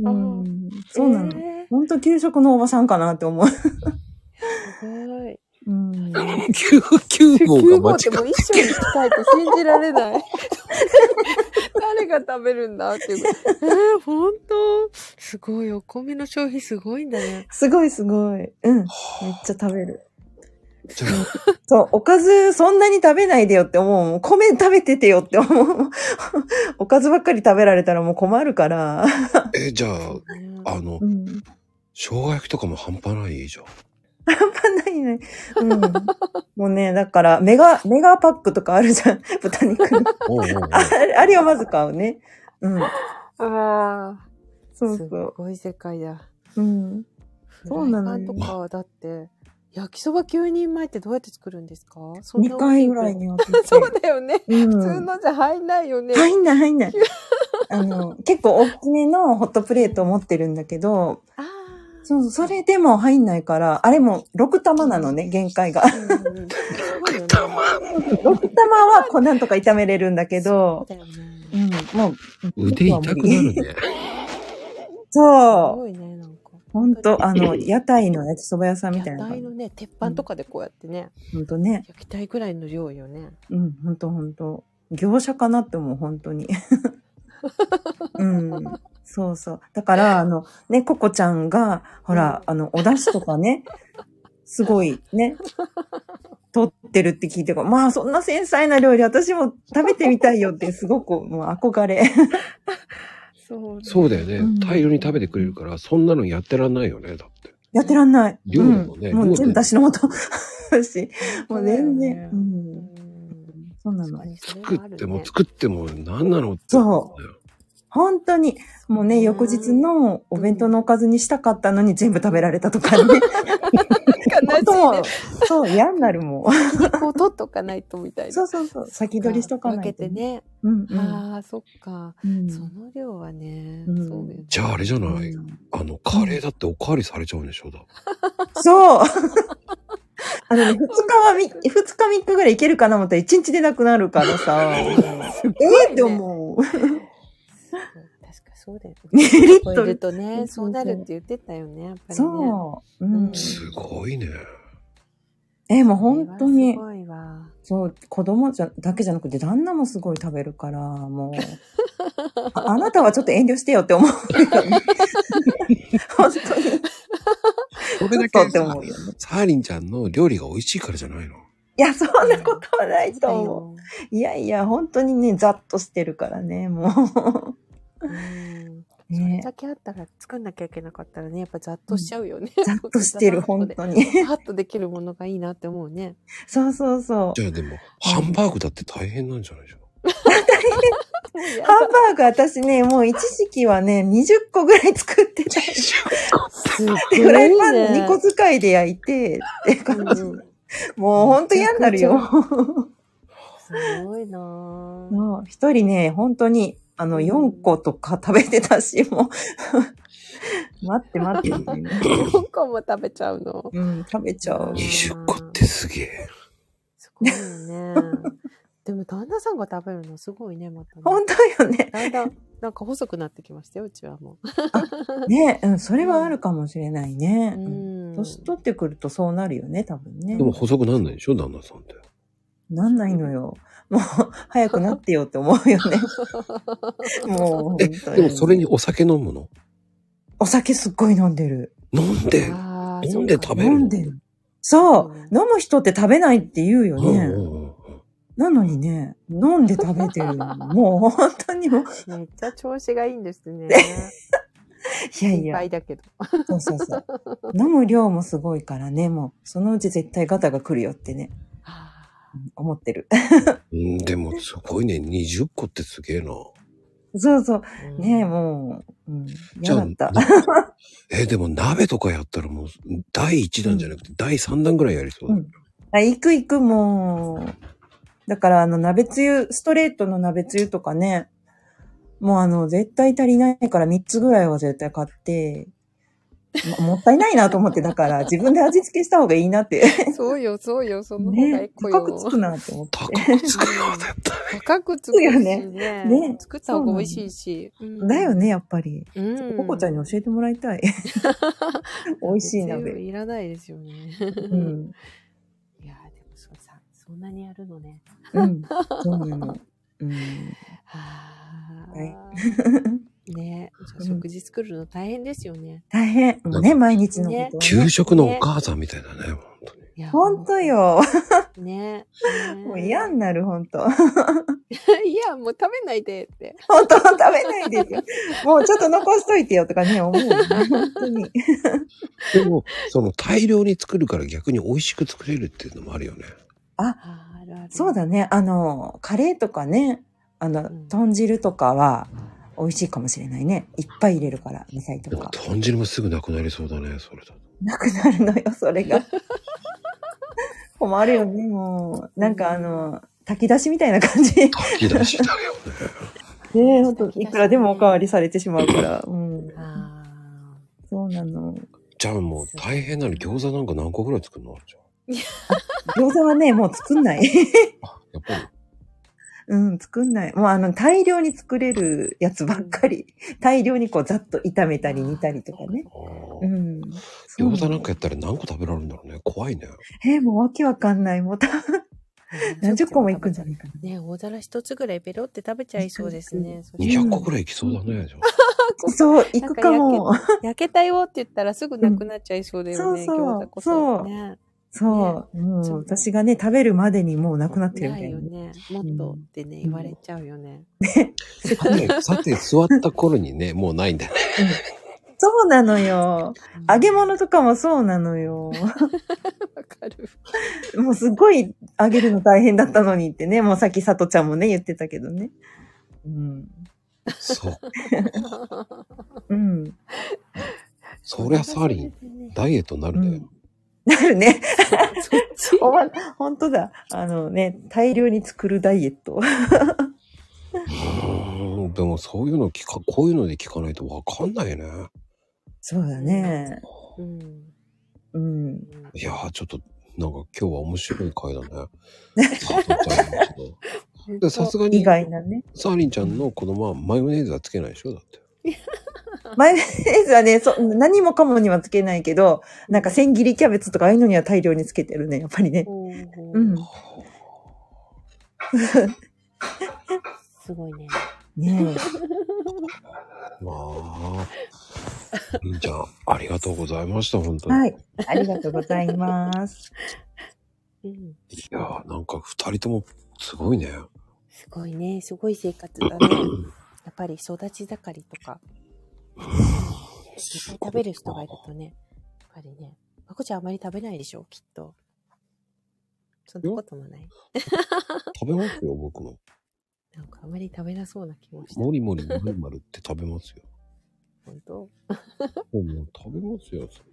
F: と、うん、そうなの。
D: え
F: ほんと給食のおばさんかなって思う。
D: ーすごい
F: [laughs] うん。
A: ね。9、9
D: 9
A: 号が
D: 号
A: 間
D: っ
A: 違
D: てもう一生に使えて信じられない。 [laughs] 誰が食べるんだっていう。えー、 [laughs] 本当すごい。お米の消費すごいんだね。
F: すごいすごい。うん。めっちゃ食べる。
A: じゃあ
F: そう、おかずそんなに食べないでよって思う。もう米食べててよって思う。 [laughs] おかずばっかり食べられたらもう困るから。
A: え、じゃあ、あの
F: う、 [laughs] ん。
A: 生姜焼きとかも半端ないじゃん。
F: 半端ないね。うん。もうね、だから、メガ、メガパックとかあるじゃん。 [laughs] 豚肉の。
A: おうおうおう
F: ああれをまず買うね。うん。
D: あ
F: そ
D: あ。す
F: うそ
D: ごい世界だ。
F: う。うん。そうなの
D: フラ
F: よ
D: イパンとか、だって、焼きそば9人前ってどうやって作るんですかそんな
F: 2回ぐらい。に分けて。
D: そうだよね。
F: うん。
D: 普通のじゃ入んないよね。
F: 入んない入
D: [laughs]
F: んない。あの、結構大きめのホットプレートを持ってるんだけど、
D: あ
F: そうそう、それでも入んないから、あれも6玉なのね、限界が。
D: あ。うんう
F: [laughs]
D: んすごいよね
F: 6玉はこうなんとか炒めれるんだけ
D: そうだ
F: ど、
D: よね。
F: うん、もう、
A: 腕痛くなるね。
D: す
F: そう、
D: ごいね、なんか。
F: ほんと、あの、屋台の焼きそば屋さんみたいな
D: 屋台の
F: 感
D: ね、鉄板とかでこうやってね、
F: じ。ほんとね。
D: 焼きたいぐらいの量よね。
F: うん、ほんとほんと。業者かなって思う、本当に。
D: [laughs]
F: うん。そうそう。だから、あの、ね、ココちゃんが、ほら、あの、お出汁とかね、すごいね、取ってるって聞いて、まあ、そんな繊細な料理、私も食べてみたいよって、すごく、もう憧れ。
D: そう
A: そうだよ
F: うん
A: ね。大量に食べてくれるから、そんなのやってらんないよね、だって。
F: やってらんない。
A: 量だもんね
F: うんもう全部出汁の素だ [laughs] し、もう全然、う。
D: うんん。
F: そうな
D: 確
F: の
D: か。にそれ
A: 作
D: は
A: っ
D: あるね
A: ても作っても何なのって。
F: そ本当に、もうね、翌日のお弁当のおかずにしたかったのに全部食べられたとか
D: [laughs]
F: ね。
D: 悲
F: ことも
D: し
F: そう、嫌になるもん。
D: いね。こう取っとかないとみたいな。
F: そうそうそう。先取りしとかない
D: 分けて。ね。
F: うんうん
D: ああ、そっか。
F: うん。
D: その量はね。
F: うん
D: そうだよね
A: じゃああれじゃ
F: う
A: ない。
F: ん
A: あの、カレーだっておかわりされちゃうんでしょ、だって
F: そう [laughs] あのね、二日はみ、二日三日ぐらいいけるかな思ったら一日でなくなるか
D: [laughs]
F: らさ。ええって思う。
D: 確かそうだよ
F: メ
D: ね。
F: リッ
D: 超え
F: ト
D: る
F: ル。
D: と
F: [laughs]
D: ね、そうなるって言ってたよね、やっぱりね。
F: そう。うん
D: うん。
A: すごいね。
F: え、もう本当に
D: それはす。ごいわ。
F: そう、子供じゃだけじゃなくて、旦那もすごい食べるから、もう。
D: [laughs]
F: ああなたはちょっと遠慮してよって思うよね。本当に。
A: それだ
F: ちょ
A: け
F: っとって
A: さ
F: 思う、よね。
A: サーリンちゃんの料理が美味しいからじゃないの。
F: いや、そんなことはないと思
D: う。
F: う。いやいや、本当にね、ざっとしてるから
D: [laughs]
F: ね、も
D: うん
F: う。
D: それ
F: ね
D: だけあったら作んなきゃいけなかったらね、やっぱざっとしちゃうよね。
F: ざっとし
D: [laughs]
F: てる、
D: ざっ
F: 本
D: で
F: 当に。
D: パッとできるものがいいなって思うね。
F: [laughs] そうそうそう
A: じ。ゃあでも、ハンバーグだって大変なんじゃないでしょ。
F: ハンバーグ、私ね、もう一時期はね、20個ぐらい作ってた。
D: すごい
F: で、フライパン2個使いで焼いて、って感じ。
D: うん
F: もう本当嫌になるよ。
D: す [laughs] ごいなぁ
F: の一人ね、本当に、あの、4個とか食べてたし、も [laughs] う。待って待ってっていうね。
D: 香港も食べちゃうの。
F: うん、食べちゃう。
A: 20個ってすげえ。
D: すごいよね。でも旦那さんが食べるのすごいね、またね。
F: [laughs] 本当よね。
D: だんだんなんか細くなってきましたよ、うちはもう。
F: ね、うん、それはあるかもしれないね。
D: う
F: うん
D: ん
F: 年取ってくるとそうなるよね、多分ね
A: で。も細くなんないでしょ旦那さんって。
F: なんないのよ。もう、早くなってよって思うよ [laughs] ね。もう、本当に。
A: でもそれにお酒飲むの
F: お酒すっごい飲んでる。
A: 飲んで
D: あー
A: 飲んで
D: そうか
A: 食べる
F: 飲んでる。そう、
D: うん
F: 飲む人って食べないって言うよ
A: うん
F: ね。
A: うんうん
F: なのにね、飲んで食べてる。
D: [laughs]
F: もう本当にもう、
D: めっちゃ調子がいいんです
F: [laughs]
D: ね。
F: いやい
D: 心
F: や、
D: 配だけど。
F: そうそうそう。飲む量もすごいからね、もう、そのうち絶対ガタが来るよってね、うん思ってる。 [laughs]
A: うん、でもすごいね20個ってすげえな
F: そうそう。
D: うん
F: ねえ、もう、うん、嫌だった。
A: なえでも鍋とかやったらもう第1弾じゃなくて第3弾ぐらいやりそうだ、
F: うんあ、行く行く、もう。だから、あの、鍋つゆ、ストレートの鍋つゆとかね、もうあの、絶対足りないから3つぐらいは絶対買って、まもったいないなと思って、だから、自分で味付けした方がいいなって。
D: そうよ、そうよ、 [laughs] その方がい
F: ね
D: い、子よ。
F: 高くつくなって思って。
A: 高くつくよ絶対
F: [laughs]
D: 高くつくしね。
F: ね
D: 作った方が美味しいし。うん
F: だよ。ね、やっぱり。
D: うん。
F: ココちゃんに教えてもらいた
D: [laughs]
F: い。美味しい
D: 全部
F: 鍋。
D: いらないですよね。
F: うん。
D: いやーでもそうさ、そんなにやるのね。
F: うん。そうなの。うん。
D: は。
F: はい
D: [laughs] ね
F: うん
D: 食事作るの大変ですよね。
F: 大変。もうね、毎日のことはね、
A: 給食のお母さんみたいだね本当に
D: いや
F: 本当。よ。
D: ね
F: [laughs] もう嫌
D: ね [laughs]
F: になる、本当。
D: いや、もう食べないでって。
F: 本当食べないですよ。もうちょっと残しといてよとかね、思うよね。本当に。
A: でもその大量に作るから逆に美味しく作れるっていうのもあるよね
D: あるある
F: そうだね。あの、カレーとかね、あの、
D: ん
F: 豚汁とかは美味しいかもしれないね。いっぱい入れるから、野菜と
A: でも
F: か。
A: 豚汁もすぐなくなりそうだねそれだと
F: なくなるのよ、それが。困るよね、もう。なんかあの、炊き出しみたいな感じ。ね
A: 炊き出しだよね
F: え、ほんと、いくらでもおかわりされてしまうから。うん。
D: あ
F: そうなの。
A: [laughs] じゃあもう大変なの餃子なんか何個ぐらい作るのあるじゃん
F: 餃子はね、もう作んない。
A: やっぱり
F: うん、作んない。もうあの、大量に作れるやつばっかり。大量にこう、ざっと炒めたり煮たりとかね。
A: あー
F: うん。
A: 餃子なん
F: か。
A: かやったら何個食べられるんだろうね怖いね
F: えーもうわけわかんない。もうた、
D: ー
F: 何十個もいくんじゃないかな。
D: ね大皿一つぐらいペロって食べちゃいそうですね。それ
A: 200個ぐらいいきそうだねじゃ
F: [laughs]
A: あ
F: そう、行くかも。
D: [laughs] 焼けたよって言ったらすぐなくなっちゃいそうだよね、
F: うんそうそう
D: 餃子こそ。
F: そう
D: ね
F: そう。も
D: そう
F: う、私がね、食べるまでにもうなくなってるみ
D: な
F: た
D: い
F: い
D: よ
F: な。
D: ね。もっとってね、
F: ん
D: 言われちゃうよね。
A: さて、さて、座った頃にね、もうないんだね。
F: そうなのよ。揚げ物とかもそうなのよ。 [laughs]
D: [laughs] わかる。
F: もうすごい揚げるの大変だったのにってね。もうさっきさとちゃんもね、言ってたけどね。うん。
A: そう。
F: うん。
A: そりゃサーリン、
D: ン。
A: ダイエットになるね。
F: うんなる [laughs] ね。
D: そっち。
F: [laughs] おま、本当だ。あのね、大量に作るダイエット。
A: うーん、でもそういうの聞か、こういうので聞かないとわかんないね。
F: そうだね。
D: うん。
F: うん。
A: いやー、ちょっと、なんか今日は面白い回だね。さとちゃんの
F: [laughs]
A: ことでさすが
F: 意
A: に、
F: 外なね。
A: サーリンちゃんの子供はマヨネーズはつけないでしょだって。
F: マヨネーズはね、そ、何もかもにはつけないけど、なんか千切りキャベツとかああいうのには大量につけてるね、やっぱりね。
D: ほうほ
F: うん。
D: すごいね。
F: ね
A: まあ、サーリンちゃん、ありがとうございました、本当
F: え。
A: に。、
F: はいい。ありがとうござい [laughs] ます。
D: うん。
A: やー、なんか二人とも、すごいね。
D: すごいね。すごい生活だ
A: [clears throat]
D: ね。やっぱり育ち盛りとか、絶対食べる人がいるとね、やっぱりね、まこちゃんあまり食べないでしょ、きっと。そんなこともない。
A: 食べますよ、僕も。
D: なんかあまり食べなそうな気もした。
A: もりもりまるまるって食べますよ。
D: 本当
A: もうもう食べますよ。
D: 食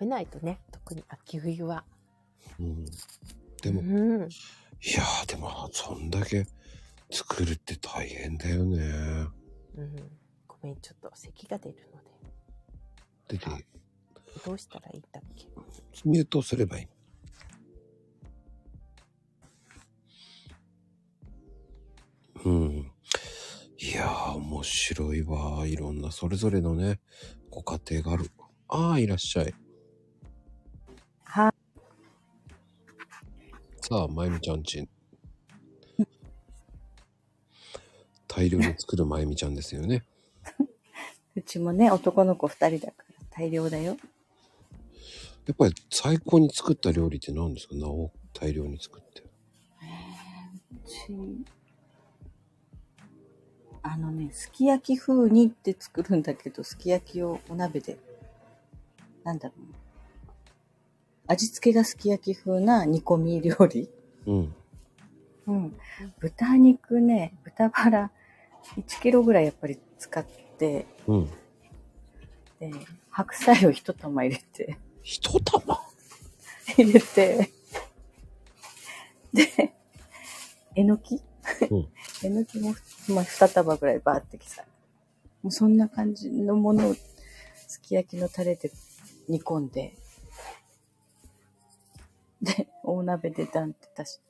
D: べないとね、特に秋冬は。
A: うん、で
D: う
A: も、い
D: ん。
A: やーでも、そんだけ作るって大変だよね。
D: うん。ごめん、ちょっと咳が出るので、
A: で、で
D: どうしたらいいんだっけ。
A: ミュートすればいい。うん。面白いわ。いろんなそれぞれのね、ご家庭がある。ああ、いらっしゃい。
D: は
A: さあ、まゆみちゃんち。大量に作るまゆみちゃんですよね。
G: うちもね、男の子二人だから大量だよ。
A: やっぱり最高に作った料理って何ですかなお大量に作って。
G: あのね、すき焼き風にって作るんだけど、すき焼きをお鍋で、なんだろうな。味付けがすき焼き風な煮込み料理。
A: うん。
G: うん。豚肉ね、豚バラ1キロぐらいやっぱり使って、
A: うん。
G: で、白菜を一玉入れて、
A: 一玉
G: 入れて、で、えのき、
A: うん
G: [laughs] えのきも、まあ、二束ぐらいバーってきた。もうそんな感じのものを、すき焼きのタレで煮込んで、で、大鍋でダンって
D: [laughs]
G: 出し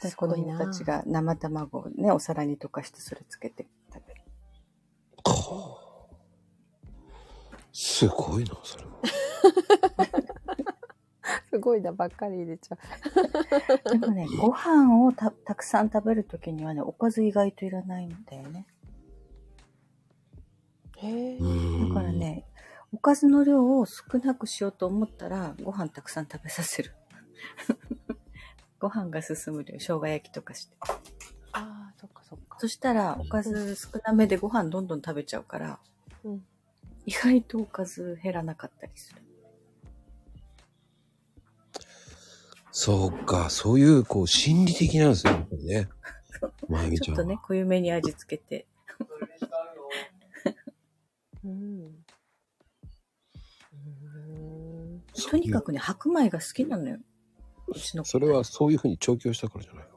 G: で、
D: す
G: 子
D: ごい
G: 供
D: な
G: たちが生卵をね、お皿に溶かしてそれつけて食べる。
A: すごいな、それは。
D: [laughs] すごいなばっかり入れちゃう。
G: でもね、ご飯をたたくさん食べるときにはね、おかず意外といらないんだよね。
D: へえ
A: う。ーん。
G: だから。ね、おかずの量を少なくしようと思ったら、ご飯たくさん食べさせる。 [laughs] ご飯が進む量、生姜焼きとかして。
D: ああ、そっかそっか。
G: そしたら、おかず少なめでご飯どんどん食べちゃうから、
D: うん
G: 意外とおかず減らなかったりする。
A: そうか、そういう、こう、心理的なんですよやっぱり
G: [laughs]
A: ね。まゆみ
G: ち
A: ち
G: ょ
A: ゃ
G: っ
A: んは。
G: とね、濃ゆめに味付けて。
D: うん。うーん
A: そういう
G: とにかくね、白米が好きなのよ。うちの子
A: それはそういうふうに調教したからじゃないの。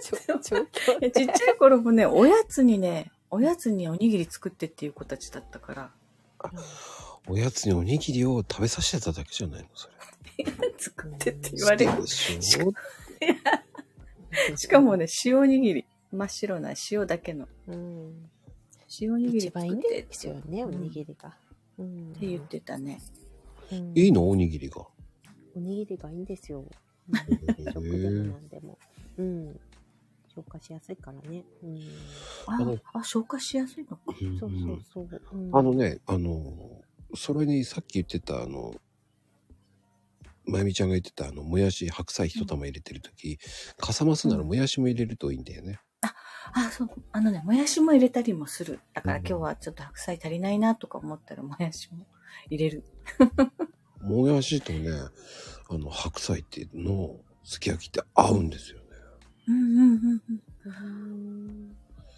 D: ちょちょ
G: いや [laughs] ちっちゃい頃もね、おやつにね、おやつにおにぎり作ってっていう子たちだったから、
A: おやつにおにぎりを食べさせてただけじゃないの、それ。
G: 作ってって言われる。
A: るでしょ
G: しかもね、塩おにぎり。真っ白な塩だけの。
D: うん。
G: 塩おにぎり
D: 一
G: 作
D: 番いい
G: っ
D: ん
G: て
D: で
G: っ
D: すよね、おにぎりが。うん。
G: て言ってたね。
D: うん
A: いいのおにぎりが。
D: おにぎりがいいんですよ。
A: へ
D: 食
A: ー
D: 材なんでも。うん。消化しやすいからね。うん。
G: あ
A: あの、
G: あ、消化しやすいのか。
A: うん
D: そうそうそう。うん
A: あのね、あの、それにさっき言ってた、あの、まゆみちゃんが言ってた、あの、もやし、白菜一玉入れてるとき、かさますならもやしも入れるといいんだよね。
G: あ、そう。あのね、もやしも入れたりもする。だから今日はちょっと白菜足りないなとか思ったら、もやしも入れる。
A: もやしとね、あの、白菜っての、すき焼きって合うんですよね。
G: うんうんうんうん。
D: うん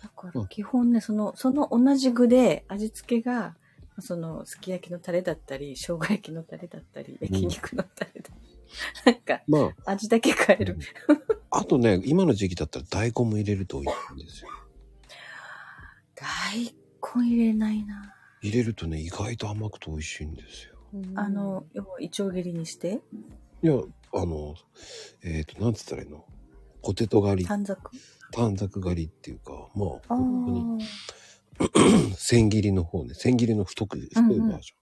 G: だから基本ね、その、その同じ具で味付けが、その、すき焼きのタレだったり、生姜焼きのタレだったり、焼肉のタレだったり。なんか、
A: ま
G: 味だけ変える。
A: あ、あとね、今の時期だったら大根も入れるといいんですよ。
G: 大根入れないな。
A: 入れるとね、意外と甘くて美味しいんですよ。
G: あの、、要は、いちょう切りにして、
A: いや、あの、えっ、と、なんつったらいいのポテト狩り、
G: 短冊。
A: 短冊狩りっていうか、まあ、
G: ああ。
A: 本当に [clears throat] 千切りの方ね千切りの太く太いバージ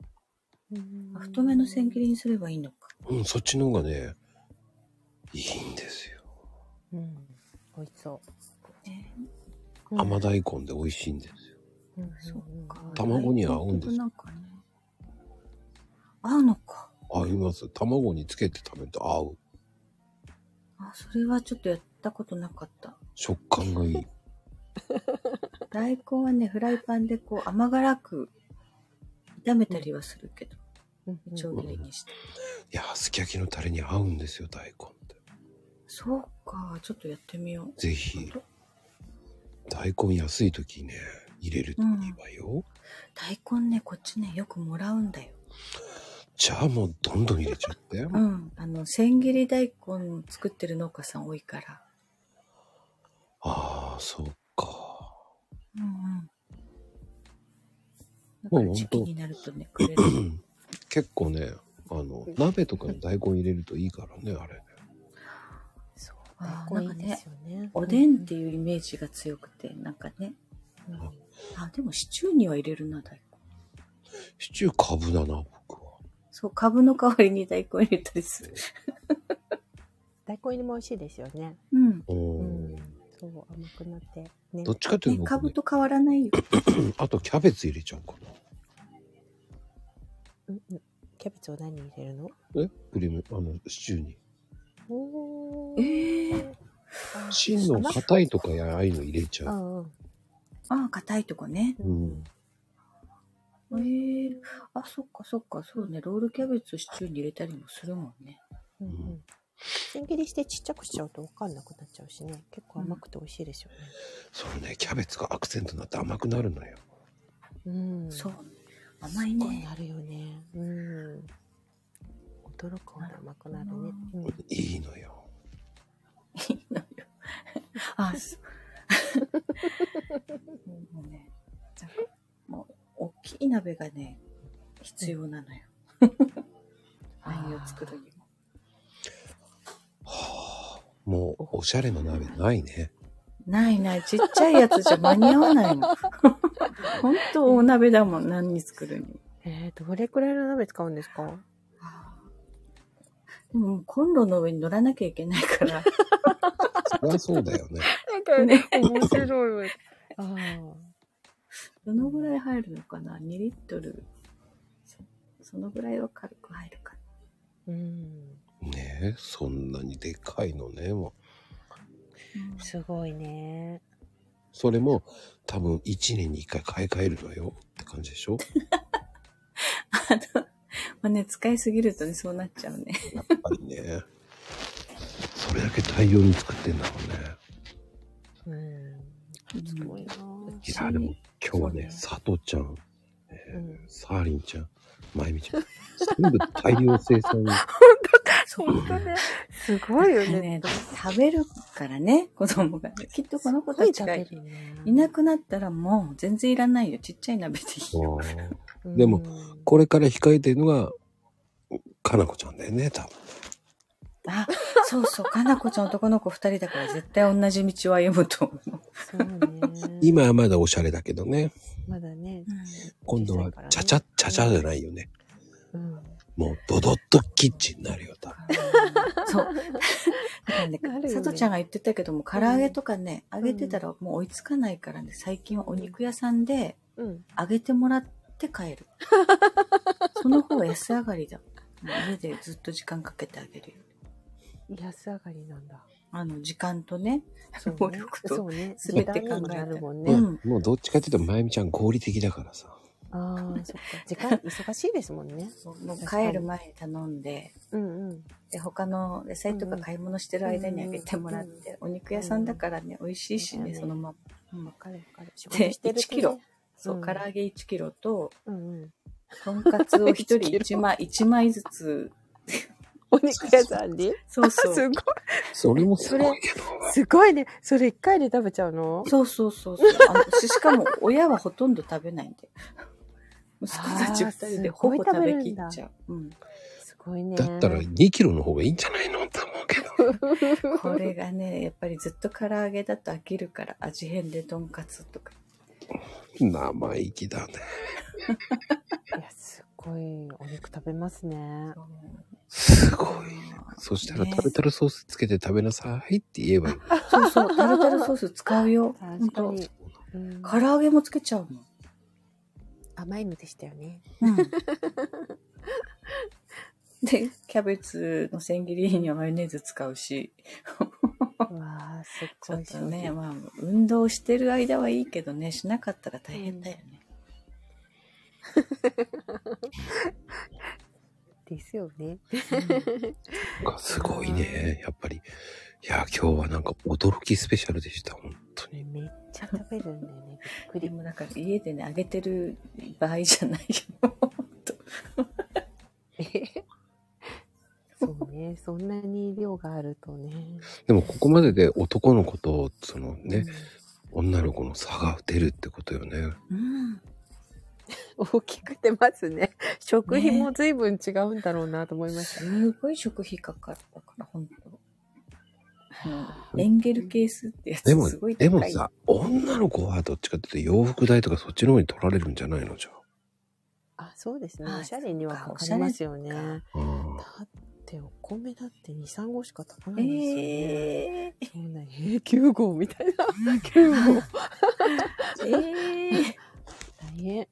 A: ョン、
D: うん
G: 太めの千切りにすればいいのか。
A: うんそっちの方がねいいんですよ
D: うん。美味しそう。
G: ね
D: うん
A: 甘大根で美味しいんですよ
D: うんうん
G: そっか。
A: 卵に合うんです
G: なんかね。合うのか。
A: 合います卵につけて食べると合う
G: あ、それはちょっとやったことなかった。
A: 食感がいい
G: 大根はね、フライパンでこう甘辛く炒めたりはするけど、
D: うんうん
G: いちょう切りにして。
A: いやすき焼きのタレに合うんですよ大根って
G: そうか、ちょっとやってみよう。
A: ぜひ大根安い時ね入れるといいわよ、
G: 大根ね、こっちね、よくもらうんだよ。
A: じゃあもうどんどん入れちゃって
G: うん。あの、千切り大根作ってる農家さん多いから。
A: ああそうか
G: うんうん。
A: もう
G: だから
A: 本
G: 時
A: 当
G: 期になるとね、くれる。
A: 結構ねあの鍋とかに大根入れるといいからねあれね
G: そう
D: かっこいいですよね。
G: おでんっていうイメージが強くて、なんかね。うんあ、でもシチューには入れるな、大根。
A: シチュー株だな、僕は。
G: そう、株の代わりに大根入れたりする。
D: 大根入りも美味しいですよね。
G: うん。
A: う
D: うん
A: ん。
D: そう、甘くなって。ね
A: ど。っちかという
G: ね
A: と、、僕
G: 株
A: ね
G: と変わらないよ。
A: あとキャベツ入れちゃうか
D: うんうんキャベツを何に入れるの
A: な。えクリーム、あの、シチューに。
D: おー
G: ええ
A: 芯の硬いとかやああいうの入れち
D: あ
A: ゃう。
D: あ、
G: ああ、硬いとこね。
D: う。
A: うんん。
G: ええあ、そっかそっか、そうね。ロールキャベツシチューに入れたりもするもんね。
D: うんうん千切りしてちっちゃくしちゃうと分かんなくなっちゃうしね結構甘くて美味しいですよね、
A: そうね、キャベツがアクセントになって甘くなるのよ。
D: うん
G: そう。甘い
D: すっごい
G: ね。
D: なるよねうん驚くほど甘くなるね、うん、
A: いいのよ。
G: いいのよ。あ、そうもうね、なんかもう、大きい鍋がね、必要なのよ。何を作るにも。
A: もう、おしゃれな鍋ないね。
G: ないない、ちっちゃいやつじゃ間に合わないもん。ほんと大鍋だもん、何に作るにも。
D: えー、どれくらいの鍋使うんですか
G: でももうコンロの上に乗らなきゃいけないから。
A: そりゃそうだよね。 [laughs]
D: なんか
G: ね
D: 面白いあ
G: どのぐらい入るのかな ?2 リットル。そそのぐらいは軽く入るか
D: ー
G: な。
D: うん
A: ねえ、そんなにでかいのね、もう。
D: すごいね
A: それも、多分1年に1回買い替えるのよって感じでしょ
G: あの、まあね、使いすぎるとね、そうなっちゃうね。
A: やっぱりね。それだけ大量に作ってんだろうね。
D: うんすごいな、う
A: いや、でも今日は
G: そう
A: ね
G: ね、
A: 佐藤ちゃん、えー
D: ん、
A: サーリンちゃん、まゆみちゃん、全部大量生
G: [laughs]
A: 産。
G: そうだね。
D: すごいよね
G: ね、食べるからね、子供が、ね。きっとこの子たちがい
D: すごい食べるね
G: なくなったらもう全然いらないよ。ちっちゃい鍋でいいよ。
A: [laughs]
D: うん
A: でもこれから控えてるのが、かなこちゃんだよね、多分。
G: あ、そうそう、かなこちゃん男の子二人だから絶対同じ道を歩むと思う。
D: そうね
A: 今はまだおしゃれだけどね。
D: まだね、
A: 今度は
D: 小さいからね、
A: ちゃちゃ、ちゃちゃじゃないよね。
D: うん、
A: もう、ドドッとキッチンになるよ、多分。
G: そう。だからね
D: なるよね、
G: さとちゃんが言ってたけども、唐揚げとかね、揚げてたらもう追いつかないからね、最近はお肉屋さんで
D: うん、
G: 揚げてもらって
D: [laughs]
G: 帰る。その方が安上がりだ。もう家でずっと時間かけてあげるよ。
D: 安上がりなんだ。
G: あの、時間とね、
D: [laughs] そう
G: 労
D: ね
G: 力、と
D: そうね、
G: 全て考え
D: 時
G: た
D: 間にもなるもん
G: う
D: ね。
G: ん
A: もう、どっちかっていうと、まゆみちゃん合理的だからさ。
D: ああ、そっか、時間忙しいですもんね。
G: もう帰る前に頼んで、
D: うんうん、
G: で、他の野菜とか買い物してる間にあげてもらって、お肉屋さんだからね、美味しいしね、
D: うん
G: そのまま。うん
D: わかるわかる。仕
G: で1キロ
D: ね。
G: そう、
D: うん
G: 唐揚げ1キロと、
D: うんうん。
G: とんか
D: [laughs]
G: つを一
D: 一キ
G: 人
D: ロ
G: 一枚、一枚ずつ。
D: お肉屋さんに。
G: そ
D: [laughs]
G: う
D: す
G: そう。
D: ごい、
A: それもすごいけど。
D: すごいね。それ一回で食べちゃうの。
G: そうそうそうそうあの。ししかも、親はほとんど食べないんで。息子たち
D: あー
G: 二人ですほ
D: ごい
G: ぼ
D: 食
G: 食
D: べ
G: べ
D: るん
G: き
D: だ
G: っちゃう。うん。
D: すごいね。
A: だったら、2キロの方がいいんじゃないのと思うけど。
G: これがね、やっぱりずっと唐揚げだと飽きるから、味変でとんかつとか。
A: 生意気だね。
D: いや、すごい、お肉食べますね。
A: すごい。そしたら、タルタルソースつけて食べなさいって言えばいい。
G: そうそう、タルタルソース使うよ。
D: 確か
G: ほん
D: に
G: と。
D: うん
G: 唐揚げもつけちゃうもん。
D: 甘いのでしたよね。
G: で、キャベツの千切りにはマヨネーズ使うし、
D: うわあ、すっ
G: ち
D: ご
G: ょ
D: い
G: っ
D: 商
G: と
D: 品
G: ね、まあ、運動してる間はいいけどね、しなかったら大変だよね。
D: ですよね。
A: なんか [laughs] すごいね。やっぱり。いや、今日はなんか驚きスペシャルでした。本当に。
D: めっちゃ食べるんだよ [laughs] ね。びっく
G: で
D: り。
G: もだから家でね、揚げてる場合じゃないよ。
D: そうね。そんなに量があるとね。
A: でもここまでで男の子と、その
D: うん
A: ね、女の子の差が出るってことよね。
G: うん。
D: 大きくてますね。食費
G: ね
D: も随分違うんだろうなと思いました。
G: すごい食費かかったから、本当。うんエンゲルケースってやつ
A: でも
G: すごい、高
A: で
G: い。
A: もさ、女の子はどっちかっていうと洋服代とかそっちの方に取られるんじゃないのじゃ
D: あ、そうですね。
G: あ
D: おしゃれには
G: そっ
D: か
G: か
D: かりますよね。
G: おしゃれ
D: だ
A: あ。うん
D: ってお米だって2、3合しか炊かないですよね。
G: え
D: そんな、えー、9合みたいな。9合。
G: ー、え [laughs] ー、
D: [laughs] 大変。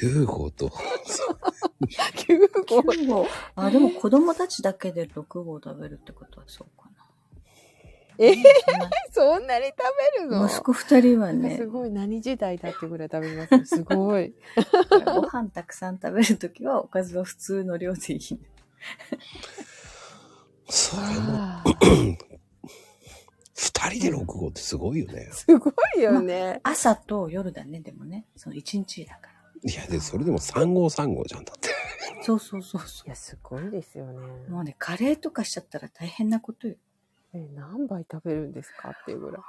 A: 9号と。
D: [laughs] 9合。
G: 9号。あ、でも子供たちだけで6号食べるってことはそうかな。
D: えー、
G: そんな
D: そんなに食べるの
G: 息子二人はね
D: す、ごい何時代だってぐらい食べますね。すご [laughs] い。
G: ご飯たくさん食べるときはおかずは普通の量でいい。
A: それも、
D: あ
A: 2人で6号ってすごいよね
D: ー。すごいよね。
G: 朝と夜だね、でもね。その一日だか
A: いや、で、それでも3号3号じゃんだって。
G: ら。そうそうそうそ
D: [laughs] いや、すごいですよね。
G: う。もうね、カレーとかしちゃったら大変なことよ。
D: えー何杯食べるんですかっていうぐらい。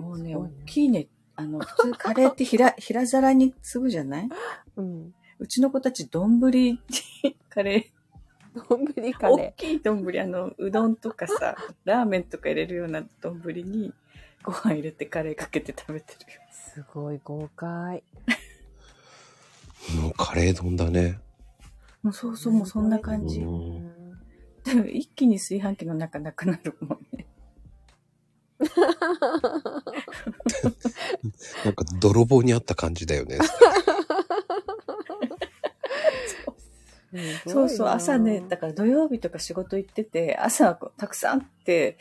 G: もうね、
D: すごい
G: 大
D: ね
G: きいね。あの、普通カレーって平、平皿に粒じゃない
D: うん。
G: うちの子たち丼に [laughs] カレ
D: 丼カレ
G: ー。
D: ー
G: 大。きい丼、あの、うどんとかさ、ラーメンとか入れるような丼にご飯入れてカレーかけて食べてるよ。
D: すごい豪快。
A: もうカレー丼だね。
G: もうそうそう、もうそんな感じ。
A: うん
G: でも一気に炊飯器の中なくなるもんね。
A: なんか泥棒にあった感じだよね。 [laughs]
G: そうそう、朝ね、だ
D: か
G: から土曜日とか仕事行ってて、朝はこうたくさんあって、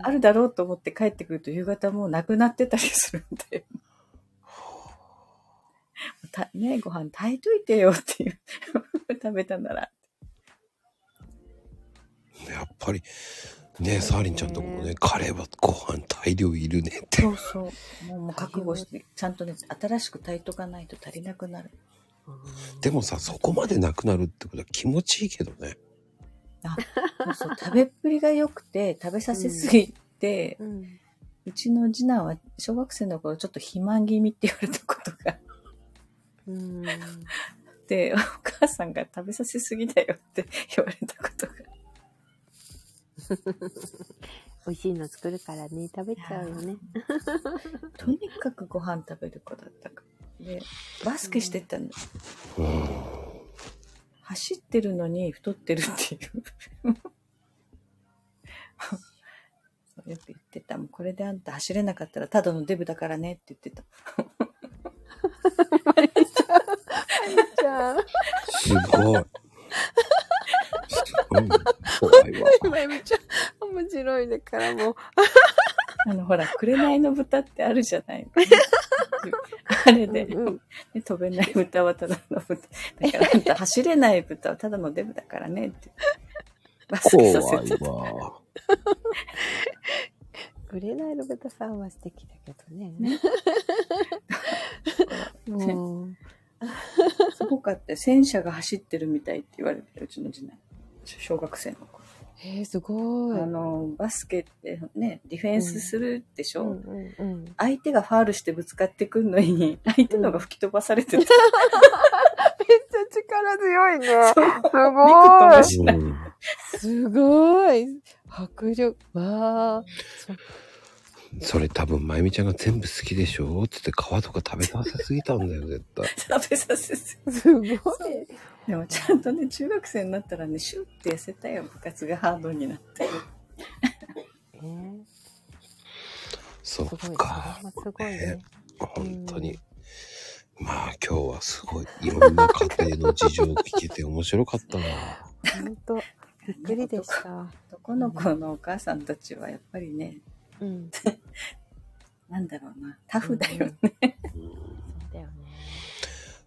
G: あ
D: る
G: るだろうと思って帰ってくると夕方もうなくなってたりするんで。 [laughs] たね、ご飯炊いといてよっていう。 [laughs] 食べたなら。
A: やっぱり、ね、サーリンちゃんとこもね、カレーはご飯大量いるねって。
G: そうそう。もうもう覚悟して、ちゃんとね、新しく炊いとかないと足りなく
D: [laughs]
G: なる。
A: でもさ、そこまでなくなるってことは気持ちいいけど
G: [laughs]
A: ね。
G: そうそう、食べっぷりが良くて、食べさせすぎて、
D: うん
G: うちの次男は小学生の頃ちょっと肥満気味って言われたことが
D: うん
G: あって、お母さんが食べさせすぎだよって言われたことが。
D: 美味しいの作るからね食べちゃうよね
G: とにかくご飯食べる子だったから。で、バスケしてたの。走ってるのに太ってるっていう。そうよく言ってた。もうこれであんた走れなかったらただのデブだからねって言ってた。
D: じゃあ
A: す
G: [laughs]
A: ごい。すごいね。怖いわ。
D: まゆみちゃん面白いねからもう [laughs]
G: あの、ほら、紅の豚ってあるじゃない。あれで、
D: うん
G: ね飛べない豚はただの豚。だからあんた走れない豚はただのデブだからねって。バスケさせ
A: 怖
G: て
A: い
G: た
A: わ。
D: グレナイの豚さんは素敵だけどね [laughs] もう
G: すごかったよ。戦車が走ってるみたいって言われて、うちの次男。小学生の子。
D: [laughs] えー、すごい
G: あの、バスケってね、ディフェンスするでし
D: う
G: ょ、
D: んうんうん
G: 相手がファールしてぶつかってくんのに、相手のが吹き飛ばされてた。
D: めっちゃ力強いね
G: びくとも
D: す
G: しない。
A: うん
D: すごい迫力わあ
A: それ多分、まゆみちゃんが全部好きでしょつって皮とか食べさせすぎたんだよ、絶対。
G: [laughs] 食べさせて。
D: すごい
G: でもちゃんとね、中学生になったらね、シュッて痩せたよ。部活がハードになって。
D: えー
A: そ
D: すごいそ
A: っ
D: れ
A: か。
D: もすごいね
A: 本当に。まあ今日はすごいいろんな家庭の事情を聞けて面白かったな。
D: 本当びっくりでした。
G: 男の子のお母さんたちはやっぱりね、
D: うん、
G: なんだろうな、タフだよね。
D: そうだよね。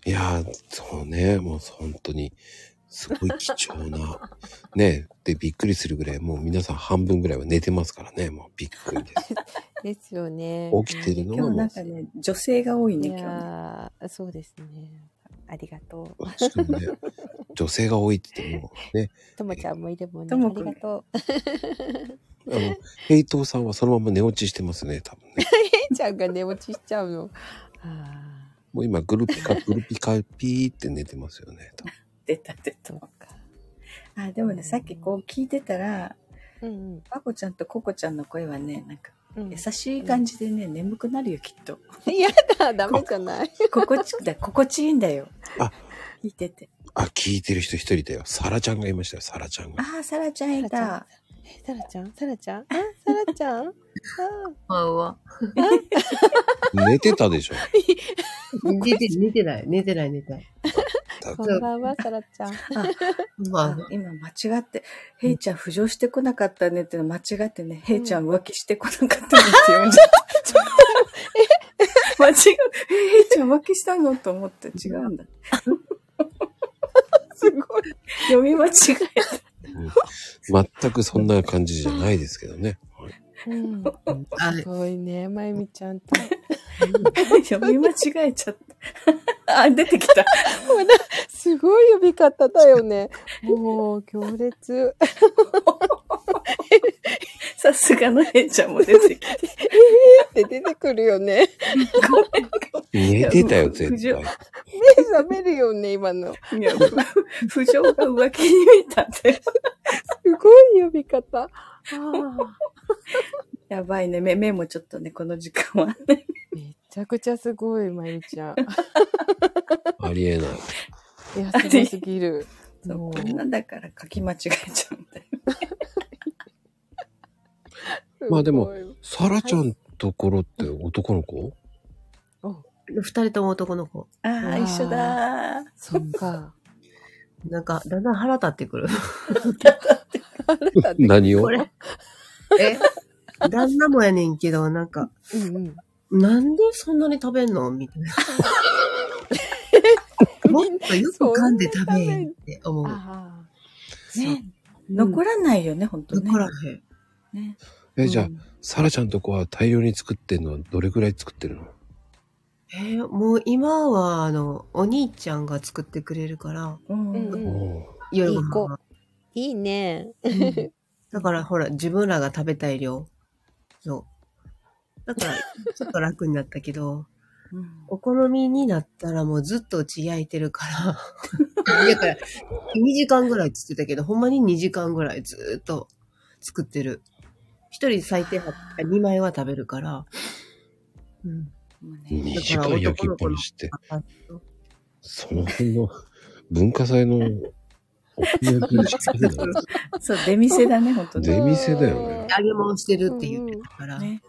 A: いやー、そうね、もう本当にすごい貴重な。ねで、びっくりするぐらい、もう皆さん半分ぐらいは寝てますからね、もうびっくり
D: [laughs]
A: です。
D: ですよね。
A: 起きてるの
G: 今
A: は
G: 日
A: も
G: なん
A: う、
G: かね、女性が多い
D: い
G: ね、今日ね。
D: やーそうですね。ありがとう。
A: しかもね、女性が多いって言ってもね、
D: ともちゃんもいるもんね。
G: と
D: あ
G: も
D: り
G: くん
D: がとう。
A: あの、平等さんはそのまま寝落ちしてますね、多分ね。
D: えいちゃんが寝落ちしちゃうの。ああ、
A: もう
H: [laughs]
A: 今、グルピカ、グルピカ、ピーって寝てますよね、多分
G: 出た出た
D: そ。うか。
G: あ、でもね、さっきこう聞いてたら、
D: うんうん。
G: まこちゃんとここちゃんの声はね、なんか、
D: うん
G: 優しい感じでね、眠くなるよ、きっと。
D: やだ、ダメじゃない。
G: 心地、だ心地いいんだよ。
A: あ
G: 聞いてて。
A: あ、聞いてる人一人だよ。サラちゃんがいましたよ、サラちゃんが。
G: ああ、サラちゃんいた。
D: え、サラちゃんサラちゃんあ、サラちゃんあ
H: わうわ。
A: 寝てたでしょ。
H: [laughs] 寝て、寝てない、寝てない、寝てない。
D: ーこんばんは、サラちゃん。
H: まあ、
G: 今間違って、ヘイちゃん浮上してこなかったねっていうの間違ってね、ヘイちゃん浮気してこなかったねって言うんじゃ [laughs] った。間違え、ヘイちゃん浮気したのと思って違うんだ。すごい。読み間違え。
A: 全くそんな感じじゃないですけどね。はい
D: うん。
H: あ
D: すごいね、まゆみちゃんと。
G: 読み間違えちゃった。あ、出てきた。
D: すごい呼び方だよね。もう、強烈。
G: さすがのヘイちゃんも出てきた。
D: って出てくるよね。
A: 寝てたよ、
G: いや
H: [laughs]
A: 絶
G: 不
A: 対。
D: 目覚めるよね、今の。す
G: いや、浮上が浮気に見たって。
D: ごい呼び方。ああ。
G: やばいね。目、目もちょっとね、この時間は。
D: めちゃくちゃすごい、まゆみち [laughs] ゃん。
A: ありえない。
D: いや、す [laughs] ごすぎる。
G: そう
D: もう
G: こんなだから書き間違えちゃうんだよ。
A: まあでも、サラちゃんところって男の子
H: 二人とも男の子。
G: ああ、
D: ー
G: 一緒だー。
D: そっか。
H: なんか、だんだん腹立ってくる。 [laughs]
A: 何を
H: これ。え、旦那もやねんけど、なんか、
D: うんうん。
H: なんでそんなに食べんのみたいな。もっとよく噛んで食べへんって思う。
D: あ
G: ね、残らないよね、本当ね。
H: 残らへん。
G: ね。
A: え、じゃあ
H: う、ん
A: サラちゃんとこは大量に作ってんのはどれくらい作ってるの
H: えーもう今は、あの、お兄ちゃんが作ってくれるから、
G: うん。
D: うんうん
A: おー
H: 夜ご
D: いい子
H: 飯は。
D: いいね。
H: うんだから、ほら、自分らが食べたい量。そう。だから、ちょっと楽になったけど、
G: うん
H: お好みになったらもうずっとうち焼いてるから。だから、2時間ぐらいっつってたけど、ほんまに2時間ぐらいずっと作ってる。一人最低2枚は食べるから。うん。
G: もうね
A: 2時間焼きっぱなしって、
H: あ
A: その辺の文化祭のお米焼きの仕方だよ
G: そう、出店だね、本当ね。
A: 出店だよね。
H: 揚げ物してるって言ってたから。ね。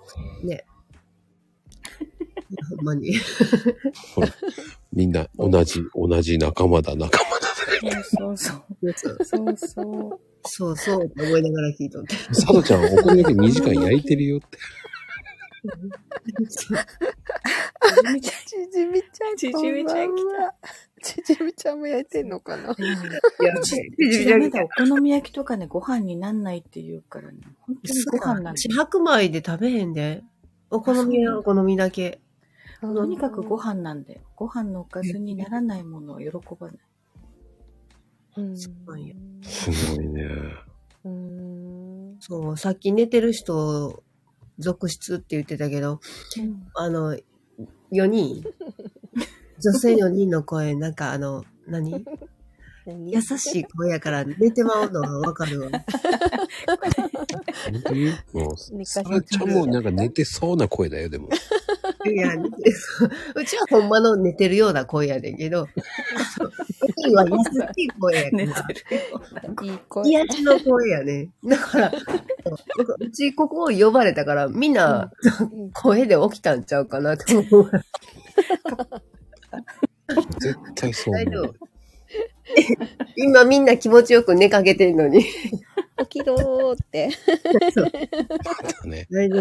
G: ね。
H: ほんまに。
A: みんな同じ、同じ仲間だ、仲間だ。
G: そうそうそう。そうそう。
H: そうそうって思いながら聞いとって。
A: サラちゃんはお米焼き2時間焼いてるよって。
D: ちじみちゃん。
G: ちじみちゃん来
D: た。ちじみちゃんも焼いてんのかな。
G: うち、うちダメだ。お好み焼きとかね、ご飯になんないって言うからね。本当にご飯なんだ
H: 私白米で食べへんで。お好みはお好みだけ。
G: とにかくご飯なんだよ。ご飯のおかずにならないものを喜ばない。
D: うん。
H: いよ
A: すごいね。
D: うん。
H: そう、さっき寝てる人、続出って言ってたけど、あの、4人、
G: [laughs]
H: 女性4人の声、なんかあの、何優しい声やから寝てまうのはわかるわ。
A: 本当にもう、
D: 寝
A: サ
D: かせて
A: ラちゃ
D: る
A: んもなんか寝てそうな声だよ、でも。
H: いや、 [laughs] 寝てそううちはほんまの寝てるような声やねんけど、4人は優しい声や
G: 寝
H: から。
G: てるよ。
D: いい声。
H: 癒しの声やね。だから、うちここを呼ばれたから、みんな
D: うん
H: 声で起きたんちゃうかなと思う。
A: 絶対そう
H: 大
A: 思
H: 丈
A: う
H: 夫。。今みんな気持ちよく寝かけてるのに。
D: 起きろーって。
A: だね。
H: 大丈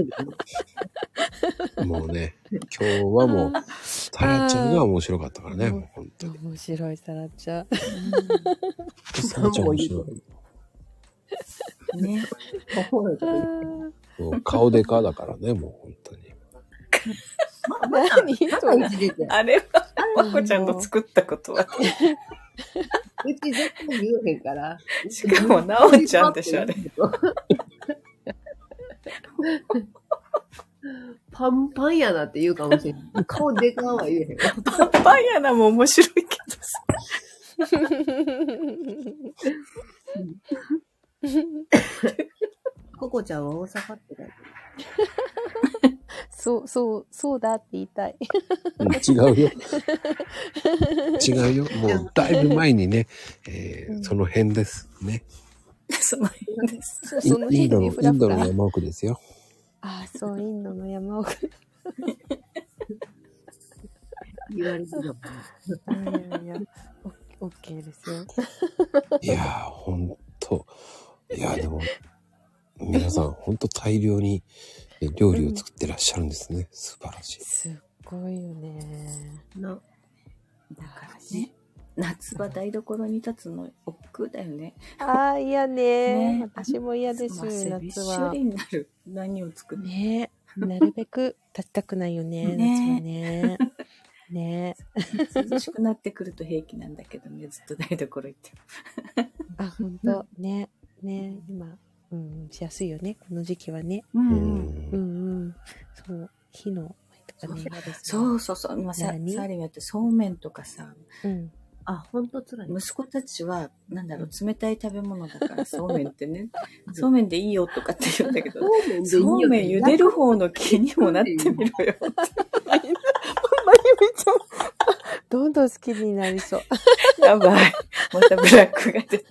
H: 夫。
A: もうね、今日はもう、タラちゃんが面白かったからね、
D: うん
A: もう本当に。
D: [laughs] 面白いサラちゃん。
A: サラちゃん面白い。
G: ね。
A: もう顔でかだからね、もう本当に。
D: 何それ。
G: あれは、まこちゃんの作ったことは。
H: うち絶対言えへんから。
G: しかも、なおちゃんでしょ、あれ。
H: [laughs] パンパンやなって言うかもしれん。顔でかは言えへんわ。
G: パンパン屋なも面白いけどさ。
H: ちゃんは大阪ってだよ。
D: そう、そう、そうだって言いたい。
A: うん違うよ。違うよ。もうだいぶ前にね、えー
D: うん
A: その辺ですね。
G: その辺です。
D: そう
A: イ
D: その
A: イ
D: 辺
A: ンドの、
D: にフ
A: イ
D: ラ
A: ン
D: フ
A: ドの
D: ラ。
A: 山奥ですよ。
D: ああ、そう、インドの山 [laughs] 奥。
H: 言われてるよ。
D: いやいやいや、オッケーですよ。
A: いやー、ほんと。いやー、でも、皆さん、ほんと大量にえ料理を作ってらっしゃるんですね。素晴らしい。
D: すっごいよね。
H: な
G: だからね、夏場台所に立つの億劫だよね。
D: ああ、嫌ね
G: ね
D: 私も嫌です、
G: 汗びっし
D: 夏
G: ょ
D: は
G: り。になる。何を作って
D: ね [laughs] なるべく立ちたくないよね、夏はね。ね
G: 涼しくなってくると平気なんだけどね、ずっと台所行って。
D: あ、ほんと、ねね今、うん、しやすいよね、この時期はね。
G: う。
A: うん。
D: うんんうん。そう、火の前とかね、嫌です、ね。
G: そうそうそう。今さ、サ
D: 何
G: ーリンやってそうめんとかさ、
D: うん。
H: あ、ほんと辛い。
G: 息子たちは、なんだろう、冷たい食べ物だから、そうめんってね、そうめんでいいよとかって言うんだけど、そうめん茹でる方の気にもなってみろよ。
D: まゆみちゃん、 [laughs] どんどん好きになり [laughs] そう。
G: やばい。 [laughs] またブラックが出て。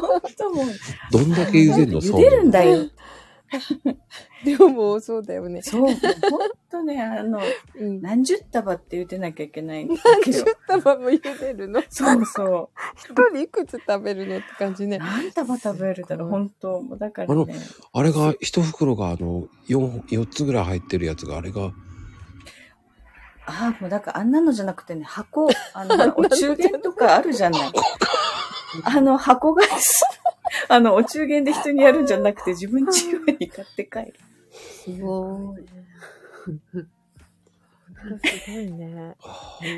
G: 本当もう、
A: どんだけ茹でるの
G: 茹でるんだよ。
D: 量も多そうだよね。
G: そう。本当ね、あの、
D: うん。
G: 何十束って茹でなきゃいけないんだ
D: 何
G: けど
D: 十。束も茹でるの
G: そうそう。
D: [laughs] 一人いくつ食べるのって感じね。
G: 何束食べるだろう、
D: すごい
G: 本当。もうだからね。
A: あれが、一袋が、あの、4、四つぐらい入ってるやつが、あれが、
G: ああ、もうだからあんなのじゃなくてね、 [laughs] 箱、あの、ほらお中元とかあるじゃない。あの、箱買いすあの、お中元で人にやるんじゃなくて、自分自由に買って帰る。
D: すごい。 [laughs] すごいね。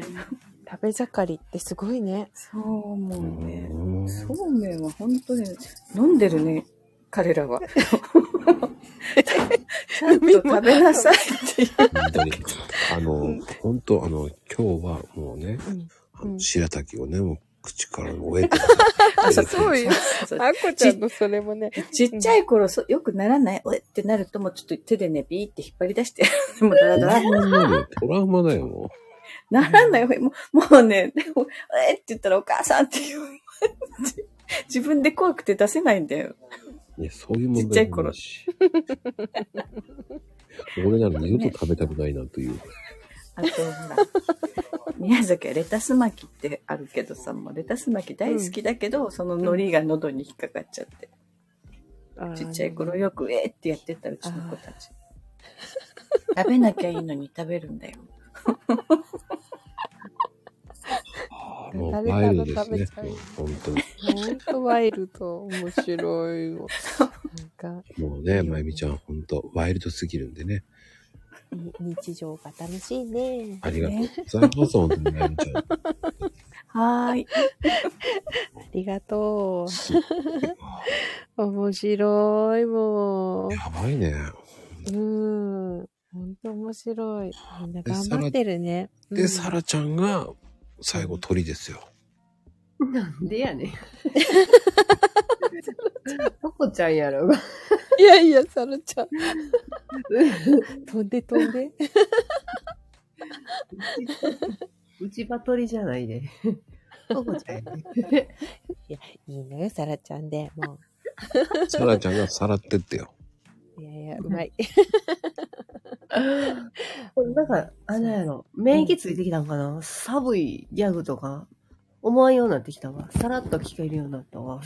D: [laughs] 食べ盛りってすごいね。
G: そう思
A: う
G: うね。
A: ん
G: そうめんは本当に飲んでるね、彼ら [laughs] は。ちゃんと食べな [laughs] さいっていう。
A: 本当に。あの、本当あの、今日はもうね、
D: うん
A: あ
D: う
A: の
D: ん
A: 白滝をね、もう口から終え
D: [laughs]
A: て。
D: そうよ。
G: そう
D: あこちゃんのそれもね。
G: ちっちゃい頃、そよくならないおえってなると、もうちょっと手でね、ビーって引っ張り出して、 [laughs] もうダラダラ
A: トラウマだよ、も
G: ならないもうもうね、 [laughs] でもえーって言ったらお母さんって言う。 [laughs] 自分で怖くて出せないんだよ。
A: う。いや、そういう
G: ち
A: 問
G: っちゃ
A: 題
G: い
A: もな
G: 頃
A: いし。俺なら二度と食べたくないなという。
G: あと、ほ [laughs] ら、宮崎はレタス巻きってあるけどさ、もうレタス巻き大好きだけど、その海苔が喉に引っかかっちゃって、ちっちゃい頃よくえーってやってたうちの子たち。食べなきゃいいのに食べるんだよ。
A: あもう
D: 誰
A: ワ
D: か
A: イルド
D: の
A: です
D: 食
A: ね
D: べちゃう。
A: もう本当に。
D: ほんとワイルド。面白いよ。 [laughs] なんか、
A: もうね、まゆみちゃん、本当ワイルドすぎるんでね。
D: に日常が楽しいね。
A: ありがとうございます、本当にまゆみ
D: [laughs]
A: ちゃん。
G: はーい。
D: ありがと
A: す
D: [laughs] う。面白い、もう。
A: やばいね。
D: うん。本当面白い。みんな
A: で
D: 頑張ってるね。う
A: で、
D: ん
A: サラちゃんが、最後鳥ですよ。
H: なんでやねん。どこちゃんやろが。
D: いやいや、サラちゃん。飛んで飛んで。
H: 内場取りじゃないで。どこちゃんやね
D: いや、いいのよ、サラちゃんで。も
A: サラちゃんがさらってってよ。
D: う。いやいや、うまい。
H: なんか、あれやろ、免疫ついてきたんかな寒いギャグとか、思わんようになってきたわ。さらっと聞けるようになった [laughs] わ。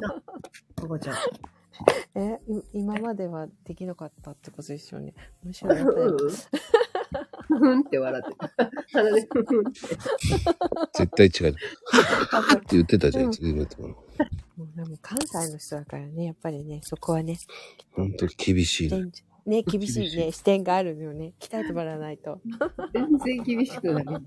H: などこちゃん。
D: [laughs] え、い今まではできなかったってことですよね。むしろ [laughs] なんか、
H: ふんって笑ってた。鼻でふんって。
A: 絶対違う。って言ってたじゃん、いつでも言ってたの。
D: もうでも関西の人だからね、やっぱりね、そこはね、
A: 本当に厳しい
D: 視
A: ね。
D: 点
A: [laughs]
D: ね、厳しいね、視点があるのよね。鍛えてもらわないと。
H: 全然厳しくない。
A: 本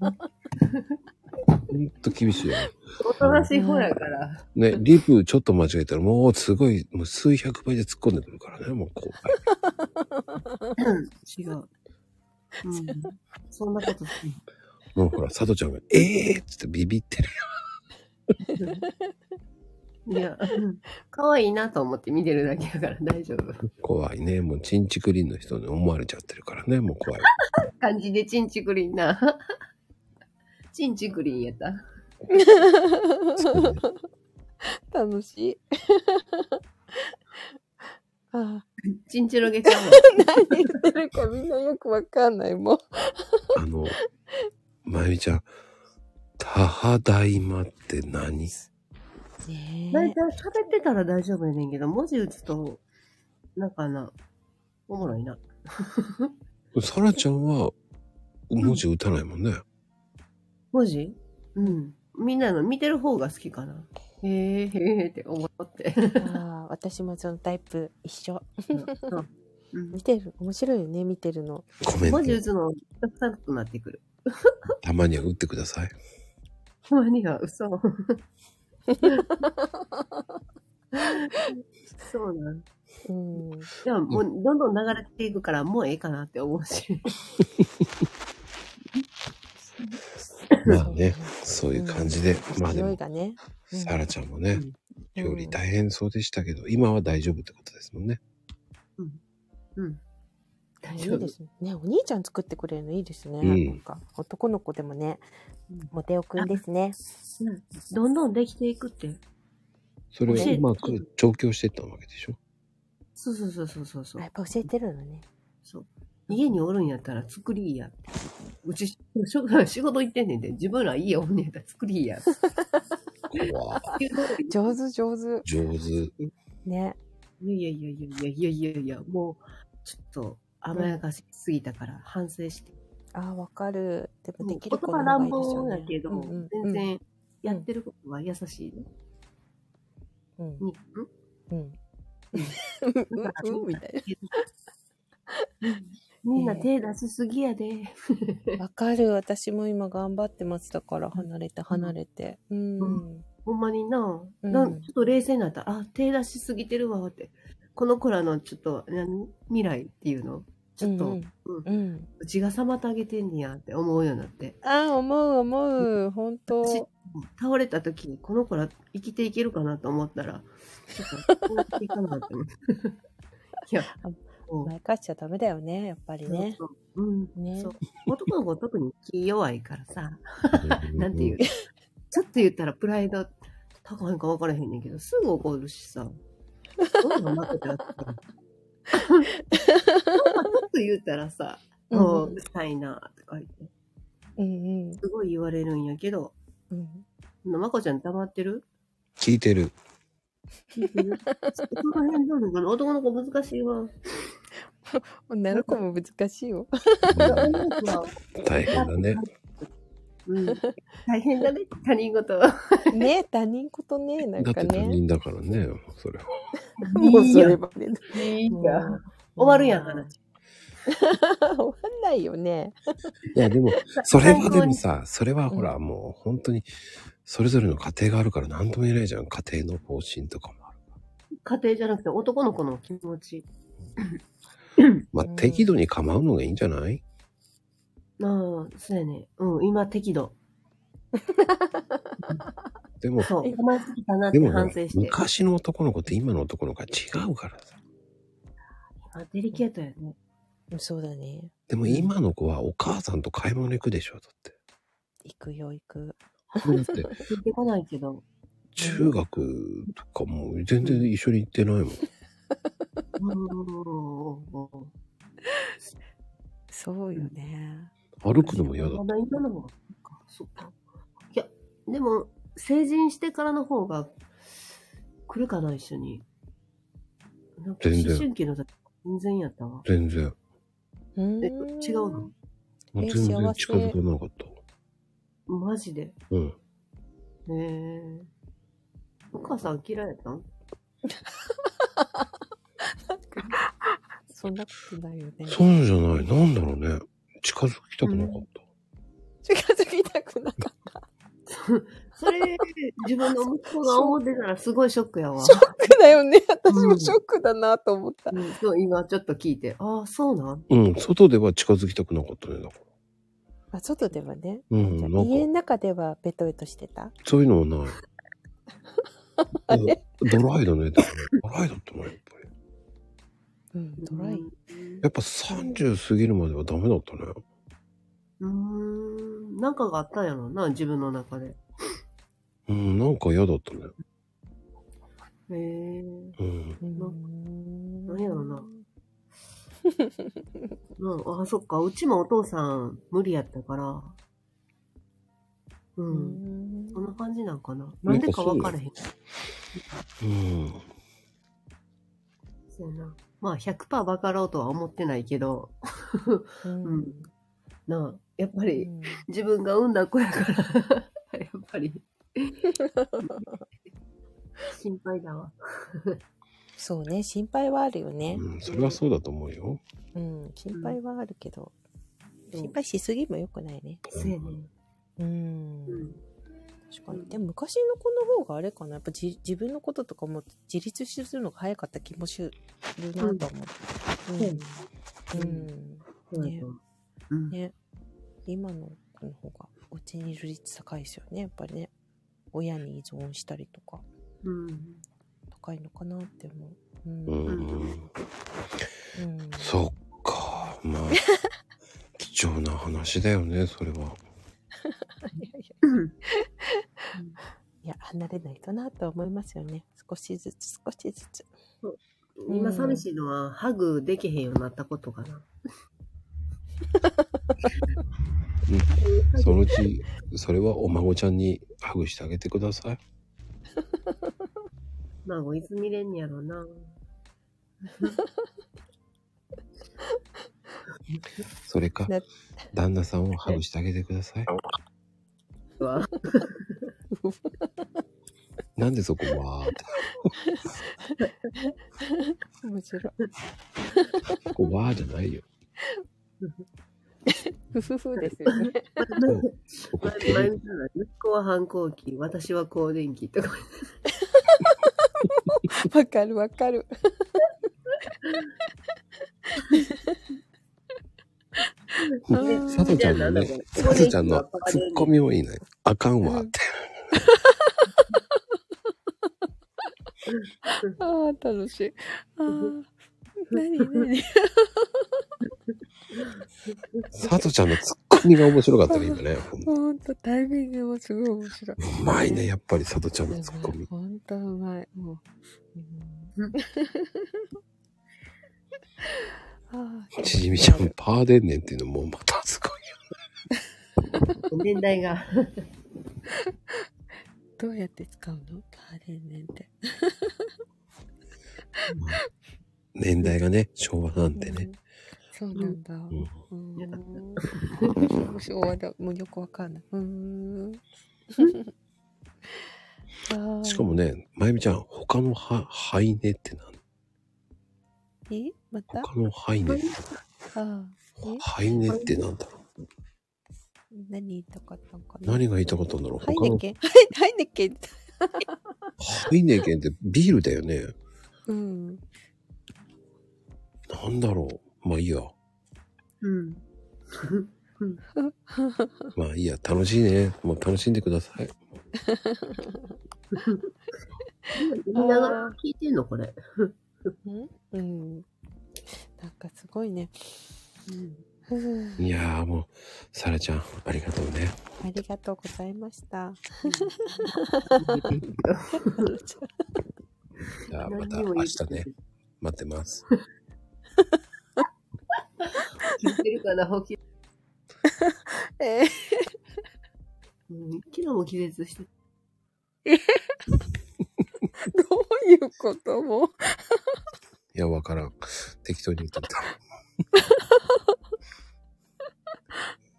A: 当厳しいよね。
H: おとなしい方やから。
A: ね、リプちょっと間違えたら、もうすごい、もう数百倍で突っ込んでくるからね、もうこう。
H: 違う。うん。そんなことする。
A: もうほら、佐藤ちゃんが、ええー、っつってビビってるよ。
H: いや、可愛いなと思って見てるだけだから大丈夫。
A: 怖いね。もう、チンチクリンの人に思われちゃってるからね。もう怖い。
H: 感じでチンチクリンな。チンチクリンやった。
D: 楽しい。 [laughs] ああ
H: チンチロゲちゃ [laughs] んは。
D: 何言ってるかみんなよくわかんないもん。
A: あの、まゆみちゃん、たはだいまって何
D: ね
H: 大体喋ってたら大丈夫やねんけど、文字打つと、なんかな、おもろいな。
A: さらちゃんは、文字打たないもんね。
H: 文字うん。みんなの見てる方が好きかな。へえへえへえって思って。
D: え。ああ、私もそのタイプ一緒。見てる、面白いよね、見てるの。
A: コメン
H: 文字打
A: ト、
H: つの、たくさんくなってくる。
A: たまには打ってください。
H: ほんまには嘘。そうなん。
D: うん。
H: でも、もう、どんどん流れていくから、もうええかなって思うし。
A: [laughs] まあね、そういう感じで、まあで
D: 勢い
A: も、
D: がね。うん
A: さらちゃんもね、
D: うん
A: 料理大変そうでしたけど、今は大丈夫ってことですもんね。
H: うん。
D: い
H: 大丈
D: い
H: 夫
D: で。すねね。お兄ちゃん作ってくれるのいいですね。
A: うん
D: なんか男の子でもね
H: うん、
D: モテオくんですね。
H: どんどんできていくって。
A: それを
H: 教えて
A: うまく調教してったわけでしょ。
H: そうそうそうそうそうそ
D: あ
H: う
D: やっ。ぱ教えてるのね。
H: 家におるんやったら作りいやって。うち、し [laughs] 仕事行ってんねんで、自分ら家おんねんやったら作りいやって。
A: 怖
D: 上手上手。
A: 上手。
D: ね。
H: いやいやいやいやいやいやいや、もう、ちょっと甘やかしすぎたから反省して。
D: あーわかる。でもで
H: 言
D: きる子
H: 葉
D: の方がいい
H: 乱
D: ですよね。うんう
H: 暴やけど、
D: ん
H: 全然やってることは優しいね。
D: うん
H: [laughs] に
D: うん。う
H: ん
D: んうんみたい
H: みんな手出しすぎやで。
D: な。わかる。私も今頑張ってますだから離れて離れて。うん。
H: ほんまにな、
D: うん
H: なんちょっと冷静になった。あ、手出しすぎてるわって。この子らのちょっと、何未来っていうのちょっと、う
D: うんうん。
H: ちが妨げてんねやって思うようになって。
D: あー思う思う。本当。
H: し倒れた時にこの子ら生きていけるかなと思ったら、ちょっと、こうやっていかなって思って。いや、も
D: 前返しちゃダメだよね。やっぱり
H: う
D: ね。
H: そうそううん、
D: ね
H: そう。男の子特に気弱いからさ。
A: な
H: なんていう。ちょっと言ったらプライド高いんか分からへんねんけど、すぐ怒るしさ。どんな負けてやったら。ちょっと言ったらさ、
D: う
H: も
D: ん
H: ううるさいなとか言って、
D: うん
H: すごい言われるんやけど、
D: うんうん。
H: まこちゃん黙ってる
A: 聞いてる。
H: 聞いてるそこら辺どうなのかな男の子難しいわ。
D: 女の子も難しいよ。
H: 女の子は
A: 大変だね。
H: うん、 [laughs] 大変だね、他人事。 [laughs]
D: ね他人
A: [laughs]
D: 事ね、なん
A: だって
D: か
A: 他
D: ね。
A: 人だからね、それは。
D: [laughs] もうそれまでだ。
H: いい
D: もう
H: やん。終わるやん、
D: もう
H: 話。
D: 終 [laughs] わんないよね。
A: いや、でも、それはでもさ、それはほら、もう本当に、それぞれの家庭があるから何とも言えないじゃん。家庭の方針とかもある。
H: 家庭じゃなくて男の子の気持ち。
A: まあ、
D: うん
A: 適度に構うのがいいんじゃない
H: ああ、そうやね。うん、今適度。
A: でも、
H: [laughs] そう、
D: え
H: 甘えすぎたなっ
A: で
H: て
A: も
H: 反
A: ね
H: 省、して。
A: 昔の男の子って今の男の子は違うからさ。
H: あデリケートやね。
D: そうだね。
A: でも今の子はお母さんと買い物行くでしょ、だっ
D: 行くよ、行く。
A: て。だって、
H: ついてこないけど、
A: 中学とかもう全然一緒に行ってないもん。
H: うーん。
D: そうよね。
A: 歩くのも嫌だ。
H: まだ今のも、そっか。いや、でも、成人してからの方が、来るかな、一緒に。なんか
A: 全
H: 思
A: 然
H: 春期の時、全然やったわ。
A: 全然。
D: うーん
H: え、違うの
A: もう全
D: え
A: 然
D: 幸せ
A: 近づかなかった。
H: マジで。
A: うん。
H: へえ。お母さん嫌いやったん
D: そんなことないよね。
A: そうじゃない。なんだろうね。近づきたくなかった。
D: [laughs] 近づきたくなかっ [laughs]
H: それ、自分の息子が思ってたらすごいショックやわ。
D: ただよね。私もショックだなと思った。
H: うん、そう、今ちょっと聞いて。ああ、そうなん
A: うん、外では近づきたくなかったね。だから。
D: あ、外ではね。
A: うん
D: じゃあ
A: なんか
D: 家の中ではベトベトしてた。
A: そういうのはない。
D: [laughs] あれ
A: ドライだね。だからねドライだったのやっぱり。
D: うん、ドライ。
A: やっぱ30過ぎるまではダメだったね。
H: うーん。なんかがあったんやろな、自分の中で。
A: うん、なんか嫌だったね。
H: へえ。
A: うん。
D: うん
H: なんや
D: [laughs]
H: ろな。うん、あ、そっか。うちもお父さん無理やったから。
D: う
H: う。
D: んん
H: そんな感じなんかな。なんでか分からへん。
A: うん。
H: そうやな。まあ100%分かろうとは思ってないけど、
D: う
H: うんんなあ、やっぱ
D: う
H: り
D: ん
H: 自分が産んだ子やから、 [laughs] やっぱり。心配だわ。
D: そうね、心配はあるよね。
A: うん、それはそうだと思うよ。
D: うん、心配はあるけど、
H: うん
D: 心配しすぎも良くないね。
H: そうやね。
D: うん
H: うん。
D: 確かに。でも昔の子の方があれかな、やっぱじ自分のこととかも自立するのが早かった気もするなと思う。う
H: うん
D: ん。
H: そうやと思ううん。
D: ね。今の子の方がお家にいる率高いですよね、やっぱりね。親に依存したりとか、
H: うん。
D: 高いのかなって思う。
A: う
D: う。
A: んん。
D: う
A: う
D: ん
A: ん、そっか。まあ、貴重な話だよね、それは。
D: いやいやいや、離れないとなと思いますよね。少しずつ、少しずつ。う
H: 今
D: ん
H: 寂しいのは、ハグできへんようになったことかな。
A: そのうち、それはお孫ちゃんにハグしてあげてください。
H: まあ、ごいつ見れんやろな。
A: それか
D: だ、
A: 旦那さんをハグしてあげてください。
H: [laughs] わ
A: なんでそこわーって。
D: 面白い。
A: そこわーじゃないよ。
D: [laughs] ふふふですよね。
A: そこ
H: 前前見たら、息子は反抗期、私は更年期とか。
D: [laughs] わかるわかる。
A: 佐藤ちゃんのね、佐藤ちゃんのツッコミもいいね。あかんわって。
D: ああ、楽しい。ああ、なになに。
A: 佐藤ちゃんのツッコミが面白かったね、今ね。ほんと
D: ほんと、タイミングもすごい面白い。
A: うまいね、やっぱり佐藤ちゃんのツッコミ。
D: ほんとうまい。もう。うんああ、
A: ちじみちゃん、パーでんねんっていうのもまたすごいよ。
H: 年代が。
D: どうやって使うのパーレンネンって。
A: 年代がね、昭和なんて
D: う
A: ね
D: ん。。そうなんだ。
A: うん
D: うーん。昭和だ。もうよくわかんない。うーん。ああ
A: しかもね、まゆみちゃん、他のは、はいねってなん
D: [laughs] えまた
A: 他のはいねって、
D: ああ。え
A: はいねってなんだろ
D: 何言いたかったんか
A: う
D: な
A: 何が言いたかったんだろう
D: ハイ
A: 他
D: ネ
A: の、
D: [laughs] ケンはいハイネケン
A: はいねけんってビールだよね。
D: うん。
A: なんだろう。まあいいや。
H: [laughs] うん。
A: まあいいや、楽しいね。もう楽しんでください。
H: みんなが聞いてんのこれ。
D: うん。なんかすごいね。ふう
A: いやーもう、サラちゃん、ありがとうね。
D: ありがとうございました。
A: じゃあまた明日ね、待ってます。
H: 聞いてるかな、ほき。
D: えー
H: うん昨日も気絶して。
D: どういうことも。
A: いや、わからん。適当に言っとった。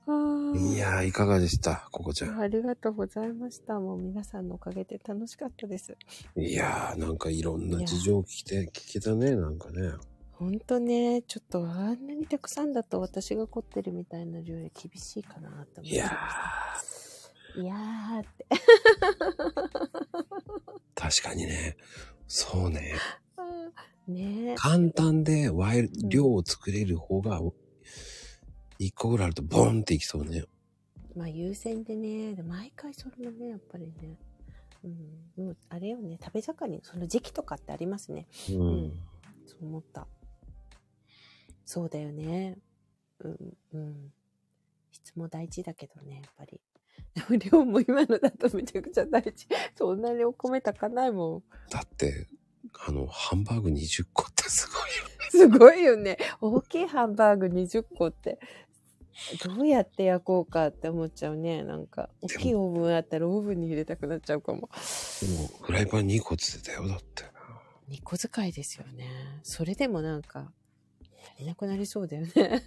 D: あー
A: いやー、いかがでした、ここちゃん。
D: ありがとうございました。もう皆さんのおかげで楽しかったです。
A: いやー、なんかいろんな事情を聞いて、聞けたね、なんかね。
D: ほんとね、ちょっとあんなにたくさんだと私が凝ってるみたいな料理厳しいかなと思っ
A: い
D: て
A: や
D: ま
A: ー
D: し、た。いやーって。
A: 確かにね。そうね。
D: あーねえ。
A: 簡単でワイル量を作れる方が、一個ぐらいあるとボンっていきそうね。
D: まあ優先でね、で毎回それもね、やっぱりね、うん、もうあれよね、食べ盛り、その時期とかってありますね。
A: うん。
D: そう思った。そうだよね。うん、うん。質も大事だけどね、やっぱり。でも量も今のだとめちゃくちゃ大事。そんなにお米炊かないもん。
A: だって、あの、ハンバーグ20個ってすごいよ。
D: [laughs] すごいよね。大きいハンバーグ20個って、どうやって焼こうかって思っちゃうね。なんか、大きいオーブンあったらオーブンに入れたくなっちゃうかも。
A: でも、フライパン2個つってたよ、だって。
D: 2個使いですよね。それでもなんか、足りなくなりそうだよね。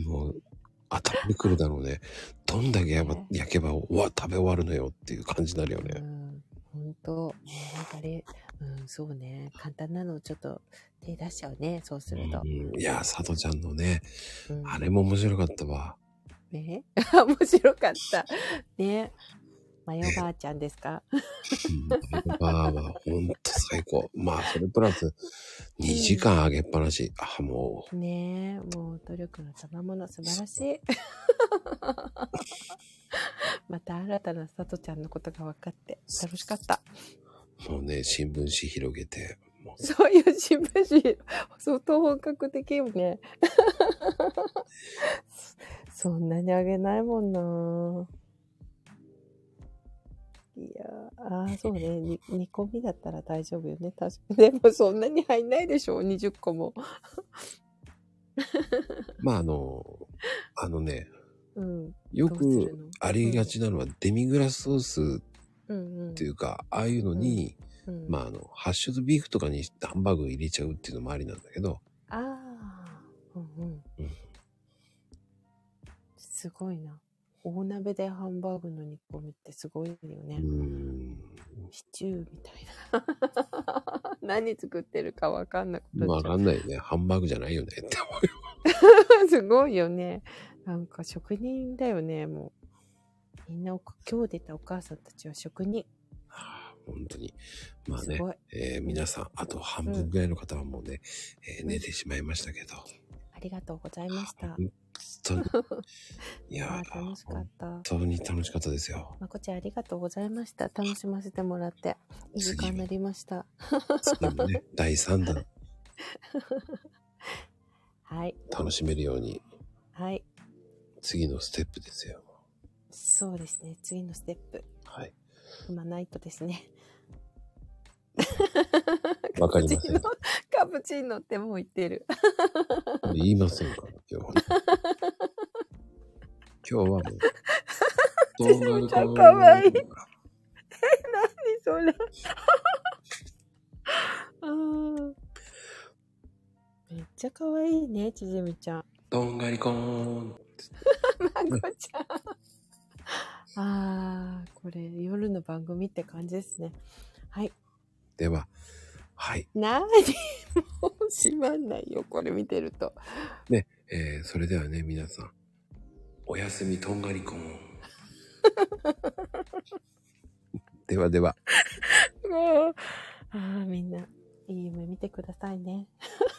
A: もう、頭にくるだろうね。どんだけやば
D: ね
A: 焼けば、うわ、食べ終わるのよっていう感じになるよ
D: う
A: ね。
D: ん、本当もうなんかあれ、うん、そうね。簡単なのをちょっと手出しちゃうね。そうすると。
A: うんいやー、佐藤ちゃんのね、
D: うん
A: あれも面白かったわ。
D: ね [laughs] 面白かった。ね。マヨばあちゃんですか
A: うん、バーはほんと最高。まあ、それプラス、2時間揚げっぱなし。あ、も
D: ねえ、もう努力の賜物素晴らしい。 [laughs] また新たなさとちゃんのことが分かって楽しかった。
A: う、もうね、新聞紙広げて、もう、
D: [laughs] そういう新聞紙、相当本格的よね。 [laughs] そんなにあげないもんな。いやー、あーそうね。に煮込みだったら大丈夫よね。確かに。 [laughs] でもそんなに入んないでしょ ?20 個も。
A: まあ、あの、あのね、
D: うん。
A: よ
D: どうする
A: く
D: の
A: ありがちなのは、デミグラスソース
D: うんうん。
A: っていうか、ああいうのに、
D: うん
A: まあ、あの、ハッシュドビーフとかにハンバーグ入れちゃうっていうのもありなんだけど、
D: ああ、うんう
A: うんん。
D: すごいな。大鍋でハンバーグの煮込みってすごいよ
A: う
D: ね。
A: ーん。
D: シチューみたいな。 [laughs] 何作ってるかわかんなくな
A: わ
D: っちゃ
A: か
D: う。
A: んないよね。ハンバーグじゃないよねって思うよ。
D: [laughs] すごいよね。なんか職人だよね、もう。みんなおか今日出たお母さんたちは職人。
A: 本当に。まあ
D: す
A: ね、
D: ごい。
A: えー皆さん、あと半分ぐらいの方はもうね、えー寝てしまいましたけど、
D: ありがとうございました。 [laughs]
A: 本当に、い
D: あ
A: や
D: ー
A: ー、
D: 楽しかっ
A: 本
D: た。
A: 当に楽しかったですよ。
D: まこちゃんありがとうございました。楽しませてもらって。いい時間になりました。
A: 次も
D: [laughs]
A: ね、第3弾
D: はい。
A: 楽しめるように、
D: はい。
A: 次のステップですよ。
D: そうですね。次のステップ。
A: はい。
D: 今ないとですね。
A: わかりません
D: カプチーノカプチーノってもう言ってる。
A: 言いませんから、今日
D: [laughs]
A: はね、今日はもう、
D: [laughs]
A: 動
D: ちゃんかわいい
A: 画
D: 何それ。あーめっちゃ可愛いね、ちじみちゃん。
A: どんがりこーん。
D: まこちゃん。あー、これ夜の番組って感じですね。はい。
A: では、はい。
D: なーにもう閉まんないよ、これ見てると。
A: えー、それではね、皆さん、おやすみとんがりこー
D: [laughs]
A: ん。ではでは。
D: もうあーみんな、いい夢見てくださいね。 [laughs]